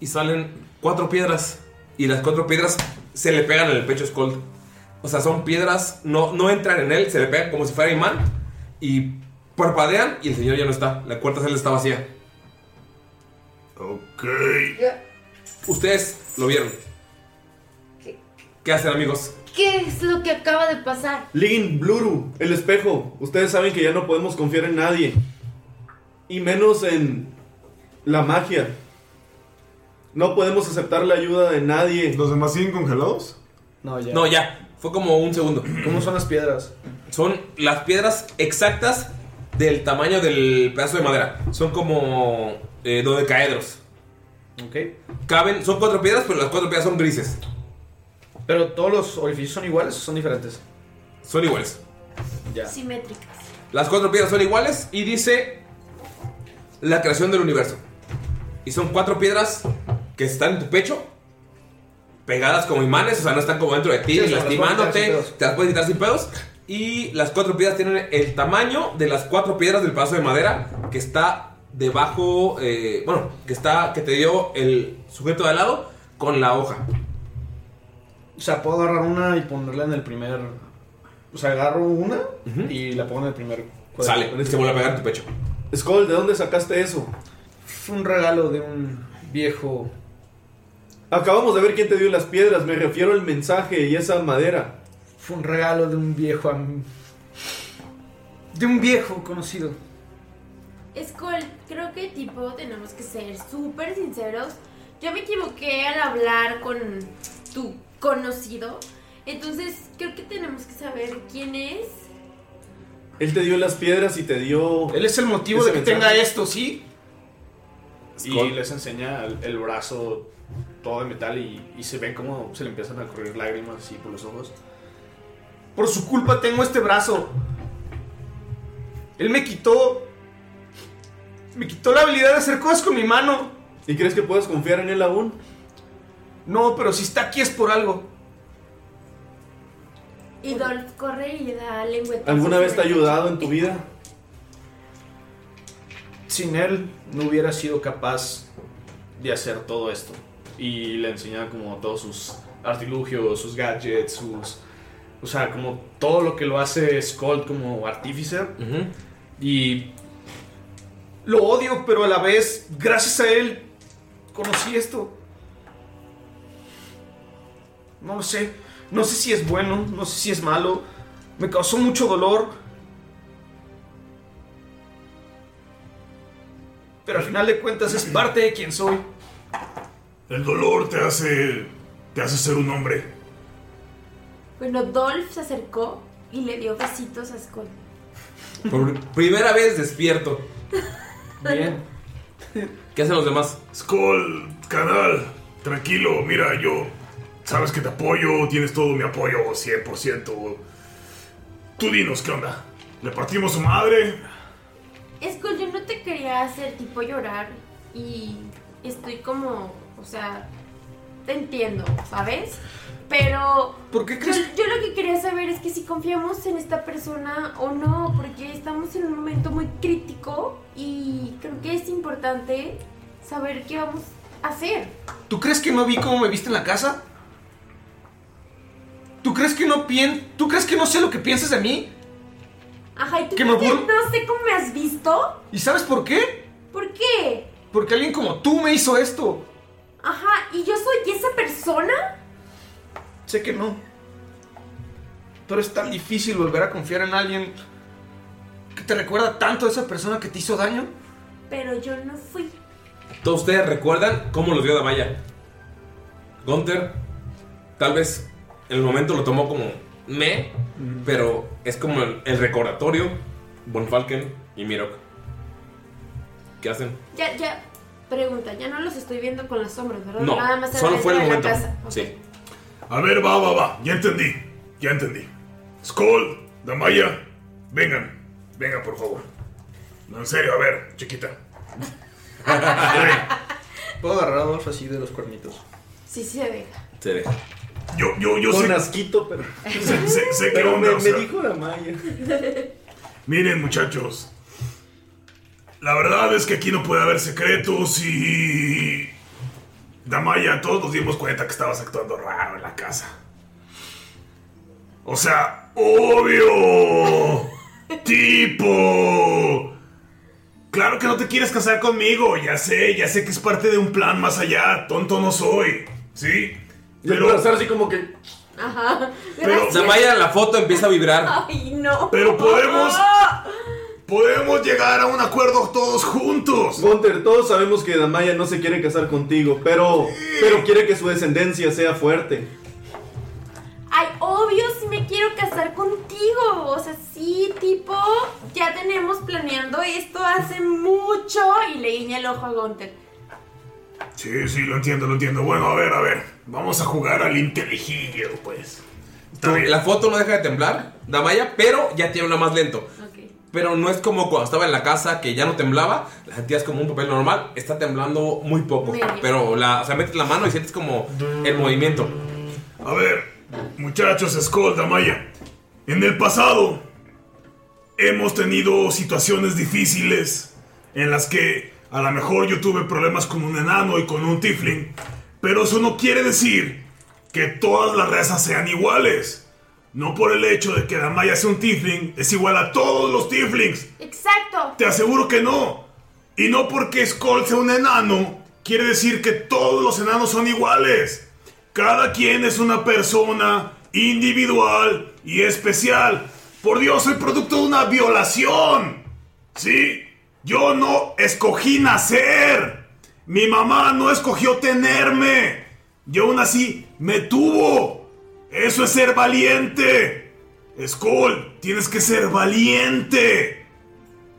S2: Y salen cuatro piedras. Y las cuatro piedras se le pegan en el pecho a Skull. O sea, son piedras, no, no entran en él, se le pegan como si fuera imán. Y parpadean y el señor ya no está. La cuarta celda está vacía.
S8: Ok.
S2: Ustedes lo vieron.
S5: ¿Qué?
S2: ¿Qué hacen, amigos?
S5: ¿Qué es lo que acaba de pasar?
S6: Lin, Bluru, el espejo. Ustedes saben que ya no podemos confiar en nadie. Y menos en la magia. No podemos aceptar la ayuda de nadie.
S14: ¿Los demás siguen congelados?
S6: No, ya.
S2: No, ya. Fue como un segundo.
S6: ¿Cómo son las piedras?
S2: Son las piedras exactas del tamaño del pedazo de madera. Son como eh, dodecaedros. Ok. Caben, son cuatro piedras, pero las cuatro piedras son grises.
S9: Pero todos los orificios son iguales o son diferentes.
S2: Son iguales.
S9: Ya.
S4: Simétricas.
S2: Las cuatro piedras son iguales y dice la creación del universo. Y son cuatro piedras que están en tu pecho, pegadas como imanes, o sea, no están como dentro de ti,
S9: Sí,
S2: ni
S9: o sea, las puedes
S2: lastimándote,
S9: quitar sin
S2: te las puedes quitar sin pedos. Y las cuatro piedras tienen el tamaño de las cuatro piedras del pedazo de madera que está debajo, eh, bueno, que está, que te dio el sujeto de al lado con la hoja.
S9: O sea, puedo agarrar una y ponerla en el primer. O sea, agarro una y la pongo en el primer.
S2: Sale, se vuelve a pegar en tu pecho.
S6: Skull, ¿de dónde sacaste eso?
S9: Fue un regalo de un viejo.
S6: Acabamos de ver quién te dio las piedras. Me refiero al mensaje y esa madera.
S9: Fue un regalo de un viejo am- De un viejo conocido.
S4: Skull, creo que tipo tenemos que ser súper sinceros. Yo me equivoqué al hablar con tu conocido. Entonces creo que tenemos que saber quién es.
S6: Él te dio las piedras y te dio.
S9: Él es el motivo de que tenga esto, ¿sí?
S2: Skull.
S9: Y les enseña el, el brazo todo de metal y, y se ven como se le empiezan a correr lágrimas así por los ojos. Por su culpa tengo este brazo. Él me quitó. Me quitó la habilidad de hacer cosas con mi mano.
S6: ¿Y crees que puedes confiar en él aún?
S9: No, pero si está aquí es por algo.
S4: Y Dolph corre y le da lengüetazos.
S6: ¿Alguna vez te ha ayudado en tu vida?
S9: Sin él no hubiera sido capaz de hacer todo esto. Y le enseñaba como todos sus artilugios, sus gadgets, sus... O sea, como todo lo que lo hace Skull como artífice. Y lo odio, pero a la
S1: [laughs]
S9: vez, gracias a él, conocí esto. No lo sé. No sé si es bueno, no sé si es malo. Me causó mucho dolor. Pero al final de cuentas es parte de quien soy.
S8: El dolor te hace. te hace ser un hombre.
S4: Bueno, Dolph se acercó y le dio besitos a Skull.
S2: Por primera vez despierto.
S9: Bien.
S2: ¿Qué hacen los demás?
S8: Skull, canal, tranquilo, mira, yo. Sabes que te apoyo, tienes todo mi apoyo, 100%. Tú dinos qué onda. ¿Le partimos su madre?
S4: Skull, yo no te quería hacer tipo llorar y estoy como, o sea, te entiendo, ¿sabes? Pero
S9: ¿Por qué
S4: yo, yo lo que quería saber es que si confiamos en esta persona o no, porque estamos en un momento muy crítico y creo que es importante saber qué vamos a hacer.
S9: ¿Tú crees que no vi cómo me viste en la casa? ¿Tú crees que no pien... ¿Tú crees que no sé lo que piensas de mí?
S4: Ajá, ¿y tú
S9: ¿Que me
S4: crees que
S9: burlo?
S4: no sé cómo me has visto?
S9: ¿Y sabes por qué?
S4: ¿Por qué?
S9: Porque alguien como tú me hizo esto.
S4: Ajá, ¿y yo soy esa persona?
S9: Sé que no. Pero es tan difícil volver a confiar en alguien que te recuerda tanto a esa persona que te hizo daño.
S4: Pero yo no fui.
S2: Todos ustedes recuerdan cómo lo dio Damaya. Gunther, tal vez en el momento lo tomó como me, pero es como el, el recordatorio. Bonfalken y Mirok. ¿Qué hacen?
S4: Ya, ya, pregunta, ya no los estoy viendo con las sombras, ¿verdad?
S2: No,
S4: Nada más a la
S2: solo fue el
S4: ventana
S2: momento.
S4: de la casa.
S2: Sí.
S8: A ver, va, va, va. Ya entendí. Ya entendí. Skull, Damaya, vengan. Venga,
S2: [laughs]
S8: por favor. No, en serio, a ver, chiquita. Ven.
S15: Puedo agarrar a Adolfo así de los cuernitos.
S4: Sí, sí se deja.
S15: Se deja.
S8: Yo, yo, yo
S15: Con
S8: sé-
S15: asquito, pero.
S8: Sé, sé- sé qué
S15: Pero
S8: onda,
S15: me-
S8: o
S15: me
S8: sea,
S15: dijo la Maya.
S8: Miren, muchachos. La verdad es que aquí no puede haber secretos y. Damaya, todos nos dimos cuenta que estabas actuando raro en la casa. O sea, obvio. tipo. Claro que no te quieres casar conmigo, ya sé, ya sé que es parte de un plan más allá, tonto no soy, ¿sí? Pero así
S6: como que...
S4: Ajá.
S8: Pero-
S4: Gracias.
S2: Damaya, la foto empieza a vibrar.
S4: Ay, no.
S8: Pero podemos- Podemos llegar a un acuerdo todos juntos.
S6: Gunter, todos sabemos que Damaya no se quiere casar contigo, pero, pero quiere que su descendencia sea fuerte.
S4: Ay, obvio, si me quiero casar contigo. O sea, sí, tipo, ya tenemos planeando esto hace mucho. Y le guiña el ojo a Gunter.
S8: Sí, sí, lo entiendo, lo entiendo. Bueno, a ver, a ver. Vamos a jugar al inteligillo, pues.
S2: La foto no deja de temblar, Damaya, pero ya tiembla más lento. Pero no es como cuando estaba en la casa que ya no temblaba, la sentías como un papel normal, está temblando muy poco.
S8: Medio.
S2: Pero la, o sea, metes la mano y sientes como
S15: Mm.
S2: el movimiento.
S8: A ver, muchachos, escolta, Maya. En el pasado hemos tenido situaciones difíciles en las que a lo mejor yo tuve problemas con un enano y con un tifling, pero eso no quiere decir que todas las razas sean iguales. No por el hecho de que Damaya sea un tifling, es igual a todos los tiflings.
S4: Exacto.
S8: Te aseguro que no. Y no porque Skull sea un enano, quiere decir que todos los enanos son iguales. Cada quien es una persona individual y especial. Por Dios, soy producto de una violación. ¿Sí? Yo no escogí nacer. Mi mamá no escogió tenerme. Y aún así, me tuvo. Eso es ser valiente. Skull, tienes que ser valiente.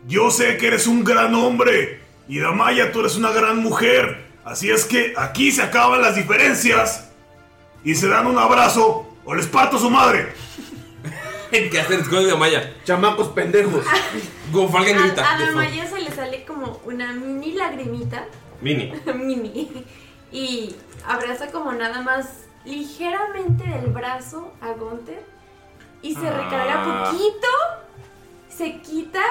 S8: Yo sé que eres un gran hombre y Damaya, tú eres una gran mujer. Así es que aquí se acaban las diferencias y se dan un abrazo o les parto su madre.
S2: ¿Qué hacen Skull y Damaya?
S6: Chamacos pendejos.
S2: [laughs] Gonfalgen grita.
S4: A, a la Maya se le sale como una mini lagrimita.
S2: Mini.
S4: [laughs]
S2: [laughs]
S4: mini. Y abraza como nada más ligeramente del brazo a Gunter. Y se recarga
S2: Ah.
S4: poquito. Se quita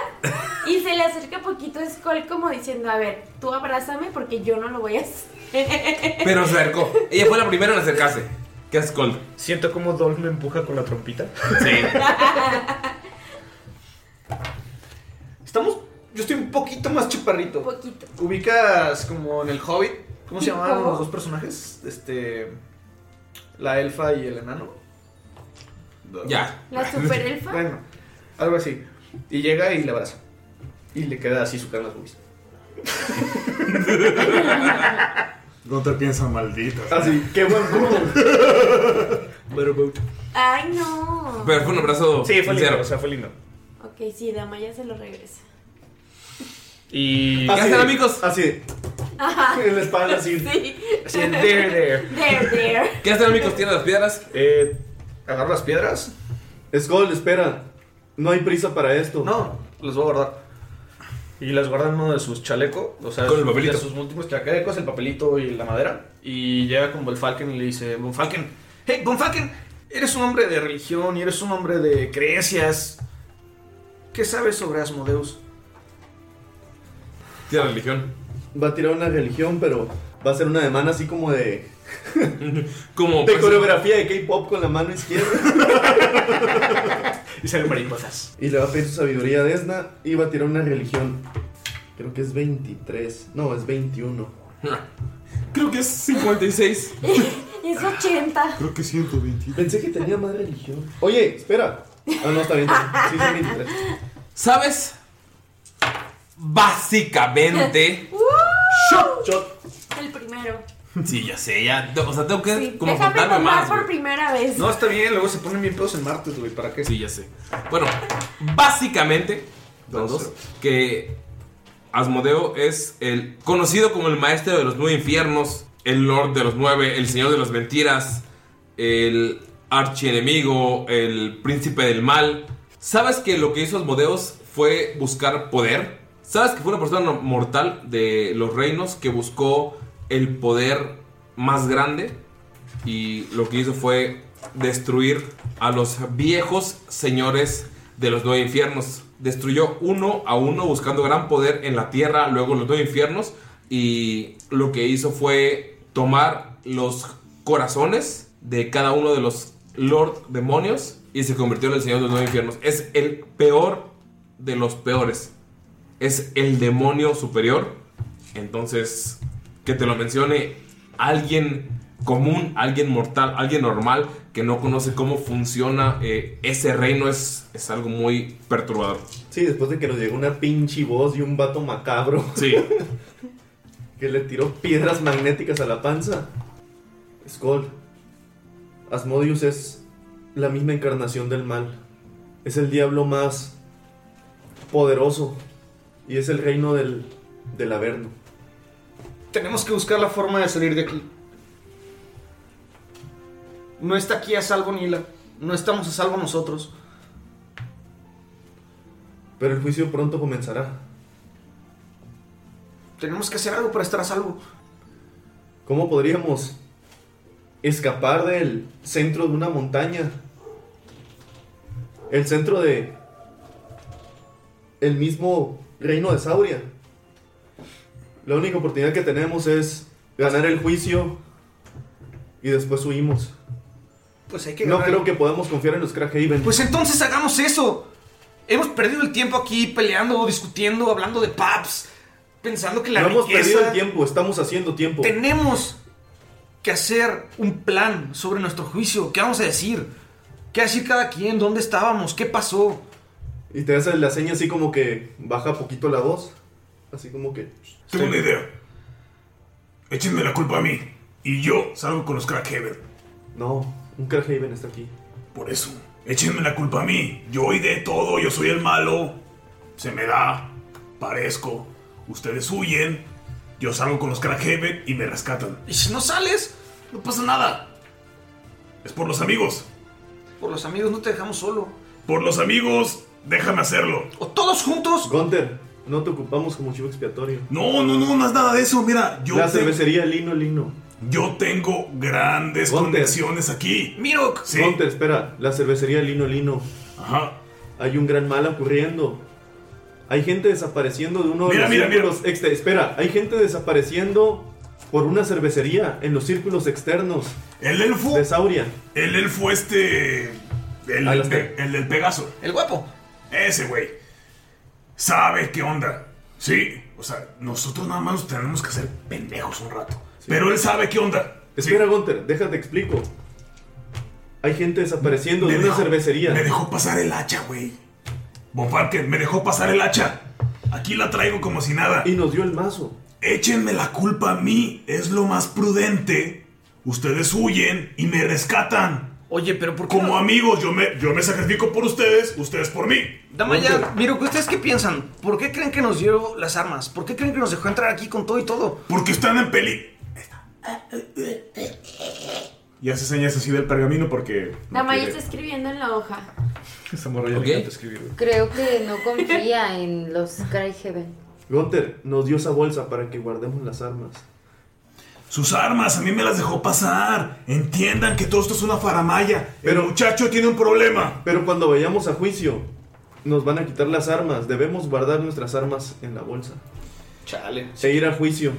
S4: y se le acerca poquito a Skull como diciendo, a ver, tú abrázame porque yo no lo voy a hacer.
S2: Pero se acercó. Ella fue la primera en acercarse. ¿Qué hace Skull?
S15: Siento como Dolph me empuja con la trompita.
S2: Sí.
S15: [laughs] Estamos. Yo estoy un poquito más chaparrito.
S4: Poquito.
S15: Ubicas como en el Hobbit. ¿Cómo se llamaban
S4: ¿Cómo?
S15: los dos personajes? Este. La elfa y el enano.
S2: Ya.
S4: La
S15: [laughs]
S4: superelfa.
S15: Bueno, algo así. Y llega y le abraza. Y le queda así su cara en las
S2: [laughs]
S15: boobies.
S8: No te piensa maldita.
S15: Así, qué buen
S4: [laughs] Ay, no.
S2: Pero fue un abrazo
S15: Sí, fue
S2: sincero.
S15: lindo, o sea, fue lindo.
S4: Ok, sí, Damaya se lo
S2: [laughs]
S4: regresa.
S15: Y. Ah,
S2: ¿Qué hacen, amigos?
S6: Así.
S4: Ajá.
S6: En
S4: [laughs]
S6: la espalda, así.
S4: Sí.
S15: Así, there, there.
S4: There,
S2: [laughs]
S4: there.
S2: ¿Qué hacen, amigos? ¿Tiran las piedras?
S15: Eh, ¿Agarro las piedras?
S6: Skull, espera. No hay prisa para esto.
S15: No, las voy a guardar. Y las guarda en uno de sus chalecos, o sea,
S2: Con el
S15: sus-
S2: papelito.
S15: de sus múltiples chalecos, el papelito y la madera. Y llega con Bonfalken y le dice, Bonfalken, hey, Bonfalken, eres un hombre de religión y eres un hombre de creencias. ¿Qué sabes sobre Asmodeus?
S2: Tira religión.
S6: Va a tirar una religión, pero va a ser una de mano así como de.
S2: como.
S6: De coreografía de K-pop con la
S15: [laughs]
S6: mano izquierda.
S15: y salen mariposas.
S6: Y le va a pedir su sabiduría a Desna y va a tirar una religión. Creo que es 23. No, es 21.
S2: Ah. Creo que es 56.
S4: Es 80.
S6: Creo que 120. Pensé que tenía más religión. Oye, espera. Ah, no, está bien. está bien. Sí, son 23.
S2: ¿Sabes?
S4: [laughs]
S2: Básicamente.
S4: ¡Uh! El primero.
S2: Sí, ya sé, ya. O sea, tengo que como
S4: Déjame
S2: contarme
S4: tomar
S2: más.
S4: por
S2: güey.
S4: primera vez.
S15: No, está bien, luego se ponen bien pedos en martes, güey, ¿para qué?
S2: Sí, ya sé. Bueno, básicamente, los dos, que Asmodeo es el conocido como el maestro de los nueve infiernos, el lord de los nueve, el señor de las mentiras, el archienemigo, el príncipe del mal. ¿Sabes que lo que hizo Asmodeus fue buscar poder? ¿Sabes que fue una persona mortal de los reinos que buscó el poder más grande y lo que hizo fue destruir a los viejos señores de los nueve infiernos. Destruyó uno a uno buscando gran poder en la tierra, luego en los nueve infiernos y lo que hizo fue tomar los corazones de cada uno de los Lord Demonios y se convirtió en el Señor de los Nueve Infiernos. Es el peor de los peores. Es el demonio superior. Entonces, que te lo mencione alguien común, alguien mortal, alguien normal que no conoce cómo funciona eh, ese reino es, es algo muy perturbador.
S6: Sí, después de que nos llegó una pinche voz y un vato macabro.
S2: Sí.
S6: [laughs] que le tiró piedras magnéticas a la panza. Skull. Asmodius es la misma encarnación del mal. Es el diablo más poderoso. Y es el reino del, del Averno.
S9: Tenemos que buscar la forma de salir de aquí. No está aquí a salvo Nila. No estamos a salvo nosotros.
S6: Pero el juicio pronto comenzará.
S9: Tenemos que hacer algo para estar a salvo.
S6: ¿Cómo podríamos escapar del centro de una montaña? El centro de... El mismo reino de Sauria. La única oportunidad que tenemos es ganar el juicio y después huimos.
S9: Pues hay que
S6: no
S9: ganar.
S6: creo que podamos confiar en los Crackhaven.
S9: Pues entonces hagamos eso. Hemos perdido el tiempo aquí peleando, discutiendo, hablando de paps, pensando que la
S6: no hemos
S9: riqueza-
S6: perdido el tiempo, estamos haciendo tiempo.
S9: Tenemos que hacer un plan sobre nuestro juicio. ¿Qué vamos a decir? ¿Qué va a decir cada quien? ¿Dónde estábamos? ¿Qué pasó?
S6: Y te hace la seña así como que baja poquito la voz. Así como que.
S8: Tengo una idea. Échenme la culpa a mí. Y yo salgo con los Crackhaven.
S6: No, un Crackhaven está aquí.
S8: Por eso. Échenme la culpa a mí. Yo oí de todo. Yo soy el malo. Se me da. Parezco. Ustedes huyen. Yo salgo con los Crackhaven y me rescatan.
S9: Y si no sales, no pasa nada.
S8: Es por los amigos.
S9: Por los amigos no te dejamos solo.
S8: Por los amigos. Déjame hacerlo.
S9: ¿O todos juntos?
S6: Gunter, no te ocupamos como chivo expiatorio.
S8: No, no, no, no es nada de eso. Mira, yo.
S6: La
S8: te-
S6: cervecería Lino Lino.
S8: Yo tengo grandes conexiones aquí.
S9: Mirok.
S8: Sí.
S6: Gunter, espera. La cervecería Lino Lino.
S8: Ajá.
S6: Hay un gran mal ocurriendo. Hay gente desapareciendo de uno de
S8: Mira,
S6: los
S8: mira, mira.
S6: círculos exter- Espera, hay gente desapareciendo por una cervecería en los círculos externos.
S8: El elfo.
S6: De Sauria.
S8: El elfo este. El,
S6: Ahí lo
S8: pe- el del Pegaso.
S9: El guapo.
S8: Ese güey. Sabe qué onda. Sí. O sea, nosotros nada más nos tenemos que hacer pendejos un rato. Pero él sabe qué onda.
S6: Espera, Gunter, déjate explico. Hay gente desapareciendo de una cervecería.
S8: Me dejó pasar el hacha, güey. Von Parker, me dejó pasar el hacha. Aquí la traigo como si nada.
S6: Y nos dio el mazo.
S8: Échenme la culpa a mí. Es lo más prudente. Ustedes huyen y me rescatan.
S9: Oye, pero ¿por
S8: qué? Como amigos, yo me, yo me sacrifico por ustedes, ustedes por mí.
S9: Damaya, Mirok, ¿ustedes qué piensan? ¿Por qué creen que nos dio las armas? ¿Por qué creen que nos dejó entrar aquí con todo y todo?
S8: Porque están en peli. [laughs] Y hace señas así del pergamino porque.
S4: Damaya está escribiendo en la hoja.
S8: Esa morra
S2: ya le encanta
S8: escribir.
S5: Creo que
S4: [laughs]
S5: no confía en los Cryhaven.
S6: Gunter nos dio esa bolsa para que guardemos las armas.
S8: Sus armas, a mí me las dejó pasar. Entiendan que todo esto es una faramaya. Pero muchacho tiene un problema.
S6: Pero cuando vayamos a juicio, nos van a quitar las armas. Debemos guardar nuestras armas en la bolsa.
S9: Chale.
S6: Seguir a juicio.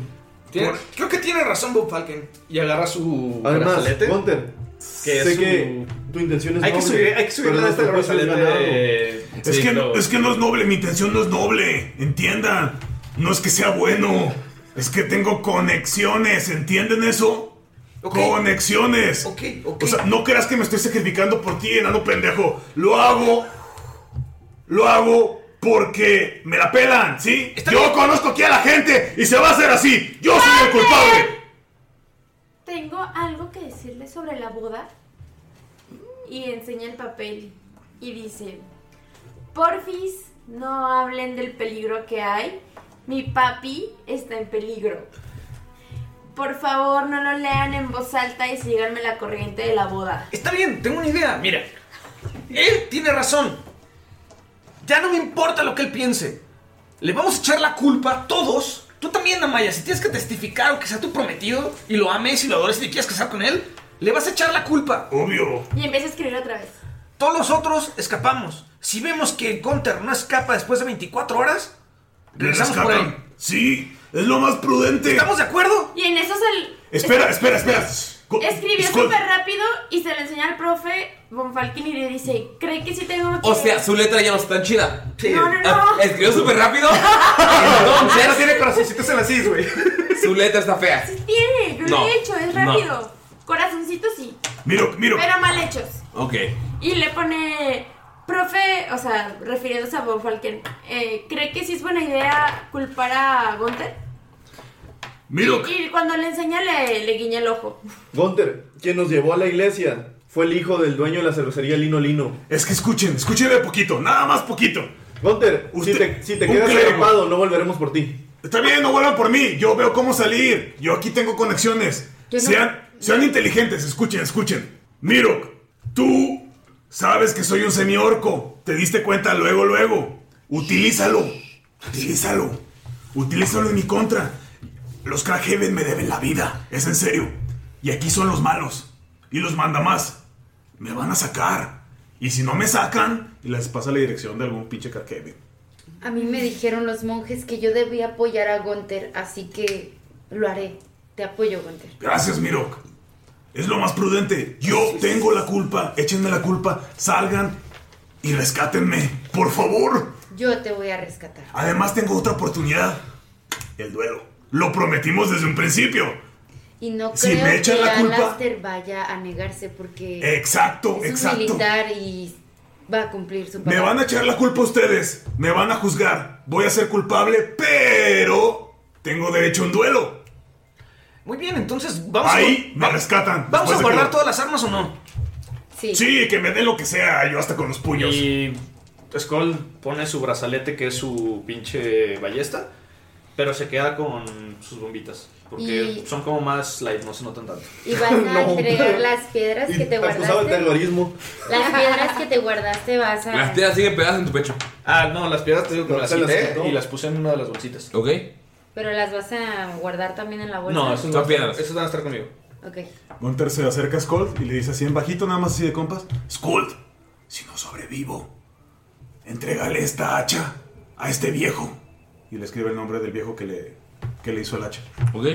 S9: Tiene- creo que tiene razón Bob Falken.
S15: Y agarra su
S6: Además,
S15: brazalete.
S6: Gunter,
S15: Que es
S6: sé
S15: su-
S6: que tu intención es
S15: Hay que
S6: noble,
S15: subir- hay que
S6: pero
S15: subirle a este
S6: nuestro juicio es
S15: brazalete.
S6: ganarlo.
S8: es, que, no- es que no es noble, mi intención no es noble. Entiendan. No es que sea bueno. Es que tengo conexiones. ¿Entienden eso? Conexiones. O sea, no creas que me estoy sacrificando por ti, enano pendejo. Lo hago. Lo hago porque me la pelan, ¿sí? Yo conozco aquí a la gente y se va a hacer así. Yo soy el culpable.
S4: Tengo algo que decirle sobre la boda. Y enseña el papel. Y dice: Porfis, no hablen del peligro que hay. Mi papi está en peligro. Por favor, no lo lean en voz alta y síganme la corriente de la boda.
S9: Está bien, tengo una idea. Mira, él tiene razón. Ya no me importa lo que él piense. Le vamos a echar la culpa a todos.
S1: Tú también, Amaya, si tienes que testificar o que sea tu prometido y lo ames y lo adores y te quieres casar con él, le vas a echar la culpa.
S8: Obvio.
S4: Y empieza a escribir otra vez.
S1: Todos los otros escapamos. Si vemos que Gunter no escapa después de 24 horas,
S8: Le
S1: regresamos por él.
S8: rescatan. Sí, es lo más prudente.
S1: ¿Estamos de acuerdo?
S4: Y en eso se...
S8: Espera, espera, espera. Co-
S4: Escribió
S8: Skull-
S4: súper rápido y se lo enseña al profe Von Falken y le dice, ¿cree que sí tengo que...?
S2: O sea, su letra ya no está tan chida.
S4: No, no, no.
S2: Ah, Escribió súper
S8: [laughs]
S2: rápido.
S4: Entonces-
S2: tiene corazoncitos en las is, güey. Su letra está fea.
S4: Tiene, yo
S2: No,
S4: lo he hecho, es
S2: no.
S4: rápido. Corazoncito sí,
S8: Miro, miro.
S4: pero mal hechos.
S2: Ok.
S4: Y le pone, profe, o sea, refiriéndose a Von Falken, eh, ¿cree que sí es buena idea culpar a Gunther?
S8: Miro.
S4: Y cuando le enseña le, le guiña el ojo. [laughs]
S6: Gunter, quien nos llevó a la iglesia, fue el hijo del dueño de la cervecería Lino Lino.
S8: Es que escuchen, escuchen de poquito, nada más poquito.
S6: Gunter, si te, si te
S8: un
S6: quedas
S8: clérigo.
S6: atrapado, no volveremos por ti.
S8: Está bien, no vuelvan por mí. Yo veo cómo salir. Yo aquí tengo conexiones. Sean, sean inteligentes, escuchen, escuchen. Mirok, tú sabes que soy un semiorco. Te diste cuenta luego, luego. Utilízalo. Utilízalo. Utilízalo en mi contra. Los Krahaven me deben la vida. Es en serio. Y aquí son los malos. Y los manda más. Me van a sacar. Y si no me sacan, les pasa la dirección de algún pinche Krahaven.
S5: A mí me dijeron los monjes que yo debía apoyar a Gunther, así que lo haré. Te apoyo, Gunther.
S8: Gracias, Mirok. Es lo más prudente. Yo tengo la culpa. Échenme la culpa. Salgan y rescátenme. Por favor.
S5: Yo te voy a rescatar.
S8: Además, tengo otra oportunidad. El duelo. Lo prometimos desde un principio.
S5: Y no
S8: Si
S5: creo
S8: me echan
S5: que
S8: la culpa-
S5: Alastair vaya a negarse porque es
S8: Exacto,
S5: un
S8: exacto.
S5: militar y va a cumplir su
S8: Me
S5: palabra.
S8: van a echar la culpa ustedes. Me van a juzgar. Voy a ser culpable, pero tengo derecho a un duelo.
S1: Muy bien, entonces vamos
S8: Ahí me rescatan.
S1: a...
S8: después
S1: ¿Vamos a
S8: de
S1: guardar
S8: que-
S1: todas las armas o no?
S5: Sí.
S8: que me den lo que sea, yo hasta con los puños.
S15: Y Skull pone su brazalete que es su pinche ballesta, pero se queda con sus bombitas. Porque
S5: Y-
S15: son como más light, no se notan tanto.
S5: Y [laughs]
S8: [laughs]
S5: van a
S15: No.
S5: entregar las piedras que te guardaste.
S6: terrorismo.
S5: Las piedras que te guardaste vas
S2: Las
S5: a...
S2: piedras siguen pegadas en tu pecho.
S15: Ah, no, las piedras te digo que
S2: No,
S15: me las
S2: te las
S15: quité
S2: quitó.
S15: y las puse en una de las bolsitas.
S2: Ok.
S5: Pero las vas a guardar también en la bolsa.
S15: No, esas
S8: Son
S15: no
S8: piedras.
S15: Esas van a estar conmigo.
S5: Ok.
S8: Gunter se acerca a Skold y le dice así en bajito, nada más así de compas. Skold, si no sobrevivo, entrégale esta hacha a este viejo. Y le escribe el nombre del viejo que le, que le hizo el hacha.
S2: Ok.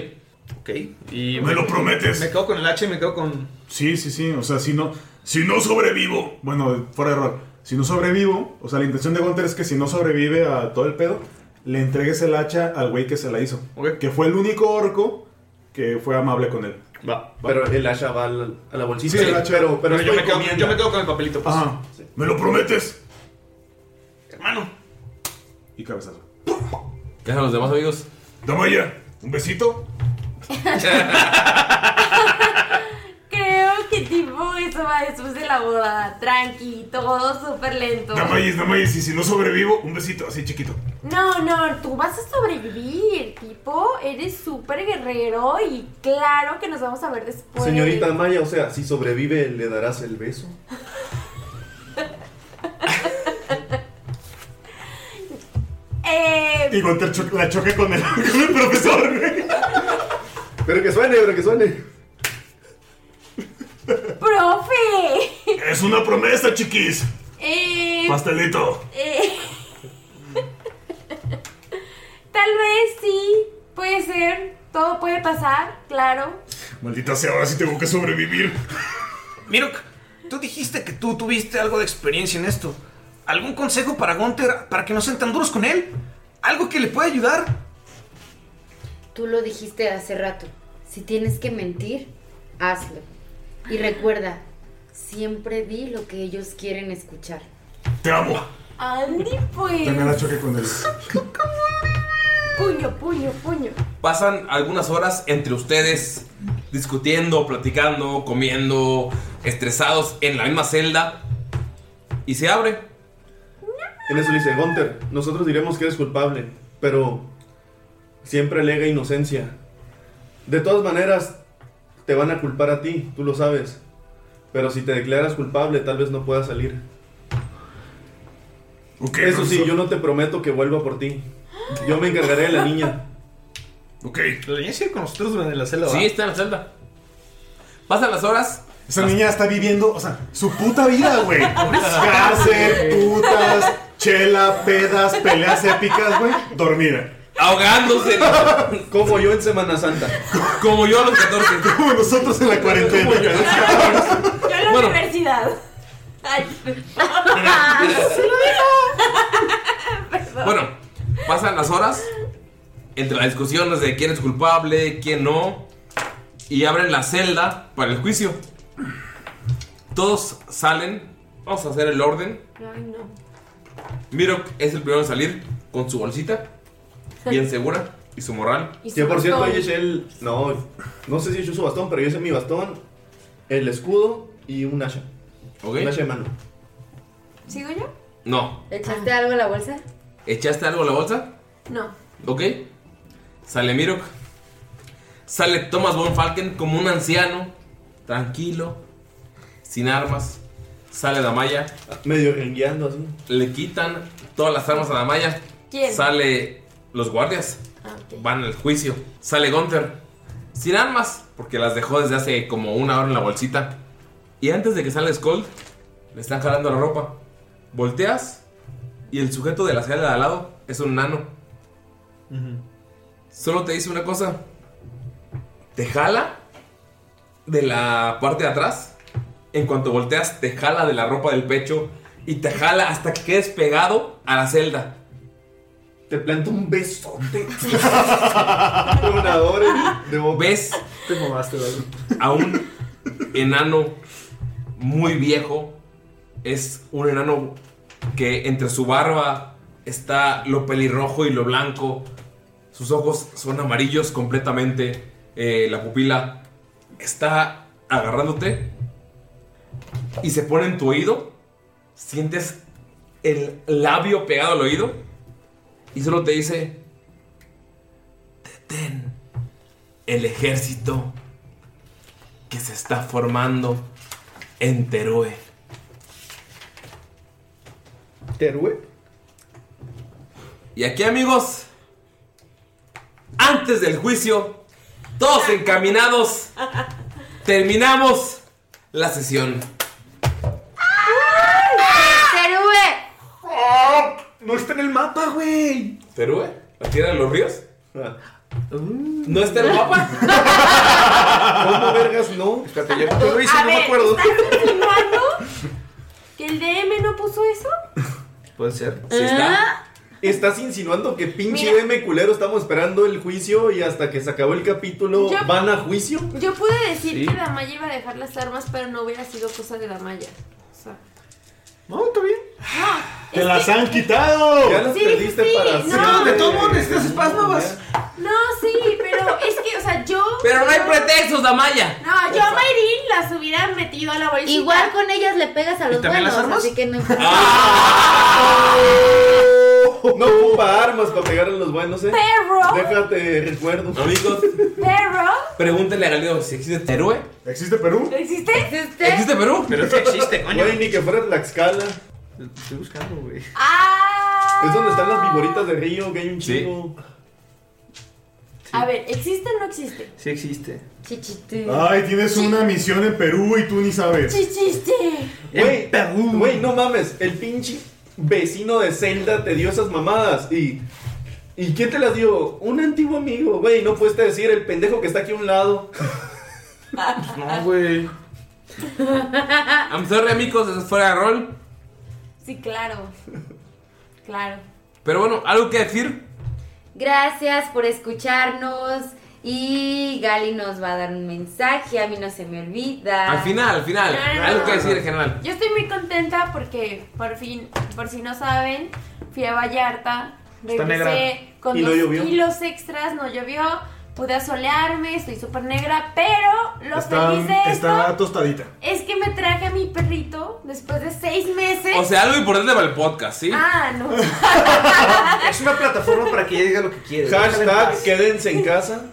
S8: Ok. Y me lo prometes.
S15: Me quedo con el hacha y me quedo con.
S8: Sí, sí, sí. O sea, si no, si no sobrevivo. Bueno, fuera de error. Si no sobrevivo, o sea, la intención de Gunter es que si no sobrevive a todo el pedo, le entregues el hacha al güey que se la hizo. Que fue el único orco que fue amable con él.
S15: Va.
S6: Pero el hacha va al- a la bolsita.
S8: Sí, el hacha.
S6: pero,
S8: Pero
S6: pero
S8: yo
S6: estoy
S8: me quedo-
S6: comiendo.
S15: Yo me quedo con el papelito. Pues.
S8: Ajá. ¿Me lo prometes?
S1: Hermano.
S8: Y cabezazo.
S2: ¿Qué hacen los demás amigos?
S8: Damaya, un besito.
S4: Creo que tipo eso va después de la boda, tranqui, todo súper lento.
S8: Damayes, Damayes, y si no sobrevivo, un besito así chiquito.
S4: No, no, tú vas a sobrevivir, tipo, eres súper guerrero y claro que nos vamos a ver después.
S6: Señorita Maya, o sea, si sobrevive, ¿le darás el beso?
S4: Eh,
S8: Y Gunter cho- la choque con el, [laughs] con el profesor.
S6: Pero que suene, pero que suene.
S8: [laughs]
S4: profe.
S8: Es una promesa, chiquis.
S4: Eh,
S8: Pastelito.
S4: eh, tal vez sí, puede ser, todo puede pasar, claro.
S8: Maldita sea, ahora sí tengo que sobrevivir.
S1: Mirok, tú dijiste que tú tuviste algo de experiencia en esto. ¿Algún consejo para Gunther para que no sean tan duros con él? ¿Algo que le pueda ayudar?
S5: Tú lo dijiste hace rato. Si tienes que mentir, hazlo. Y recuerda, siempre di lo que ellos quieren escuchar.
S8: Te amo.
S4: Andy, pues.
S8: También la choque con él.
S4: Puño, puño, puño.
S2: Pasan algunas horas entre ustedes discutiendo, platicando, comiendo, estresados en la misma celda. Y se abre.
S6: En eso le dice, Gunter, nosotros diremos que eres culpable, pero siempre alega inocencia. De todas maneras, te van a culpar a ti, tú lo sabes. Pero si te declaras culpable, tal vez no puedas salir. eso sí, yo no te prometo que vuelva por ti. Yo me encargaré de la niña.
S8: Ok.
S1: ¿Lo leñaste con nosotros durante la celda?
S2: Sí, está en la celda. Pasan las horas.
S16: Esa niña está viviendo, o sea, su puta vida,
S2: [laughs]
S16: güey. Cárcel, putas, chela, pedas, peleas épicas, güey. Dormida.
S2: Ahogándose.
S16: [laughs]
S6: Como yo en Semana Santa.
S2: Como yo a
S16: [laughs]
S2: los 14.
S16: Como nosotros en la cuarentena.
S4: Yo en la universidad. Ay.
S5: Ah.
S2: Bueno, pasan las horas entre las discusiones de quién es culpable, quién no, y abren la celda para el juicio. Todos salen, vamos a hacer el orden.
S5: Ay, no.
S2: Miro es el primero en salir con su bolsita, bien segura, y su morral.
S5: Y su
S6: Que por cierto,
S5: bastón.
S6: Yeshel. No, no sé si echó su bastón, pero yo hice mi bastón, el escudo y un hacha. Un hacha de mano.
S5: ¿Sigo yo?
S2: No,
S5: ¿Echaste algo a la bolsa?
S2: ¿echaste algo a la bolsa?
S5: No.
S2: Ok. Sale Mirok. Sale Thomas von Falken como un anciano. Tranquilo. Sin armas. Sale Damaya.
S6: Medio rengueando así.
S2: Le quitan todas las armas a Damaya.
S4: ¿Quién?
S2: Sale los guardias.
S4: Ah,
S2: Van al juicio. Sale Gunther. Sin armas. Porque las dejó desde hace como una hora en la bolsita. Y antes de que salga Skull, le están jalando la ropa. Volteas. Y el sujeto de la celda de al lado es un nano. Solo te dice una cosa. Te jala de la parte de atrás. En cuanto volteas, te jala de la ropa del pecho. Y te jala hasta que quedes pegado a la celda.
S6: Te planta
S2: [laughs]
S6: un besote.
S2: Ves a un enano muy viejo. Es un enano que entre su barba está lo pelirrojo y lo blanco. Sus ojos son amarillos completamente. eh, la pupila está agarrándote y se pone en tu oído. Sientes el labio pegado al oído y solo te dice: Detén el ejército que se está formando en Teroe.
S6: ¿Teroe?
S2: Y aquí, amigos, antes del juicio,
S4: [laughs]
S2: todos encaminados, terminamos la sesión. ¡Ah!
S1: No está en el mapa, güey.
S2: [laughs] ¿Teroe? ¿La tierra de los ríos?
S6: Ah.
S2: ¿No está en el mapa?
S6: [laughs] ¿Cómo vergas
S2: [laughs]
S6: no? Fíjate, yo yo lo hice,
S4: A
S6: no me
S4: ver,
S6: acuerdo.
S4: ¿estás insinuando que el DM no puso eso?
S6: Puede ser.
S4: Sí
S5: Ah.
S4: está.
S6: Estás insinuando que pinche
S4: Mira.
S6: M culero estamos esperando el juicio y hasta que se acabó el capítulo
S4: Yo-
S6: van a juicio.
S4: Yo pude decir
S6: Sí.
S4: que Damaya iba a dejar las armas, pero no hubiera sido cosa de Damaya. O sea,
S6: No, está bien.
S16: ¡Te las han quitado! Este
S6: Ya las
S4: Sí,
S6: perdiste
S4: sí,
S6: para
S4: no.
S6: siempre.
S4: De todo modo
S16: necesitas
S6: espasmos.
S4: no, sí, pero es que, o sea, yo.
S2: Pero no hay pretextos, Damaya.
S4: No, yo a Mayrin las hubiera metido a la bolsita.
S5: Igual con ellas le pegas a los
S4: también
S5: buenos,
S4: las armas?
S5: así que no.
S2: Ah,
S8: [laughs]
S6: No ocupa armas para pegar a los buenos, eh.
S4: Perro.
S6: Déjate recuerdo.
S2: Amigos,
S4: Perro.
S2: pregúntale a Galindo si existe Teroe.
S6: ¿Existe Perú?
S4: ¿Existe? ¿Existe?
S2: ¿Existe Perú?
S6: Pero
S2: sí existe, coño.
S6: Güey, ni que fuera Tlaxcala. Estoy buscando, güey. Es donde están las viboritas de río, que hay un chico.
S4: A ver, ¿existe o no existe?
S6: Sí existe.
S4: Chichiste.
S16: Ay, tienes una misión en Perú y tú ni
S3: pues.
S16: sabes.
S4: Chichiste.
S6: Güey, güey, no mames, el pinche vecino de Zelda te dio esas mamadas y... ¿Y quién te las dio? Un antiguo amigo, güey, no puedes decir el pendejo que está aquí a un lado.
S2: No, güey. I'm sorry, amigos, eso es fuera de rol.
S4: Sí, claro. Claro.
S2: Pero bueno, algo que decir.
S5: Gracias por escucharnos. Y Gali nos va a dar un mensaje, a mí no se me olvida.
S2: Al final, al final.
S4: Ah. No, no,
S2: Algo
S4: no.
S2: que decir en general.
S4: Yo estoy muy [laughs] contenta porque por fin, por si no saben, fui a Vallarta,
S2: Está
S4: regresé
S2: negra.
S4: con
S2: Y no
S4: dos
S2: llovió.
S4: kilos extras, no llovió, pude asolearme, estoy súper negra, pero lo
S16: Está,
S4: feliz de esto
S16: está tostadita.
S4: es que me traje a mi perrito después de seis meses.
S2: O sea, algo importante para el podcast, ¿sí?
S4: Ah, [laughs] no.
S2: Es una plataforma para que ella diga lo que quiere.
S6: Hashtag quédense en casa.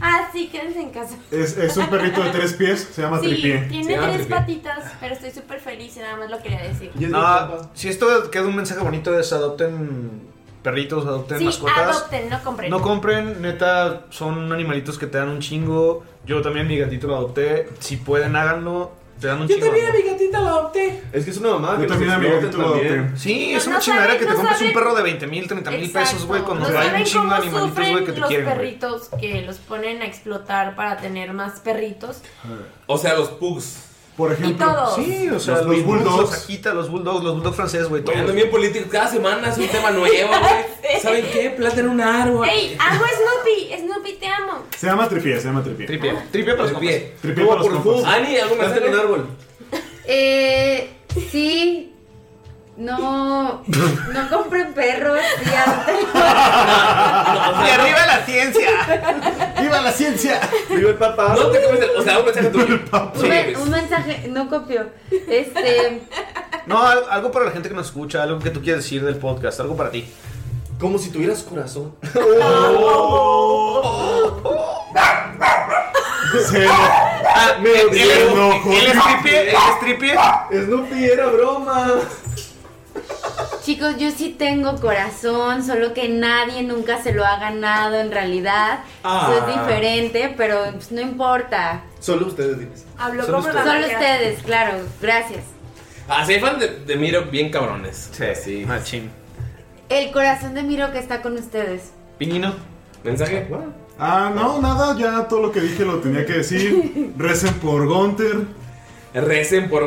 S4: ah, sí, quédense en casa.
S16: Es, es un perrito de tres pies, se llama
S4: Sí,
S16: tripié.
S4: tiene tres patitas, pero estoy súper feliz y nada más lo quería decir.
S1: No, si esto queda un mensaje bonito es adopten
S9: perritos, adopten
S4: Sí,
S9: mascotas.
S4: adopten, no compren.
S9: No compren, neta, son animalitos que te dan un chingo. Yo también mi gatito lo adopté. Si pueden, háganlo. Te dan un chingo. de amor.
S2: mi gatita la adopté.
S9: Es que es una mamada
S16: que los explotan también.
S9: Sí,
S4: No,
S9: es una
S4: no
S9: chingadera
S4: saben-
S9: que te
S4: no
S9: compras
S4: saben-
S9: un perro de 20 mil, 30 mil pesos, güey, cuando
S4: no
S9: hay
S4: saben
S9: un chingo de
S4: cómo
S9: animalitos, güey, que
S4: sufren
S9: te
S4: los
S9: quieren, güey.
S4: perritos que los ponen a explotar para tener más perritos.
S2: O sea, los pugs.
S16: Por
S4: ejemplo. todos.
S9: Sí, o sea,
S2: Los-
S9: los,
S2: los
S9: bulldogs,
S2: bulldogs.
S9: los ajita, los bulldogs, los bulldogs franceses, güey, todos.
S2: Ando bien político. Cada semana es un tema nuevo, güey. ¿Saben qué? Planten un árbol.
S4: ¡Ey! ¡Hago Snoopy! ¡Snoopy, te amo!
S16: Se llama tripia, se llama tripia.
S4: Ah.
S9: Tripia. Tripia para los
S2: compas.
S16: Tripia para los compas.
S2: Ani, algo me sale.
S9: árbol.
S5: Eh, sí. No, no compren perros y
S2: Y arriba la ciencia.
S16: ¡Viva la ciencia!
S6: ¡Viva el papá!
S2: No te comes el- O sea, un mensaje tuyo. [laughs]
S5: un, men- un mensaje, no copio. Este,
S9: No, al- algo para la gente que nos escucha, algo que tú quieres decir del podcast, algo para ti.
S6: Como si tuvieras corazón.
S16: Se me
S9: el-
S16: enojó.
S9: el stripie- el stripie.
S6: Snoopy era broma.
S5: chicos, yo sí tengo corazón, solo que nadie nunca se lo ha ganado en realidad. Eso es
S6: Ah.
S5: diferente, pero pues, no importa.
S6: Solo ustedes dicen.
S5: Hablo
S2: Solo como la ustedes.
S5: Solo
S2: magia.
S5: ustedes, claro. Gracias.
S2: Ah, se fan de, de Miro bien cabrones. Sí, sí. Machín.
S5: El corazón de Miro que está con ustedes.
S9: Piñino.
S2: ¿Mensaje?
S16: Ah, no, nada, ya todo lo que dije lo tenía que
S4: [laughs]
S16: decir. Recen por Gunter.
S2: Recen por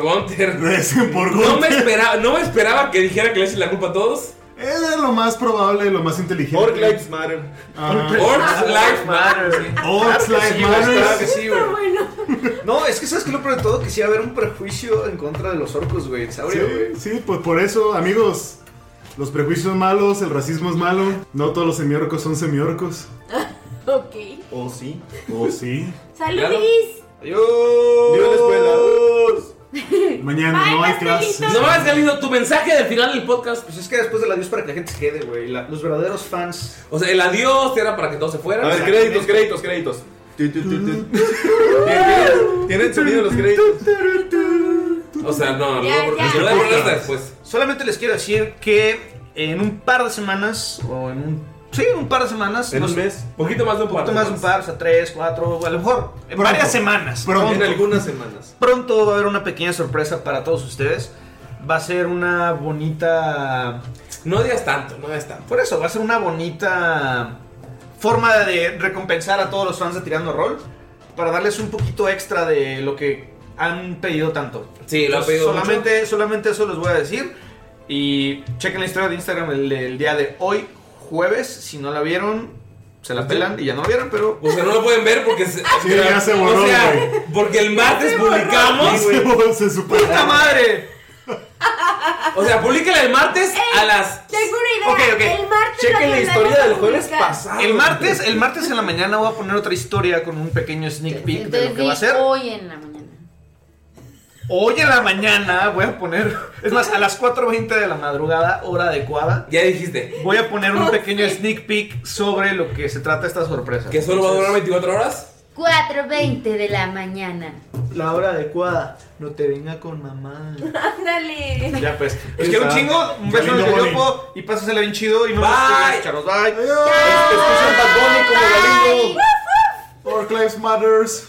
S16: [laughs]
S2: Gunter.
S16: Recen por Gunter.
S2: No me esperaba, no me esperaba que dijera que le echen la culpa a todos.
S16: Él es lo más probable, lo más inteligente. Orc Lives
S6: Matter.
S2: Orcs Life Matter.
S16: Orcs Lives
S9: Claro que sí, güey, claro que
S16: Matter.
S9: sí, güey. No, es que sabes que lo peor de todo que sí va a haber un prejuicio en contra de los orcos, güey, en Saurio, güey.
S16: Sí, sí, pues por eso, amigos. Los prejuicios son malos, el racismo es malo. No todos los semiorcos son semiorcos.
S4: [laughs] Ok.
S6: ¿O sí?
S16: ¿O sí?
S4: ¡Saludis!
S6: ¡Viva la escuela!
S16: Mañana
S4: Bye,
S16: no hay
S4: pastelitos.
S16: clase.
S2: No me has salido tu mensaje del final del podcast.
S9: Pues es que después del adiós para que la gente se quede, güey. la- Los verdaderos fans.
S2: O sea, el adiós era para que todos se fueran.
S9: A ver, créditos,
S2: créditos,
S6: créditos. ¿Tienen, tienen sonido los créditos.
S2: O sea,
S9: Ya,
S2: no, luego,
S9: ya.
S2: porque lo voy a poner hasta después.
S9: Solamente les quiero decir que en un par de semanas, o en un. Sí, en un par de semanas.
S2: En un
S6: mes.
S2: Poquito más de un par.
S9: Poquito más de un par, o sea, tres, cuatro, a lo mejor. En
S6: Pronto.
S9: varias semanas.
S6: Pronto.
S9: Pronto.
S6: En algunas semanas.
S9: Pronto va a haber una pequeña sorpresa para todos ustedes. Va a ser una bonita.
S2: No digas tanto, no digas tanto.
S9: Por eso, va a ser una bonita forma de recompensar a todos los fans de Tirando Roll. Para darles un poquito extra de lo que han pedido tanto.
S2: Sí, lo han
S9: Entonces,
S2: pedido mucho.
S9: solamente, solamente eso les voy a decir. Y chequen la historia de Instagram el, del día de hoy, jueves. Si no la vieron, se la pelan y ya no la vieron, pero.
S2: O sea, Pues no lo pueden ver porque se,
S9: Sí, ya se borró,
S2: o sea,
S9: güey.
S2: porque el martes
S9: Se borró.
S2: publicamos.
S9: Sí, güey,
S16: se
S9: ¡Puta madre!
S2: O sea, publiquen el martes a las
S4: Tengo una
S9: Ok,
S4: idea.
S9: ok.
S4: El martes lo
S9: Chequen la
S4: tenemos
S9: historia
S4: que
S9: del jueves
S4: publicar.
S9: pasado. El martes, el martes en la mañana voy a poner otra historia con un pequeño sneak peek de lo que va a
S5: Desde
S9: ser.
S5: hoy en la mañana.
S9: Hoy en la mañana voy a poner, es más, a las 4.20 de la madrugada, hora adecuada.
S2: Ya dijiste.
S9: Voy a poner [laughs] un pequeño sneak peek sobre lo que se trata esta sorpresa.
S2: ¿Que solo va a durar 24 horas?
S5: 4.20 de la
S2: [laughs]
S5: mañana.
S9: La hora adecuada. No te venga con mamá.
S4: Ándale.
S9: Ya pues. Los quiero un chingo, un beso en el grupo y pásasela bien chido y nos vemos. Charos, bye. Escuchen Bad Bunny como galindo.
S16: Orc Lives Matters.